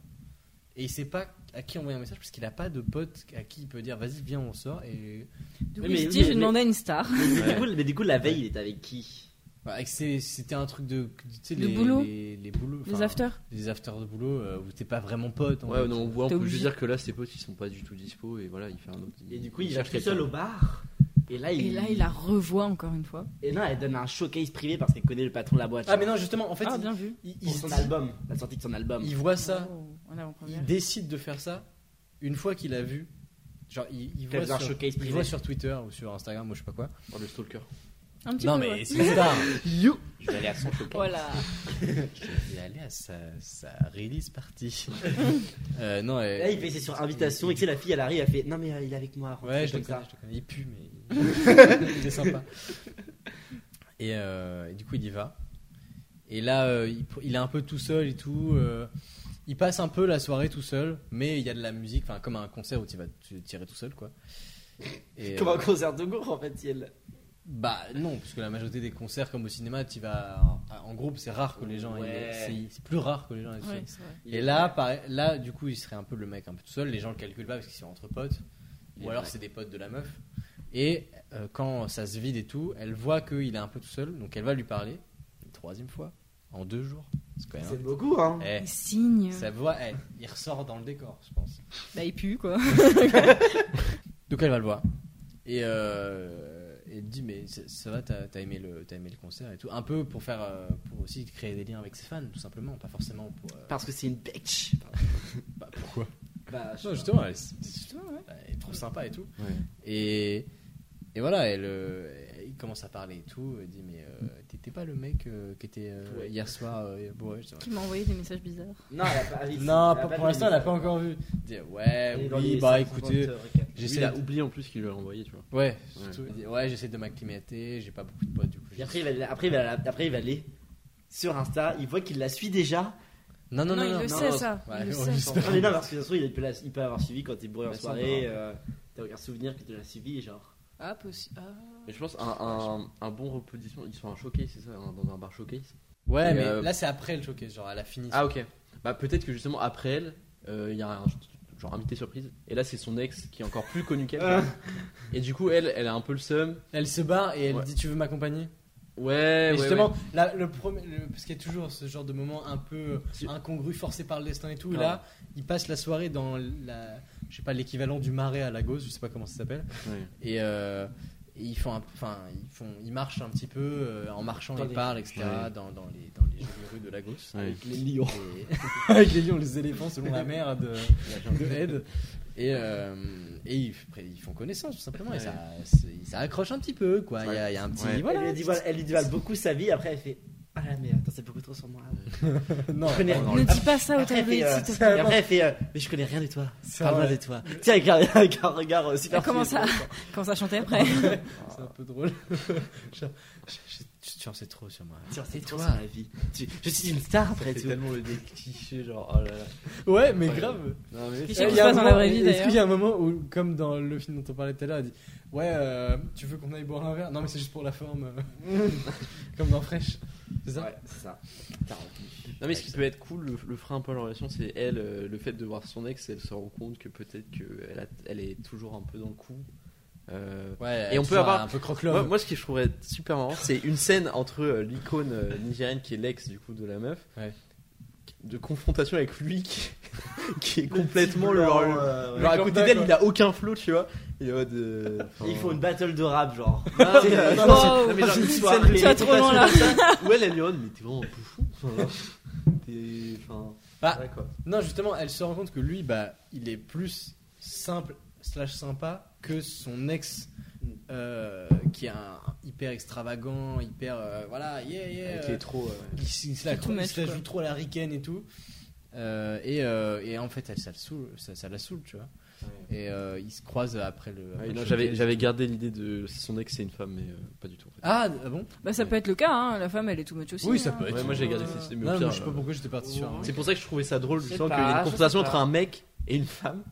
E: Et il sait pas à qui envoyer un message parce qu'il a pas de pote à qui il peut dire vas-y, viens, on sort. Et
F: Du coup,
G: Mais-
F: il se
G: mais-
F: dit, je vais
G: mais-
F: demander à une star.
G: Mais, du coup, mais du coup, la veille, il était avec qui
E: Voilà, et que c'est- bah, c'était un truc de. tu sais,
F: De
E: les,
F: boulot.
E: Les, les boulots.
F: Les
E: enfin,
F: afters.
E: Les afters de boulot euh, où t'es pas vraiment pote. en
H: Ouais,
E: fait.
H: non, on voit, on
F: T'es
H: peut juste
F: obligé.
H: dire que là, ses potes, ils sont pas du tout dispo et voilà, il fait un autre.
G: Et du coup, il, va
H: cherche
G: tout seul au
H: quelqu'un.
G: bar. Et là, il.
F: Et là, il la revoit encore une fois.
G: Et non, elle donne un showcase privé parce qu'elle connaît le patron de la boîte.
E: Ah, mais non, justement, en fait,
F: Ah,
E: il-
F: bien vu.
E: il,
G: Il
E: il
G: son
E: se dit-
G: album, la sortie de son album.
E: il voit ça,
F: Oh, en avant-première.
E: il décide de faire ça une fois qu'il a vu. Genre, il, il
G: Qu'elle
E: voit
G: faisait un
E: sur,
G: showcase
E: il
G: privé.
E: voit sur Twitter ou sur Instagram ou je sais pas quoi.
H: Oh, le stalker.
F: Un petit
E: non,
F: peu,
E: mais
F: ouais.
E: c'est une star. you
G: Je vais aller à son showcase.
F: Voilà.
E: Je vais aller à sa, sa release party. Euh, non, elle-
G: Là, il fait c'est sur invitation et que c'est la fille, elle arrive, elle fait Non, mais euh, il est avec moi. rentrez,
E: Ouais, je le
G: comme
E: connais,
G: ça.
E: je le connais. Il pue, mais il est sympa. Et, euh, et du coup, il y va. Et là, euh, il, il est un peu tout seul et tout. euh, il passe un peu la soirée tout seul, mais il y a de la musique, enfin comme à un concert où tu vas te tirer tout seul, quoi. Et,
G: Comme un
E: euh,
G: concert de gourre en fait, il.
E: bah non, parce que la majorité des concerts, comme au cinéma, tu vas en, en groupe, c'est rare que les gens. aient-
G: Ouais.
E: c'est- C'est plus rare que les gens. aient-
F: Ouais, c'est vrai.
E: Et là, pareil- là, du coup, il serait un peu le mec un peu tout seul. Les gens le calculent pas parce qu'ils sont entre potes.
G: Il
E: Ou
G: est
E: alors
G: vrai.
E: c'est des potes de la meuf. Et euh, quand ça se vide et tout, elle voit qu'il est un peu tout seul. Donc elle va lui parler. Une troisième fois. En deux jours. C'est quand
G: C'est
E: même.
G: beaucoup, hein.
E: Eh,
F: Il signe.
E: sa voix, eh, il ressort dans le décor, je pense.
F: Bah, il pue, quoi.
E: Donc elle va le voir. Et euh, elle dit mais ça, ça va, t'as t'as aimé, le- t'as aimé le concert et tout. Un peu pour faire, euh, pour aussi créer des liens avec ses fans, tout simplement. Pas forcément pour... euh,
G: Parce que c'est une bitch.
E: bah, pourquoi
G: Bah, je sais
E: Non,
G: pas.
E: justement, elle, c'est-
F: Justement, ouais.
E: Elle est trop sympa et tout.
H: Ouais.
E: Et, et voilà, elle, euh, il commence à parler et tout. Elle dit Mais euh, t'étais pas le mec euh, qui était euh,
G: Ouais.
E: hier soir euh, bourré je dis,
F: Qui m'a envoyé des messages bizarres.
G: Non, elle a pas. elle-
E: Non,
G: elle a
E: pour,
G: pas
E: pour l'instant, elle n'a
G: donné.
E: pas encore vu. Elle dit,
G: Elle
E: ouais,
G: est dans
E: oui,
G: les
E: bah
G: 150,
E: écoutez.
G: euh, récap.
H: Lui,
E: J'essaie
H: il a
E: de-
H: oublié en plus qu'il lui a envoyé, tu vois.
E: Ouais,
H: Ouais.
E: surtout, elle dit, ouais, j'essaie de m'acclimater, j'ai pas beaucoup de potes du coup.
G: Et après, il va aller- après, il va aller- après, il va aller sur Insta, il voit qu'il la suit déjà.
E: Non, non, non,
F: il
E: non.
F: le
E: non.
F: sait,
G: non.
F: ça.
E: Ouais,
F: il le
E: on
F: sait.
E: le
G: Non,
E: sait.
G: mais non, parce que ça se trouve, il peut, la- il peut avoir suivi quand t'es bourré en
H: Bah, ça, on
G: soirée. euh, T'as aucun souvenir que tu l'as suivi, genre.
F: Ah, possible. Ah.
H: Mais je pense un, un, un bon repositionnement, ils sont à un showcase, c'est ça, un- dans un bar showcase.
E: Ouais,
H: Et,
E: mais
H: euh,
E: là, c'est après le showcase, genre, elle a fini.
H: Ah ok. Bah peut-être que justement après elle, euh, il y a un genre invité surprise. Et là c'est son ex qui est encore plus connu qu'elle. et du coup elle, elle a un peu le seum.
E: Elle se barre et elle
H: Ouais.
E: dit Tu veux m'accompagner
H: Ouais.
E: Et
H: ouais,
E: justement,
H: ouais.
E: là, le premier, le- parce qu'il y a toujours ce genre de moment un peu
H: Si-
E: incongru, forcé par le destin et tout.
H: Grave.
E: Là, il passe la soirée dans la, je sais pas, l'équivalent du marais à Lagos, je sais pas comment ça s'appelle.
H: Ouais.
E: Et, euh, et ils font, un- enfin, ils font, ils marchent un petit peu euh, en marchant,
G: Dans
E: ils
G: les-
E: parlent, etc.
H: Ouais.
E: Dans, dans les, dans les jolies rues de Lagos.
H: Ouais.
G: Les lions.
E: Et- avec les lions, les éléphants, selon la mère de, de Ed. Et, euh, et ils, après, ils font connaissance tout simplement. Et ça, c'est- ça accroche un petit peu, quoi. Il y a, il y a un petit,
H: Ouais.
E: voilà.
G: elle, lui a dit, voilà, elle lui dévoile beaucoup sa vie, après elle fait Ah la merde, attends, c'est beaucoup trop sur moi.
E: Non,
G: Je connais-
E: non, non,
F: Ne dis pas ça au
G: Après, elle fait,
F: tabloïd, s'il
G: euh,
F: te
G: et
F: plaît.
G: après elle fait euh, Mais je connais rien de toi.
E: c'est
G: Parle-moi
E: vrai.
G: de toi. Tiens, avec un, avec un regard euh, super.
F: Comment ça Quand ça chantait après.
E: C'est un peu drôle. Genre, je- je- tu en sais trop sur moi.
G: Tiens, c'est toi sur ma vie. Tu- je suis une star après tout.
H: le des clichés genre. Oh là là.
E: Ouais, mais grave.
H: Non mais.
F: Et
E: Euh,
F: c'est qui
E: y a
F: se
E: un
F: passe dans la
E: moment-
F: vraie vie,
E: Est-ce
F: d'ailleurs.
E: qu'il y a un moment où, comme dans le film dont on parlait tout à l'heure, elle dit Ouais, euh, tu veux qu'on aille boire un verre Non, mais c'est juste pour la forme. euh. comme dans Fresh. C'est ça
G: Ouais, c'est ça. Putain,
H: Non mais ce qui peut être cool, le, le frein un peu à la relation, c'est elle, euh, le fait de voir son ex, elle se rend compte que peut-être qu'elle a- elle est toujours un peu dans le coup. Euh,
E: Ouais,
H: Et on
E: tu
H: peut
E: vois,
H: avoir-
E: un peu croque
H: Moi, moi, ce que je trouverais super marrant, c'est une scène entre euh, l'icône euh, nigérienne qui est l'ex du coup de la meuf,
E: Ouais.
H: de confrontation avec lui qui, qui est complètement le.
G: blanc,
H: genre,
G: euh, ouais.
H: genre, à
E: Le
H: côté
E: lambda,
H: d'elle,
E: quoi.
H: Bah, il a aucun flow, tu vois. Il est en mode. euh,
G: Et Il faut une battle de rap, genre.
H: enfin,
G: c'est-
H: euh,
G: non,
F: Wow.
H: non, mais genre, une
G: Tu
H: scène
G: vas
H: de
F: trop loin, là.
H: confrontation comme ça, Où elle, elle lui rend, mais t'es vraiment un bouffon. enfin, genre, T'es. Enfin.
E: Ah.
H: ouais, quoi.
E: Non, justement, elle se rend compte que lui, bah, il est plus simple slash sympa que son ex euh, qui est un hyper extravagant, hyper euh, voilà, yeah yeah.
H: Ah,
G: Avec
E: euh,
G: les trop.
E: il, s- il se la,
F: C'est too
E: il
F: much,
E: se la
F: quoi.
E: joue trop à la ricaine et tout. Euh, et, euh, et en fait, elle, ça, le saoule, ça, ça la saoule, tu vois. Et euh, ils se croisent après le. après le
H: Ah, J'avais
E: showcase.
H: j'avais gardé l'idée de si son ex c'est une femme, mais euh, pas du tout. en fait.
E: Ah, ah bon
F: Bah, ça peut être le cas, hein. la femme elle est tout match aussi.
E: Oui, ça
F: hein.
E: peut être.
H: Ouais, moi j'ai gardé
F: Euh,
H: cette idée, mais au
E: Non,
H: pire,
E: mais je sais pas
H: euh,
E: pourquoi j'étais parti sur un.
H: C'est pour ça que je trouvais ça drôle, je
G: sais
H: sens qu'il y
G: pas,
H: a une
G: je
H: conversation
G: sais pas.
H: entre un mec et une femme.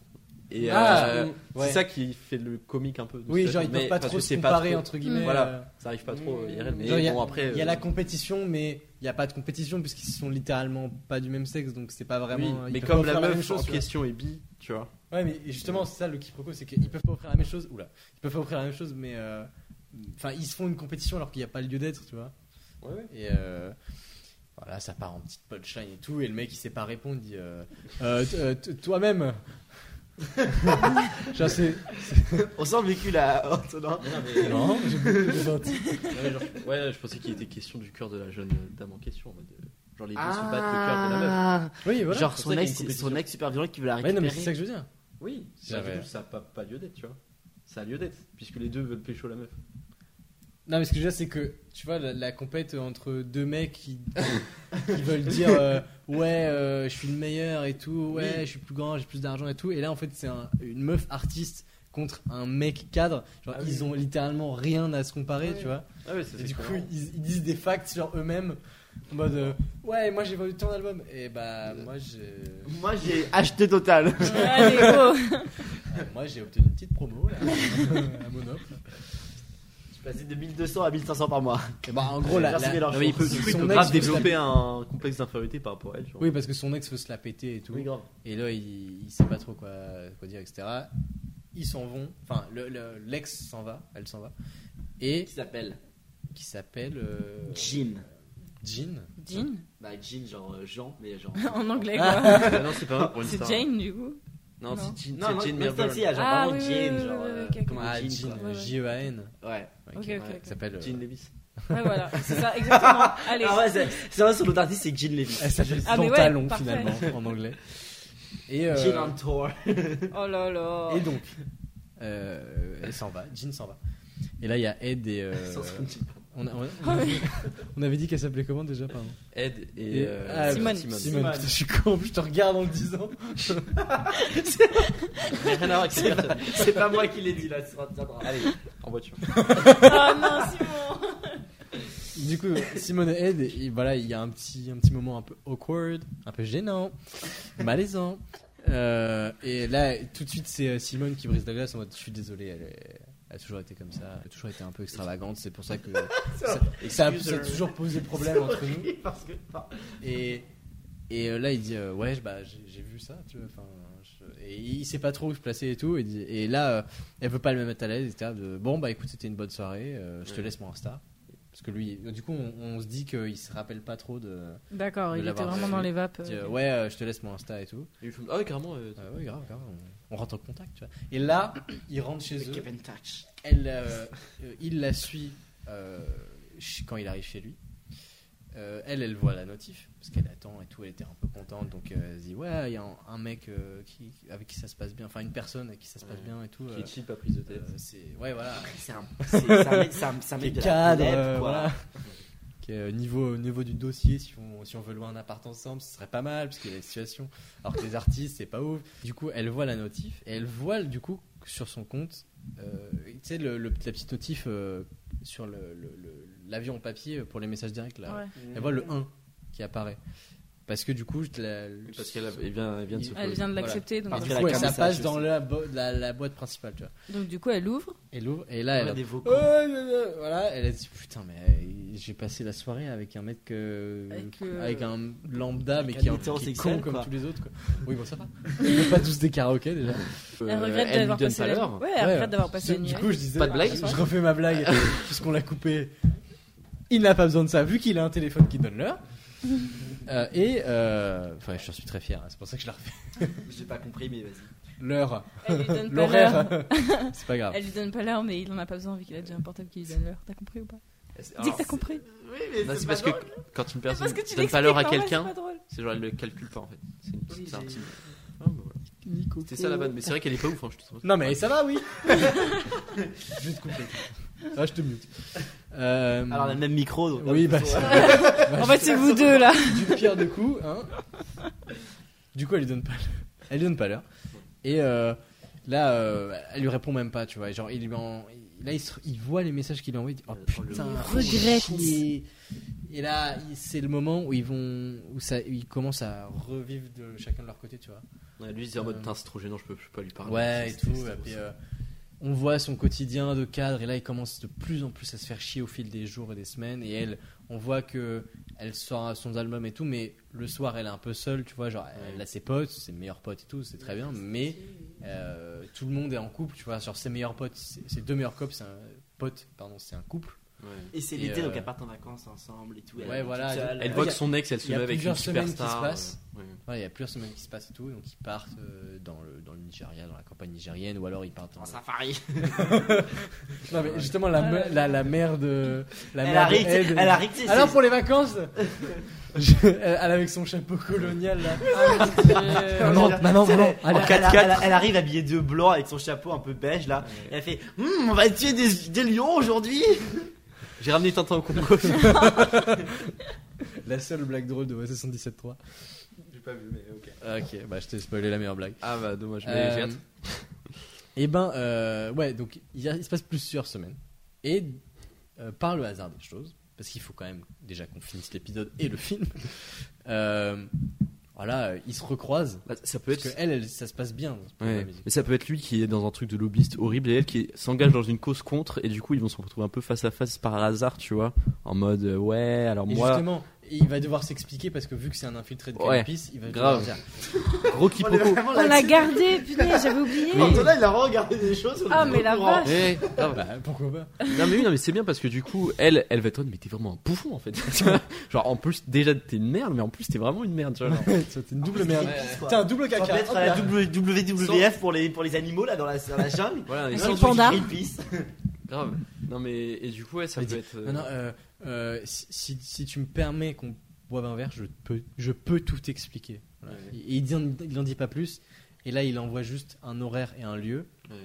H: Et
E: Ah,
H: euh,
E: oui, ouais.
H: c'est ça qui fait le comique un peu. de
E: Oui,
H: cette-
E: genre ils peuvent
H: mais
E: pas
H: parce
E: trop
H: que
E: se
H: c'est pas
E: comparer
H: trop-
E: entre guillemets.
H: Voilà.
E: euh,
H: Ça arrive pas trop euh, IRL, mais
E: Genre, il y a-
H: bon après.
E: Il y a
H: euh,
E: la compétition, mais il n'y a pas de compétition puisqu'ils sont littéralement pas du même sexe, donc c'est pas
H: euh, oui,
E: vraiment. ils
H: mais
E: peuvent
H: comme
E: pas
H: la
E: faire
H: meuf
E: même chose,
H: en
E: tu vois.
H: question est bi, tu vois.
E: Ouais, mais justement, c'est ça le quiproquo, c'est qu'ils peuvent pas offrir la même chose. Oula, ils peuvent pas offrir la même chose, mais euh, enfin, ils se font une compétition alors qu'il n'y a pas lieu d'être, tu vois. Et euh, voilà, ça part en petite punchline et tout, et le mec il sait pas répondre, il dit euh, Euh, t- euh, t- toi-même. Genre, c'est-
G: On sent le vécu là, Antonin.
E: Non, j'ai beaucoup de sorties.
H: Ouais, genre, ouais, je pensais qu'il était question du cœur de la jeune dame en question. en mode, euh, Genre les deux se battent le cœur de la meuf.
G: Ah,
E: Oui, voilà.
G: Genre
E: C'est ça
G: son
E: qu'il y a une
G: ex,
E: compétition.
G: son ex super violent qui veut la
E: Ouais, non, mais c'est ça
G: récupérer.
E: que je veux dire.
H: Oui,
E: Ça
H: ça, du
E: va.
H: coup, ça a pas, pas lieu d'être, tu vois. Ça a lieu d'être, puisque les deux veulent pécho la meuf.
E: Non, mais ce que je veux dire, c'est que tu vois, la, la compète entre deux mecs qui, qui veulent dire euh, ouais, euh, je suis le meilleur et tout, ouais, je suis plus grand, j'ai plus d'argent et tout. Et là, en fait, c'est un- une meuf artiste contre un mec cadre. Genre,
H: Ah oui.
E: ils ont littéralement rien à se comparer, tu vois.
H: Ah ouais, ça
E: Et
H: c'est
E: du coup,
H: cohérent.
E: ils, ils disent des facts sur eux-mêmes en mode euh, ouais, moi j'ai vendu tant d'albums. Et bah,
H: Euh.
E: moi j'ai
G: Moi j'ai acheté total.
F: Allez, go
E: euh, moi j'ai obtenu une petite promo là, à Monop.
G: Je suis passé de 1200 à 1500 par mois.
E: Et bah, en gros, la,
G: Merci
E: la-
G: Mélenchon.
H: Non, mais il peut,
E: Son
H: du coup, il peut
E: ex
H: grave
E: se
H: développer un complexe d'infériorité par rapport à elle. Genre.
E: oui, parce que son ex veut se la péter et tout.
G: Oui, grave.
E: Et là, il, il sait pas trop quoi, quoi dire, etc. Ils s'en vont. Enfin, le- le- l'ex s'en va. Elle s'en va. Et
G: Qui s'appelle
E: qui s'appelle euh,
G: Jean.
E: Jean.
F: Jean
G: Bah Jean genre euh, Jean mais genre.
F: En anglais, quoi.
H: Ah non, c'est pas vrai pour une
F: C'est
H: star.
F: Jane, du coup.
H: Non,
F: Non.
H: c'est Jean,
G: Non, non,
H: c'est Jean
G: non,
H: Merber.
G: c'est genre
F: Ah,
G: vraiment
F: oui,
G: Jean,
F: oui, oui,
G: genre.
F: oui,
G: euh,
F: ok, ok.
G: Comment
E: Ah,
G: Jean,
E: Jean.
G: quoi.
F: Ouais, ouais.
E: J-E-A-N.
G: Ouais.
E: Ouais,
F: Ok,
E: qui-
F: ok,
E: qui
F: ok.
E: s'appelle. euh,
H: Jean Levis.
F: Ouais, voilà, c'est ça, exactement. Allez.
G: Ah ouais, c'est c'est vrai sur l'autre artiste c'est Jean Levis.
E: Elle s'appelle
F: Ah, mais ouais,
E: Pantalon,
F: parfait.
E: finalement, en anglais. Et, euh,
G: Jean on tour.
F: Oh là là.
E: et donc, euh, elle s'en va. Jean s'en va. Et là, il y a Ed et. euh,
G: Sans son petit pain.
E: on, a- on a- on
F: Ah,
E: avait- on avait dit qu'elle s'appelait comment déjà, pardon
H: Ed et,
E: Et-
H: euh,
E: ah,
F: Simone.
E: Simone, putain, je suis con, je te regarde en le disant.
H: Rien à voir avec cette personne.
G: C'est pas moi qui l'ai dit là, c'est pas- c'est pas-
H: Allez, en voiture.
F: Ah non, Simon.
E: Du coup, Simone et Ed, et voilà, il y a un petit, un petit moment un peu awkward, un peu gênant, malaisant. Euh, et là, tout de suite, c'est euh, Simone qui brise la glace en mode Je suis désolé, elle, est- elle a toujours été comme ça, elle a toujours été un peu extravagante, c'est pour ça que ça, ça a, ça a toujours posé problème entre nous.
G: Parce que. non.
E: Et, et euh, là, il dit euh, Ouais, je- bah, j'ai j'ai vu ça, tu vois. enfin, je- Et il sait pas trop où se placer et tout. Et, dit- et là, euh, elle veut pas le mettre à l'aise, etc. De, bon, bah écoute, c'était une bonne soirée, euh, je te
H: Ouais.
E: laisse mon Insta. Parce que lui, du coup, on, on se dit qu'il se rappelle pas trop de.
F: D'accord,
E: De
F: il était
E: l'avoir
F: vraiment
E: vu.
F: dans les vapes.
H: Ah,
E: il dit, euh, ouais, euh, je te laisse mon Insta et tout.
H: Et il fume- Ah ouais, carrément. euh,
E: Euh, ouais, grave, grave. On, on rentre en contact, tu vois. Et là, ils rentrent chez eux.
G: Kevin Touch.
E: Elle, euh, euh, il la suit euh, ch- quand il arrive chez lui. Euh, elle, elle voit la notif parce qu'elle attend et tout. Elle était un peu contente, donc euh, elle se dit ouais, il y a un, un mec euh, qui, avec qui ça se passe bien, enfin une personne avec qui ça se passe
H: Ouais.
E: bien et tout.
H: Qui
E: euh,
H: est chill, pas prise de tête.
E: euh, c'est ouais voilà.
G: C'est un. C'est c'est un mec- c'est un- c'est un mec de la
E: cadre,
G: planète,
E: euh,
G: quoi.
E: voilà. Qui est, euh, niveau, niveau du dossier, si on, si on veut louer un appart ensemble, ce serait pas mal, parce qu'il y a la situation. Alors que les artistes, c'est pas ouf. Du coup, elle voit la notif, et elle voit, du coup, que sur son compte, euh, tu sais, le, le- la petite notif euh, sur l'avion le, le- l'avion en papier euh, pour les messages directs,
H: euh,
E: là.
F: Ouais.
E: Elle voit le 1 qui apparaît. Parce que, du coup, je te la-
H: Parce qu'elle a- elle vient, elle vient de se
F: Elle
H: poser.
F: vient de
E: Voilà.
F: l'accepter,
E: Par
F: donc,
G: Parce qu'elle
E: défaut,
G: a qu'un
E: ça
G: message
E: passe
G: aussi.
E: dans la, bo- la- la boîte principale, tu vois.
F: euh, donc du coup elle ouvre.
E: Elle ouvre, et là, elle,
G: Ouais,
E: a-
G: des vocaux.
E: Ouais, ouais, ouais, voilà, elle a dit putain mais euh, j'ai passé la soirée avec un mec euh,
F: Avec,
E: avec,
F: euh,
E: un lambda mais
G: un
E: qui est, un- qui est
G: hétérosexuel,
E: con comme
G: quoi.
E: tous les autres quoi. Oui bon ça va. Ils ont pas tous des karaokés déjà.
H: Euh,
F: Elle regrette
H: lui
F: d'avoir
H: donne
F: passé
H: pas
F: la
H: l'heure.
F: Ouais, elle
E: Ouais.
F: regrette d'avoir passé la nuit.
E: Du coup je disais
H: Pas de blague
E: je refais ma blague puisqu'on l'a coupé. Il n'a pas besoin de ça vu qu'il a un téléphone qui donne l'heure. Euh, et euh, enfin je suis très fier, hein, c'est pour ça que je la refais.
G: J'ai pas compris, mais vas-y.
E: L'heure,
F: Elle lui donne pas l'heure.
E: l'horaire, c'est pas grave.
F: Elle lui donne pas l'heure, mais il en a pas besoin vu qu'il a déjà un portable qui lui donne l'heure. T'as compris ou pas Dis que t'as compris.
G: Oui, mais
H: Non, Ah, c'est parce que quand une personne
F: que tu
H: donne pas l'heure à
F: l'expliques, normal,
H: quelqu'un,
F: C'est pas drôle.
H: c'est genre elle le calcule pas en fait. C'est une-
G: Oui,
H: c'est un
G: j'ai-
H: petit. C'était ça la vanne, mais c'est vrai qu'elle est pas ouf. Hein, je te
E: Non mais ça va, oui. je vais te couper. Ah, je te mute. Euh,
G: Alors, on a le même micro. donc,
E: oui,
G: de
E: bah,
G: toute
E: c'est
G: façon,
F: En fait, c'est vous deux là.
E: du pire de coup, hein. Du coup, elle lui donne pas, elle lui donne pas l'heure. Et euh, là, euh, elle lui répond même pas, tu vois. Et Genre, il lui en- là, il, se- il voit les messages qu'il a envoyés. il dit, Oh putain,
F: regrette.
E: chier. Et là, il- c'est le moment où ils vont, où ça, ils commencent à revivre de chacun de leur côté, tu vois.
H: Ouais, lui, il disait en mode,
E: Euh.
H: putain, c'est trop gênant, je peux, je peux pas lui parler.
E: Ouais, et
H: C'était-
E: tout.
H: c'était
E: et
H: trop
E: puis,
H: ça.
E: euh, on voit son quotidien de cadre, et là, il commence de plus en plus à se faire chier au fil des jours et des semaines. Et elle, on voit que elle sort son album et tout, mais le soir, elle est un peu seule, tu vois. Genre, elle a ses potes, ses meilleurs potes et tout, c'est très bien, mais euh, tout le monde est en couple, tu vois. Genre, ses meilleurs potes, ses ses deux meilleurs copes, c'est un pote, pardon, c'est un couple.
H: Ouais.
G: Et c'est
E: Et,
G: l'été,
E: euh,
G: donc elles partent en vacances ensemble et tout.
E: Ouais, voilà,
H: Elle
E: Euh,
H: voit
E: y
H: que
E: a-
H: son ex, elle
E: y
H: se
E: a
H: met avec une
E: plusieurs semaines qui se
H: superstar.
E: passent.
H: euh, ouais.
E: Voilà, il y a plusieurs semaines qui se passent et tout, donc ils partent euh, dans, le, dans le Nigeria, dans la campagne nigérienne, ou alors ils partent
G: En
E: en,
G: safari.
E: Non mais justement la, me- la, la mère de la
G: Elle
E: mère
G: a
E: de
G: ricté-
E: Ed.
G: elle a ricté,
E: Alors
G: c'est-
E: pour les vacances, je- elle elle avec son chapeau colonial là. Ah, Maman, maman,
G: Tu sais,
E: maman,
G: Euh, elle,
E: allez.
G: elle- elle- elle- elle arrive habillée de blanc avec son chapeau un peu beige là. Et elle fait Hum, On va tuer des, des lions aujourd'hui
H: J'ai ramené Tintin au Congo.
E: La seule blague drôle de 77.3.
H: J'ai pas vu, mais ok.
E: Ok, bah je t'ai spoilé la meilleure blague. Euh,
H: Ah bah, dommage, mais j'ai hâte.
E: Et ben, euh, ouais, donc il, y a- il se passe plusieurs semaines. Et euh, par le hasard des choses, parce qu'il faut quand même déjà qu'on finisse l'épisode et le film, euh, voilà, euh, ils se recroisent.
H: Bah, Ça peut
E: Parce
H: être.
E: que elle, elle, ça se passe bien. pour la
H: Ouais.
E: musique.
H: Mais ça peut être lui qui est dans un truc de lobbyiste horrible et elle qui est- s'engage dans une cause contre et du coup ils vont se retrouver un peu face à face par hasard, tu vois, en mode euh, ouais alors
E: Et
H: moi
E: justement, il va devoir s'expliquer parce que vu que c'est un infiltré de
H: Ouais,
E: Greenpeace, il va devoir
H: grave.
E: dire.
H: gros quiproquo.
F: On l'a gardé, putain, j'avais oublié.
G: Antonin, il a regardé des choses. on
F: Ah,
G: est
F: mais
G: au
F: la
G: courant.
F: vache.
H: Eh, grave.
E: Bah, pourquoi pas
H: Non mais oui, non mais c'est bien parce que du coup elle, elle va être en mode, mais t'es vraiment un bouffon en fait. genre en plus déjà t'es une merde mais en plus t'es vraiment une merde. Tu vois, genre.
E: C'est une double merde.
G: Greenpeace, quoi.
E: T'es un double
G: On va
E: caca.
G: mettre à la WWF pour les, pour les animaux là dans la, dans la jungle.
H: Voilà, mais
G: Ils
F: c'est
G: ont
F: le
G: joué
F: panda.
G: Greenpeace.
H: grave. Non mais et du coup ouais ça
E: Mais
H: peut
E: dis-
H: être. euh,
E: Non, non, euh, euh, si, si- si tu me permets qu'on boive un verre, je peux, je peux tout t'expliquer. Voilà.
H: Ouais.
E: Il, il dit- il en dit pas plus. Et là, il envoie juste un horaire et un lieu.
H: ouais.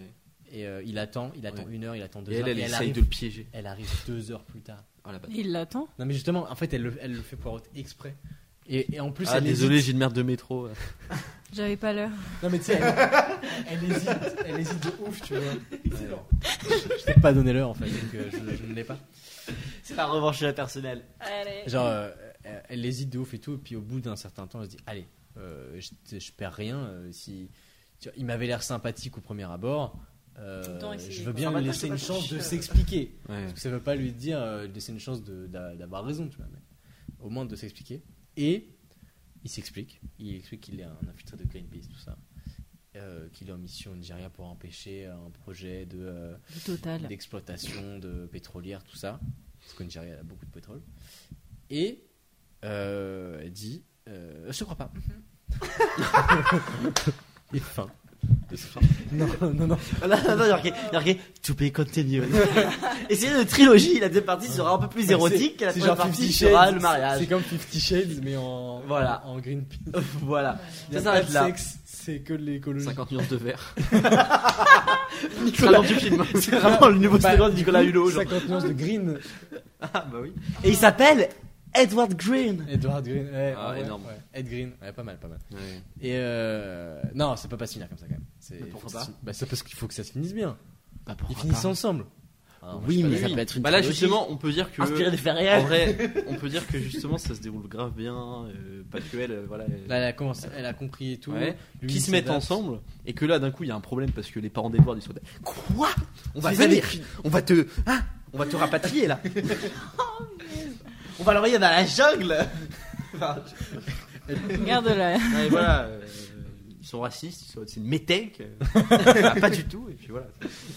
E: Et euh, il attend, il attend
H: Ouais.
E: une heure, il attend deux
H: Et elle,
E: heures.
H: elle,
E: et elle,
H: essaye
E: arrive,
H: de le piéger.
E: elle arrive deux heures plus tard.
H: Oh, la bâtarde.
F: Il l'attend.
E: Non, mais justement, en fait, elle, le- elle le fait poireauter exprès. Et, et en plus,
H: Ah
E: elle
H: désolé
E: hésite.
H: j'ai une merde de métro.
F: J'avais pas l'heure.
E: Non mais tu sais, elle, elle hésite, elle hésite de ouf, tu vois. Je t'ai pas donné l'heure en fait, donc euh, je, je ne l'ai pas.
G: C'est la revanche personnelle.
F: Allez.
E: Genre, euh, elle- elle hésite de ouf et tout, et puis au bout d'un certain temps, elle se dit, allez, euh, je, je perds rien. euh, si tu vois, il m'avait l'air sympathique au premier abord, euh,
F: Tout le temps essayer,
E: je veux
F: quoi.
E: bien
G: Enfin,
E: lui
G: maintenant,
E: laisser
G: je
E: une
G: sais pas
E: chance
G: si
E: de
G: je-
E: s'expliquer.
H: Ouais.
E: Parce que ça veut pas lui dire euh, laisser une chance de- d'a- d'avoir raison, tu vois, mais au moins de s'expliquer. Et il s'explique, il explique qu'il est un infiltré de Greenpeace, tout ça, euh, qu'il est en mission au Nigeria pour empêcher un projet de euh,
F: Du total.
E: d'exploitation de pétrolière, tout ça, parce qu'au Nigeria elle a beaucoup de pétrole. Et euh, elle dit, euh, je te crois pas. Et fin. Non, non, non.
G: Là, non, non, il y a marqué- il y a marqué To be continued. Et c'est une trilogie. La deuxième partie sera un peu plus érotique. Et la
E: C'est
G: première
E: genre 50
G: partie sera
E: Shades.
G: le
E: C'est
G: mariage.
E: comme 50 Shades, mais en,
G: Voilà.
E: en Greenpeace.
G: Voilà.
E: Il y
G: Ça
E: a pas
G: s'arrête
E: de
G: là.
E: sexe, c'est que de l'écologie.
H: 50 nuances de verre.
G: Nicolas C'est vraiment le nouveau
E: Bah,
G: slogan de Nicolas Hulot. genre.
E: 50 nuances de Green.
G: Ah, bah oui. Et il s'appelle Edward Green.
E: Edward Green. Ouais,
H: Ah,
E: ouais,
H: énorme.
E: ouais. Ed Green. Ouais, pas mal, pas mal.
H: Ouais.
E: Et euh... non, ça peut pas se finir comme ça quand même. C'est-
G: Mais pourquoi
E: faut que ça
G: pas
E: se- Bah, c'est parce qu'il faut que ça se finisse bien.
G: Bah,
E: Ils finissent ensemble.
G: Oui, mais
H: Oui,
G: ça
H: oui.
G: peut être une
H: Bah là
G: trilogie.
H: justement on peut dire que.
G: Inspiré de
H: En
G: Ferrière.
H: vrai, on peut dire que justement ça se déroule grave bien, euh, parce que elle, euh, voilà, elle-
E: Là, Bah, elle a commencé, elle a compris et tout.
H: Ouais.
E: Lui,
H: qui
E: il
H: se mettent
E: s'adapte.
H: ensemble, et que là d'un coup il y a un problème parce que les parents d'Edward ils sont là,
G: Oh,
H: quoi On va venir, on va te, hein on va te rapatrier là. Oh,
G: On va l'envoyer dans la jungle.
F: Regarde là.
H: Ouais, et voilà, euh, ils sont racistes, ils sont- c'est une métèque, euh, ça va pas du tout, et puis voilà.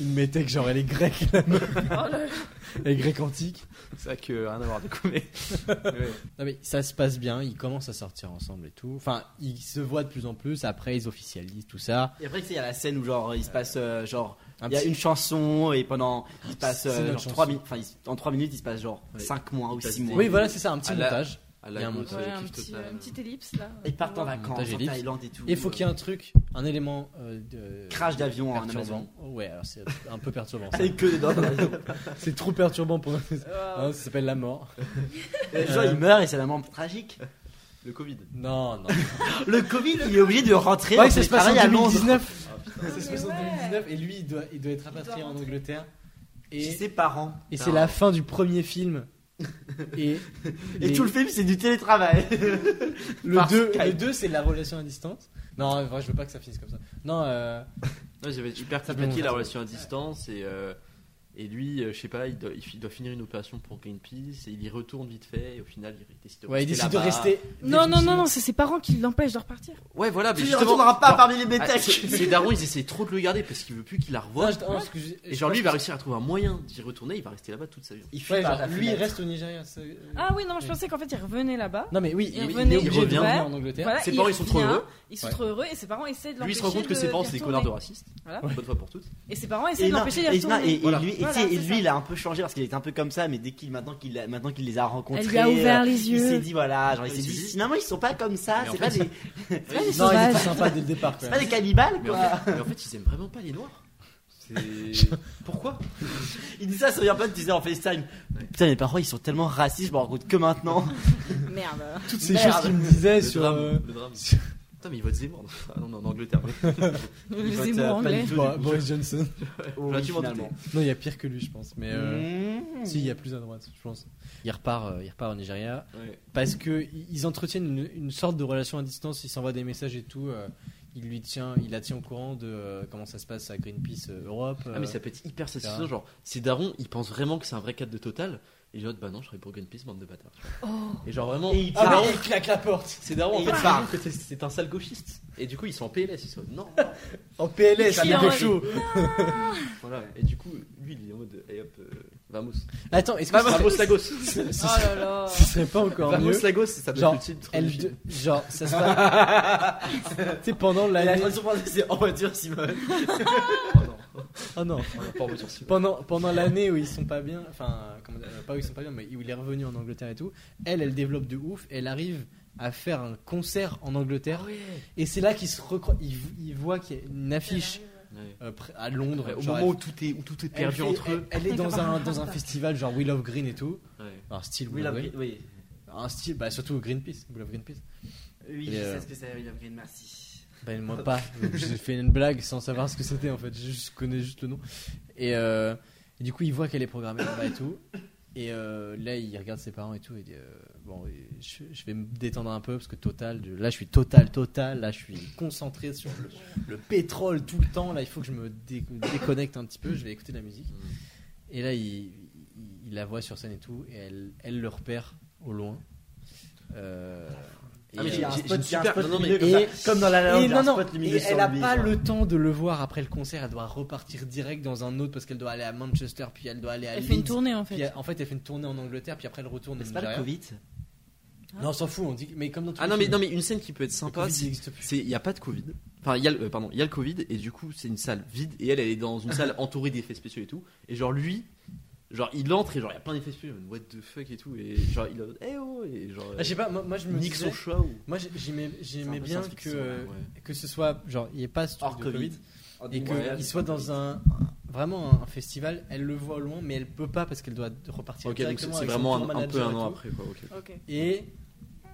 E: Une métèque, genre elle est grecque. la
H: Oh,
E: meuf. elle est grecque antique.
H: C'est vrai que rien à voir du coup, mais. ouais.
E: Non mais ça se passe bien, ils commencent à sortir ensemble et tout. Enfin, ils se voient de plus en plus. Après, ils officialisent tout ça.
G: Et après, tu sais, il y a la scène où genre il se passe euh, genre
E: Un
G: il y a
E: petit-
G: une chanson et pendant il se passe
E: C'est
G: euh,
E: notre
G: genre 3
E: chanson.
G: minutes, enfin il se- en 3 minutes il se passe genre
H: Ouais.
G: 5 mois ou
H: passe
G: 6 mois.
E: Oui, voilà, c'est ça, un petit
H: Ah, là.
E: montage.
H: à
E: Il y a un
H: la
E: montage.
F: Ouais, un petit, une petite ellipse là.
G: Ils partent
H: Ah,
G: en vacances
E: Montage
G: en
E: ellipse.
G: Thaïlande et tout.
E: Et il faut
G: euh,
E: qu'il y ait un truc, un élément euh, de.
G: Crash d'avion en
E: perturbant.
G: Amazon.
E: Oh, ouais, alors c'est un peu perturbant. ça.
G: C'est que des dents dans l'avion.
E: c'est trop perturbant pour nous.
F: Waouh.
E: Hein, ça s'appelle la mort.
G: Les gens,
H: Euh.
G: ils meurent et c'est vraiment tragique.
H: Le Covid.
E: Non, non.
G: Le Covid, il est obligé de rentrer
E: Ouais,
G: dans
E: ça
G: ses
E: se passe en
G: travails à Londres.
E: 2019. Ça se
F: Mais
E: passe en
F: ouais.
E: 2019 et lui, il doit, il doit être
F: Il
E: rapatrié
F: doit
E: en
F: rentrer.
E: Angleterre.
G: Chez
E: Et,
G: ses parents.
E: et c'est la fin du premier film. Et,
G: Et
E: les-
G: tout le film, c'est du télétravail.
E: le
G: par
E: 2,
G: Skype.
E: le 2 c'est la relation à distance. Non, en vrai, je veux pas que ça finisse comme ça. Non, euh,
H: Ouais, j'avais hyper
E: Ça peut
H: compliqué
E: montrer
H: la
E: ça.
H: relation à distance et, euh, et lui, euh, je sais pas, il doit, il doit finir une opération pour Greenpeace et il y retourne vite fait et au final il décide de
E: ouais, il
H: rester
E: décide de
H: là-bas.
E: rester.
F: Non, non, non, non, c'est ses parents qui l'empêchent de repartir.
H: Ouais, voilà, mais
G: Tu ne
H: justement-
G: retourneras pas
H: Non,
G: parmi les
H: ah,
G: métèques.
H: c'est- Ces darons, ils essaient trop de le garder parce qu'il veut plus qu'il la revoie.
E: Non, je- non, parce que je-
H: et genre lui, il va réussir à trouver un moyen d'y retourner, il va rester là-bas toute sa vie.
G: Il fuit
E: Ouais,
G: par
E: genre,
G: la
E: lui, il
G: fenêtre.
E: reste au Nigeria. c'est-
F: Ah oui, non, je pensais qu'en fait il revenait là-bas.
E: Non, mais oui,
F: Il
E: il, il
F: revenait,
E: est obligé
H: il
E: de
H: revient.
E: revenir en Angleterre.
F: Voilà,
H: Ses
F: Ah, il
H: parents, ils sont trop
F: revient,
H: heureux.
F: Ils sont
E: Ouais.
F: trop heureux et ses parents essaient de l'empêcher.
H: Lui, il se rend compte
F: de-
H: que ses parents,
F: d'y
H: c'est des
F: retourner.
H: connards de racistes.
F: Voilà.
H: Une bonne fois pour toutes.
F: Et ses parents essaient
G: Et,
F: de
G: non,
F: l'empêcher
G: et
F: d'y
G: non,
F: retourner.
G: et- et
H: Voilà.
G: lui, et tu
F: Voilà,
G: sais, et
F: c'est
G: lui,
F: ça.
G: il a un peu changé parce qu'il était un peu comme ça, mais dès qu'il maintenant qu'il a- maintenant qu'il les a rencontrés,
F: Elle lui a ouvert
G: euh,
F: les
G: il s'est
F: yeux.
G: dit voilà, genre il s'est
H: Il s'est
G: dit
H: dit-
G: finalement ils sont pas comme ça,
H: Mais en
G: Ah, c'est pas
H: fait,
G: des
F: C'est pas des
E: Non, il est
F: sauvages.
E: pas sympa dès le départ. quand
G: c'est
E: même.
G: pas des cannibales
H: Mais en,
G: quoi.
H: fait, mais en fait, ils aiment vraiment pas les noirs. C'est- Pourquoi
G: Il dit ça, ça vient pas de disait en FaceTime. Putain mes parents ils sont tellement racistes, je me rends compte que maintenant.
F: Merde.
E: Toutes ces
G: Merde.
E: choses qu'il me disait
H: le
E: sur.
H: drame,
E: euh,
H: le drame. Putain, mais ils votent Zemmour. Ah non, non, en Angleterre.
F: Le
G: vote,
F: Zemmour
G: euh, pas
F: anglais.
G: du tout.
E: Bo- Boris Johnson.
G: Oui,
H: Là, tu m'en
G: finalement.
E: Non, il y a pire que lui, je pense. Mais euh,
G: Mmh.
E: si, il y a plus à droite, je pense. Il repart, euh, il repart au Nigeria
H: Ouais.
E: parce que i- ils entretiennent une, une sorte de relation à distance. Ils s'envoient des messages et tout. euh, il lui tient, il la tient au courant de euh, comment ça se passe à Greenpeace euh, Europe.
H: Ah, mais ça peut être hyper satisfaisant.
E: ça.
H: Genre, ces darons, ils pensent vraiment que c'est un vrai cadre de Total. Et les autres, bah non, je serais pour Greenpeace, bande de bâtards.
F: Oh.
H: Et genre, vraiment,
G: Et il
H: Ah,
G: part.
H: mais
E: il claque la porte
H: ces darons, en
G: Et
H: fait,
G: il
H: ils
G: part.
H: savent que c'est- c'est un sale gauchiste. Et du coup, ils sont en PLS. Ils sont non,
E: en PLS.
F: Il
E: il est
F: en-
E: chaud.
H: voilà. Et du coup, lui, il est en mode, hey hop, euh, vamos.
E: Attends, est-ce que ce
H: Vamos
E: serait-
H: Lagos.
E: ce
F: Oh
E: serait-
F: là là.
E: ce bah, serait pas encore mieux
H: Vamos Lagos, ça doit
E: Genre,
H: être le titre. du
E: Elle
H: film.
E: de- genre ça se passe. tu sais pendant
G: Et La
E: l'année.
G: traduction française c'est en voiture Simone.
H: Oh non,
E: Oh non.
H: on va pas en voiture, si-
E: pendant, pendant l'année où ils sont pas bien, enfin, comment dire, euh, pas où ils sont pas bien, mais où il est revenu en Angleterre et tout, elle, elle développe de ouf, elle arrive à faire un concert en
H: Ah
E: Angleterre, et c'est là qu'ils se recro... ils, ils voient qu'il y a une affiche
H: Ouais.
E: euh, près- à Londres,
H: Ouais, Au
E: genre,
H: moment où
E: elle-
H: tout est, où tout est
E: elle
H: perdu
E: fait-
H: entre eux.
E: elle, elle est dans un, dans un festival genre Will of Green et tout,
H: Ouais.
E: un style Will
G: Oui,
E: of
G: la-
E: Green,
G: oui.
E: un style, bah surtout Greenpeace, Will of Greenpeace.
G: Oui,
E: Et,
G: je
E: euh,
G: sais ce que c'est, William Green, merci.
E: Ben, moi pas. J'ai fait une blague sans savoir ce que c'était en fait. Je juste- connais juste le nom. Et, euh, et du coup, il voit qu'elle est programmée là-bas et tout. Et euh, là, il regarde ses parents et tout. Il dit euh, Bon, et je, je vais me détendre un peu parce que total, je- là, je suis total, total. Là, je suis concentré sur le, le pétrole tout le temps. Là, il faut que je me dé- déconnecte un petit peu. Je vais écouter de la musique. Et là, il, il- il la voit sur scène et tout. Et elle, elle le repère au loin. Euh,
G: Ah, mais
E: et,
G: j'ai
E: euh,
G: un
H: j'ai-
G: spot-
H: j'ai une
G: j'ai un
H: super-
G: spot
H: non, non,
G: lumineux
E: mais-
G: comme
E: et-
G: ça. Comme dans la la Land,
E: et
G: j'ai
E: non,
G: un
E: non,
G: spot lumineux
E: et
G: sur
E: elle a
G: lui,
E: pas
G: genre.
E: le temps de le voir après le concert. Elle doit repartir direct dans un autre parce qu'elle doit aller à Manchester, puis elle doit aller à
F: Elle
E: Leeds,
F: fait une tournée en
E: puis
F: fait.
E: elle- en fait, elle fait une tournée en Angleterre, puis après elle retourne.
G: Mais
E: au
G: c'est pas le
E: Nigeria.
G: Covid.
E: Non, on s'en fout. On dit, mais comme dans tous
H: Ah
E: les
H: non mais,
E: films,
H: non mais une scène qui peut être
E: le
H: sympa,
E: Covid, il
H: c'est
E: existe plus.
H: il n'y a pas de Covid. Enfin, il y a le, euh, pardon, il y a le Covid et du coup, c'est une salle vide et elle, elle est dans une salle entourée d'effets spéciaux et tout. Et genre, lui, genre, il entre et genre, il y a plein d'effets spéciaux, what the fuck et tout. Et genre, il a, eh oh, et genre,
E: Ah, je sais pas. Moi, moi, je me
H: nique son
E: disais-
H: choix ou.
E: moi, j'ai- j'aimais, j'aimais
H: C'est un peu
E: bien que
H: science-fiction,
E: euh,
H: ouais.
E: que ce soit genre il n'y ait pas ce truc
G: Hors
E: de
G: Covid.
E: et qu'il
H: Ouais,
E: soit dans un vraiment un festival. Elle le voit au loin, mais elle peut pas parce qu'elle doit repartir.
H: Ok, donc c'est
E: directement
H: c'est
E: avec son
H: vraiment
E: tour
H: un, un peu
E: manager
H: un
E: et
H: an
E: tout.
H: après quoi. ok.
F: Ok.
E: Et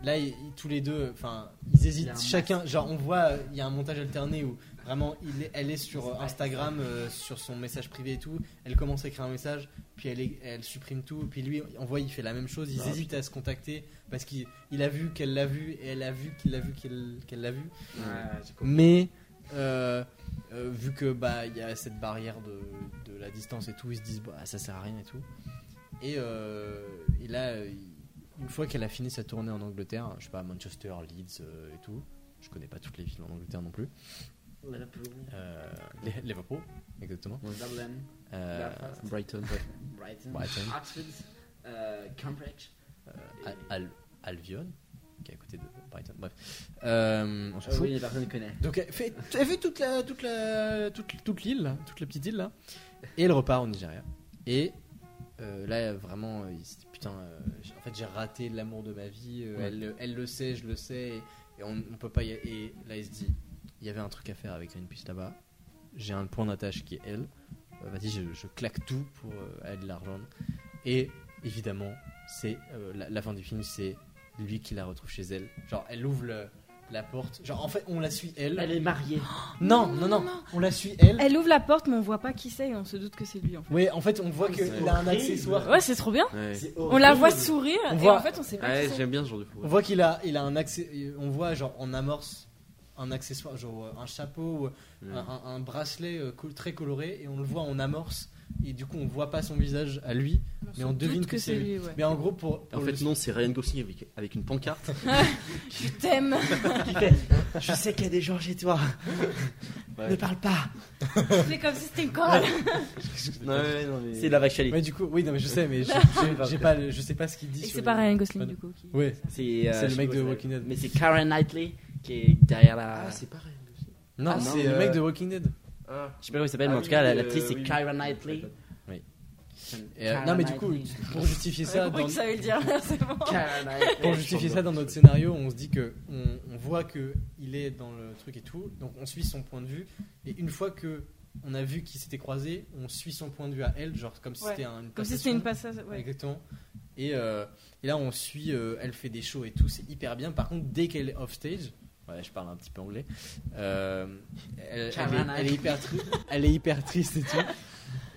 E: là, ils- ils- tous les deux, enfin, ils
G: Il y a un
E: hésitent. Chacun, genre, on voit, euh, il y a un montage alterné où vraiment, il est- elle est sur euh, Instagram, euh, sur son message privé et tout. Elle commence à écrire un message, puis elle, est- elle supprime tout. Puis lui, on voit, il fait la même
G: Bah,
E: chose. Ils
H: Ah,
E: hésitent à se contacter parce qu'il il a vu qu'elle l'a vu et elle a vu qu'il l'a vu qu'elle qu'elle l'a vu.
G: Ouais, j'ai compris.
E: Mais euh, euh, vu que bah il y a cette barrière de, de la distance et tout, ils se disent bah ça sert à rien et tout. Et, euh, et là, euh, une fois qu'elle a fini sa tournée en Angleterre, je sais pas Manchester, Leeds euh, et tout, je connais pas toutes les villes en Angleterre non plus. Euh, les- Liverpool, exactement.
G: Dublin,
E: Euh,
G: Belfast,
H: Brighton,
G: Brighton,
E: Brighton.
G: Oxford, euh, Cambridge. Euh,
E: Al- Al- Albion, qui est à côté de Brighton. Bref, Euh, on s'en
G: Euh,
E: fout.
G: oui, personne ne connaît.
E: Donc elle fait, elle fait toute la toute la toute, toute l'île, là, toute la petite île là, et elle repart au Nigeria. Et Euh, là, vraiment, euh, il s'est dit, putain, euh, j- en fait, j'ai raté l'amour de ma vie. euh,
L: Ouais.
E: elle, elle le sait, je le sais. Et, et on, on peut pas y Et là, il se dit, il y avait un truc à faire avec Greenpeace là-bas. J'ai un point d'attache qui est elle. Euh, Vas-y, je, je claque tout pour euh, aller la rejoindre. Et évidemment, c'est euh, la, la fin du film, c'est lui qui la retrouve chez elle. Genre, elle ouvre le- la porte. Genre, en fait, on la suit elle.
C: Elle est mariée.
E: Non, non, non, on la suit elle.
F: Elle ouvre la porte, mais on voit pas qui c'est et on se doute que c'est lui. En fait.
E: Oui, en fait, on voit
C: C'est
E: qu'il a un
C: horrible.
E: accessoire.
F: Ouais, c'est trop bien.
H: Ouais,
E: C'est
F: On la
E: horrible.
F: voit sourire
E: On
F: et
E: voit-
F: en fait on sait pas
H: Ouais,
F: qui c'est.
H: j'aime bien ce genre de fou.
E: On voit qu'il a, il a un accès. On voit genre en amorce un accessoire, genre euh, un chapeau, ou
H: Ouais.
E: un, un- un bracelet euh, col- très coloré, et on le voit en amorce. Et du coup, on voit pas son visage à lui, mais on
F: se doute
E: devine que, c'est lui.
F: ouais.
E: Mais en gros, pour, pour
H: En
E: le-
H: fait, non, c'est Ryan Gosling avec, avec une pancarte.
F: Je t'aime.
G: Je sais qu'il y a des gens chez toi. Ne parle pas.
F: C'est comme si c'était une corde.
H: non, ouais, non, mais...
G: C'est la vache à lait.
E: Ouais, du coup, oui, non, mais je sais, mais j'ai- j'ai- j'ai pas, le- je sais pas ce qu'il dit.
F: Et
E: sur
F: c'est
E: les-
F: pas Ryan Gosling
E: Ouais.
F: du coup. qui-
E: Ouais.
G: C'est euh,
E: C'est le
G: je
E: mec
G: sais
E: de
G: pas,
E: Walking Dead.
G: Mais c'est Karen Knightley qui est derrière la.
H: Ah,
G: je sais
H: c'est pareil.
E: Non,
G: Ah,
E: c'est le
G: non, euh,
E: mec de Walking Dead.
G: pas
H: Ah,
G: comment il s'appelle,
H: Ah
G: mais en
H: oui,
G: tout cas, la-
H: oui,
G: l'actrice
H: euh,
G: c'est
H: oui, oui.
G: Karen Knightley.
E: Et, euh, non, mais du coup, pour justifier
F: J'ai
E: ça,
F: compris
E: dans,
F: que ça veut le dire. C'est bon.
G: Karen Knightley.
E: Pour justifier ça dans notre scénario, on se dit que on, on voit que il est dans le truc et tout, donc on suit son point de vue. Et une fois que on a vu qu'ils s'étaient croisés, on suit son point de vue à elle, genre comme si
F: Ouais.
E: c'était un- une
F: Comme si c'était une
E: passation.
F: passage. ouais.
E: Exactement. Et, euh, et là, on suit, euh, elle fait des shows et tout, c'est hyper bien. Par contre, dès qu'elle est off stage, ouais, je parle un petit peu anglais, euh, elle, elle est, elle est hyper tri- elle est hyper triste et tout.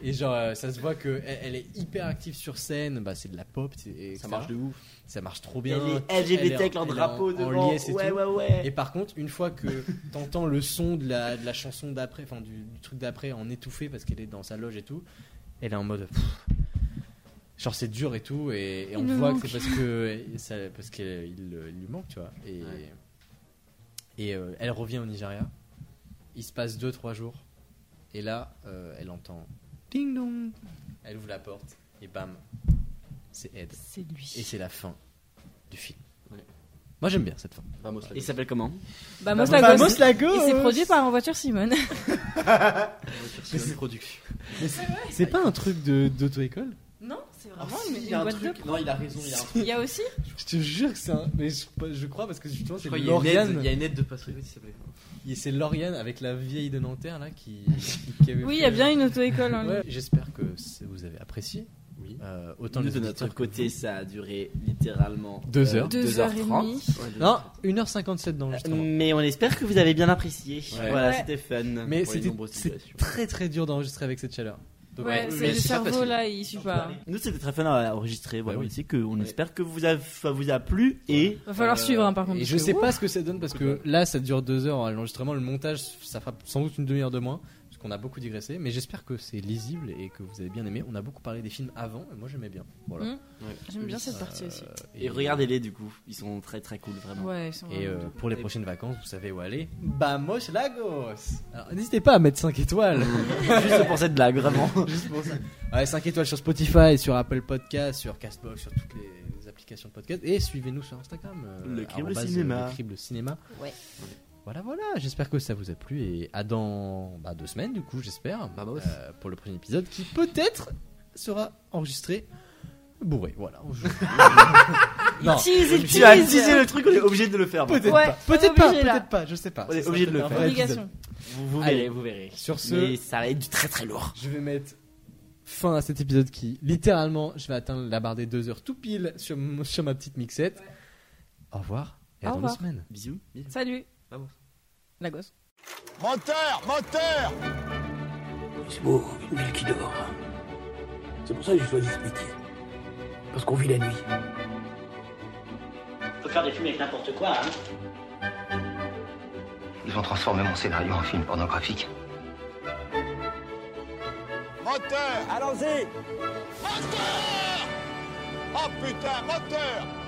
E: Et genre, euh, ça se voit que elle, elle est hyper active sur scène, bah, c'est de la pop, c'est- et
H: ça
E: etc.
H: marche de ouf.
E: Ça marche trop bien.
G: Elle est
E: Elle est en-
G: LGBT avec leur
E: elle est en-
G: drapeau
E: en
G: devant.
E: liesse et
G: Ouais,
E: tout.
G: ouais, ouais.
E: Et par contre, une fois que t'entends le son de la, de la chanson d'après, enfin du, du truc d'après en étouffé parce qu'elle est dans sa loge et tout, elle est en mode. pff, genre c'est dur et tout, et, et on
F: me
E: voit
F: manque.
E: que c'est parce que et ça, parce qu'il euh, il lui manque, tu vois. Et, et euh, elle revient au Nigeria. Il se passe 2-3 jours, et là, euh, elle entend ding dong. Elle ouvre la porte et bam, c'est Ed.
F: C'est
E: Et
F: lui.
E: c'est la fin du film.
H: Ouais.
E: Moi j'aime bien cette fin.
H: Vamos, la
G: Il s'appelle comment
F: Bah, Mos Lagos.
E: Lago
F: Et c'est produit par En voiture Simone.
H: c'est production.
L: C'est pas un truc de- d'auto-école
F: Non, c'est
H: Ah,
F: vraiment
H: si,
F: une,
H: il
F: une
H: y a un
F: boîte de.
H: truc. Non, il a raison, il y a un truc.
F: Il y a aussi
L: Je te jure que c'est un. Mais je, je crois parce que justement,
H: Je
L: c'est
H: crois qu'il y a une aide-
L: Lauriane.
H: Il y a une aide de Patrick qui s'appelait.
E: Et C'est Lauriane avec la vieille de Nanterre là qui.
F: Oui, il y a bien une auto-école hein. en ligne.
E: Ouais, J'espère que c'est- vous avez apprécié.
H: Oui.
E: Euh, autant
G: Nous
E: les
G: de
E: auditeurs
G: notre
E: que
G: côté, ça a duré littéralement
E: Deux
G: euh,
E: heures.
F: Deux heures et
G: 2h30.
F: demie.
E: vous. Non, 1h57
H: Ah
E: d'enregistrement.
G: euh, Mais on espère que vous avez bien apprécié.
E: Ouais.
G: Voilà,
F: Ouais.
G: c'était fun.
E: Mais
H: Pour les
E: c'était
H: nombreuses
E: c'est
H: situations.
E: très très dur d'enregistrer avec cette chaleur. Donc,
F: Ouais,
H: mais
F: c'est le
H: c'est pas
F: cerveau
H: facile.
F: là, il suit pas.
G: Nous, c'était très fun à enregistrer. Voilà,
E: Bah oui.
G: on sait que on espère que vous a, ça vous a plu et
F: Va falloir
G: Euh,
F: suivre hein, par contre.
E: Et
F: parce
E: je
F: que,
E: sais
F: ouh,
E: pas ce que ça donne parce que là ça dure deux heures hein, l'enregistrement, le montage ça fera sans doute une demi-heure de moins parce qu'on a beaucoup digressé mais j'espère que c'est lisible et que vous avez bien aimé. On a beaucoup parlé des films avant et moi j'aimais bien. Voilà.
F: Mm. J'aime bien cette partie aussi.
E: Euh,
G: et regardez-les du coup. Ils sont très très cool vraiment.
F: Ouais, ils sont
E: Et
F: vraiment
E: euh,
F: top.
E: pour les prochaines vacances, vous savez où aller Bamos Lagos Alors, N'hésitez pas à mettre 5 étoiles
G: Juste pour cette blague vraiment.
E: Juste pour ça. Ouais, 5 étoiles sur Spotify, sur Apple Podcast, sur Castbox, sur toutes les applications de podcast. Et suivez-nous sur Instagram. euh,
G: Le Crible
E: arrobase,
G: Cinéma.
E: euh, Le Crible Cinéma.
F: Ouais.
E: Voilà, voilà. J'espère que ça vous a plu. Et à dans bah, deux semaines, du coup, j'espère.
H: Vamos.
E: euh, pour le premier épisode qui peut-être sera enregistré bourré. Voilà. non. ah,
F: Tease, il
G: tu as
F: tease.
G: utilisé le truc, on est obligé de le faire.
E: Peut-être
F: Ouais,
E: pas,
F: on est
E: peut-être pas,
F: obligé, là.
E: peut-être pas, je sais pas.
G: On est
E: Ça
G: obligé de
E: sera
G: le
E: un
G: faire.
E: vrai épisode.
F: Obligation.
G: Vous, vous
E: Allez.
G: verrez, vous verrez.
E: Sur ce,
G: Mais ça va être du très très lourd.
E: Je vais mettre fin à cet épisode qui, littéralement, je vais atteindre la barre des deux heures tout pile sur, mon- sur ma petite mixette. Au revoir et à
F: Au
E: dans deux
F: revoir.
E: semaines.
G: Bisous. Bisous.
F: Salut.
H: Vamos.
F: La gosse.
A: Moteur Moteur
B: C'est beau, une ville qui dort. C'est pour ça que j'ai choisi ce métier. Parce qu'on vit la nuit.
C: On peut faire des films avec n'importe quoi. Hein.
D: Ils ont transformé mon scénario en film pornographique.
A: Moteur Allons-y Moteur Oh putain, moteur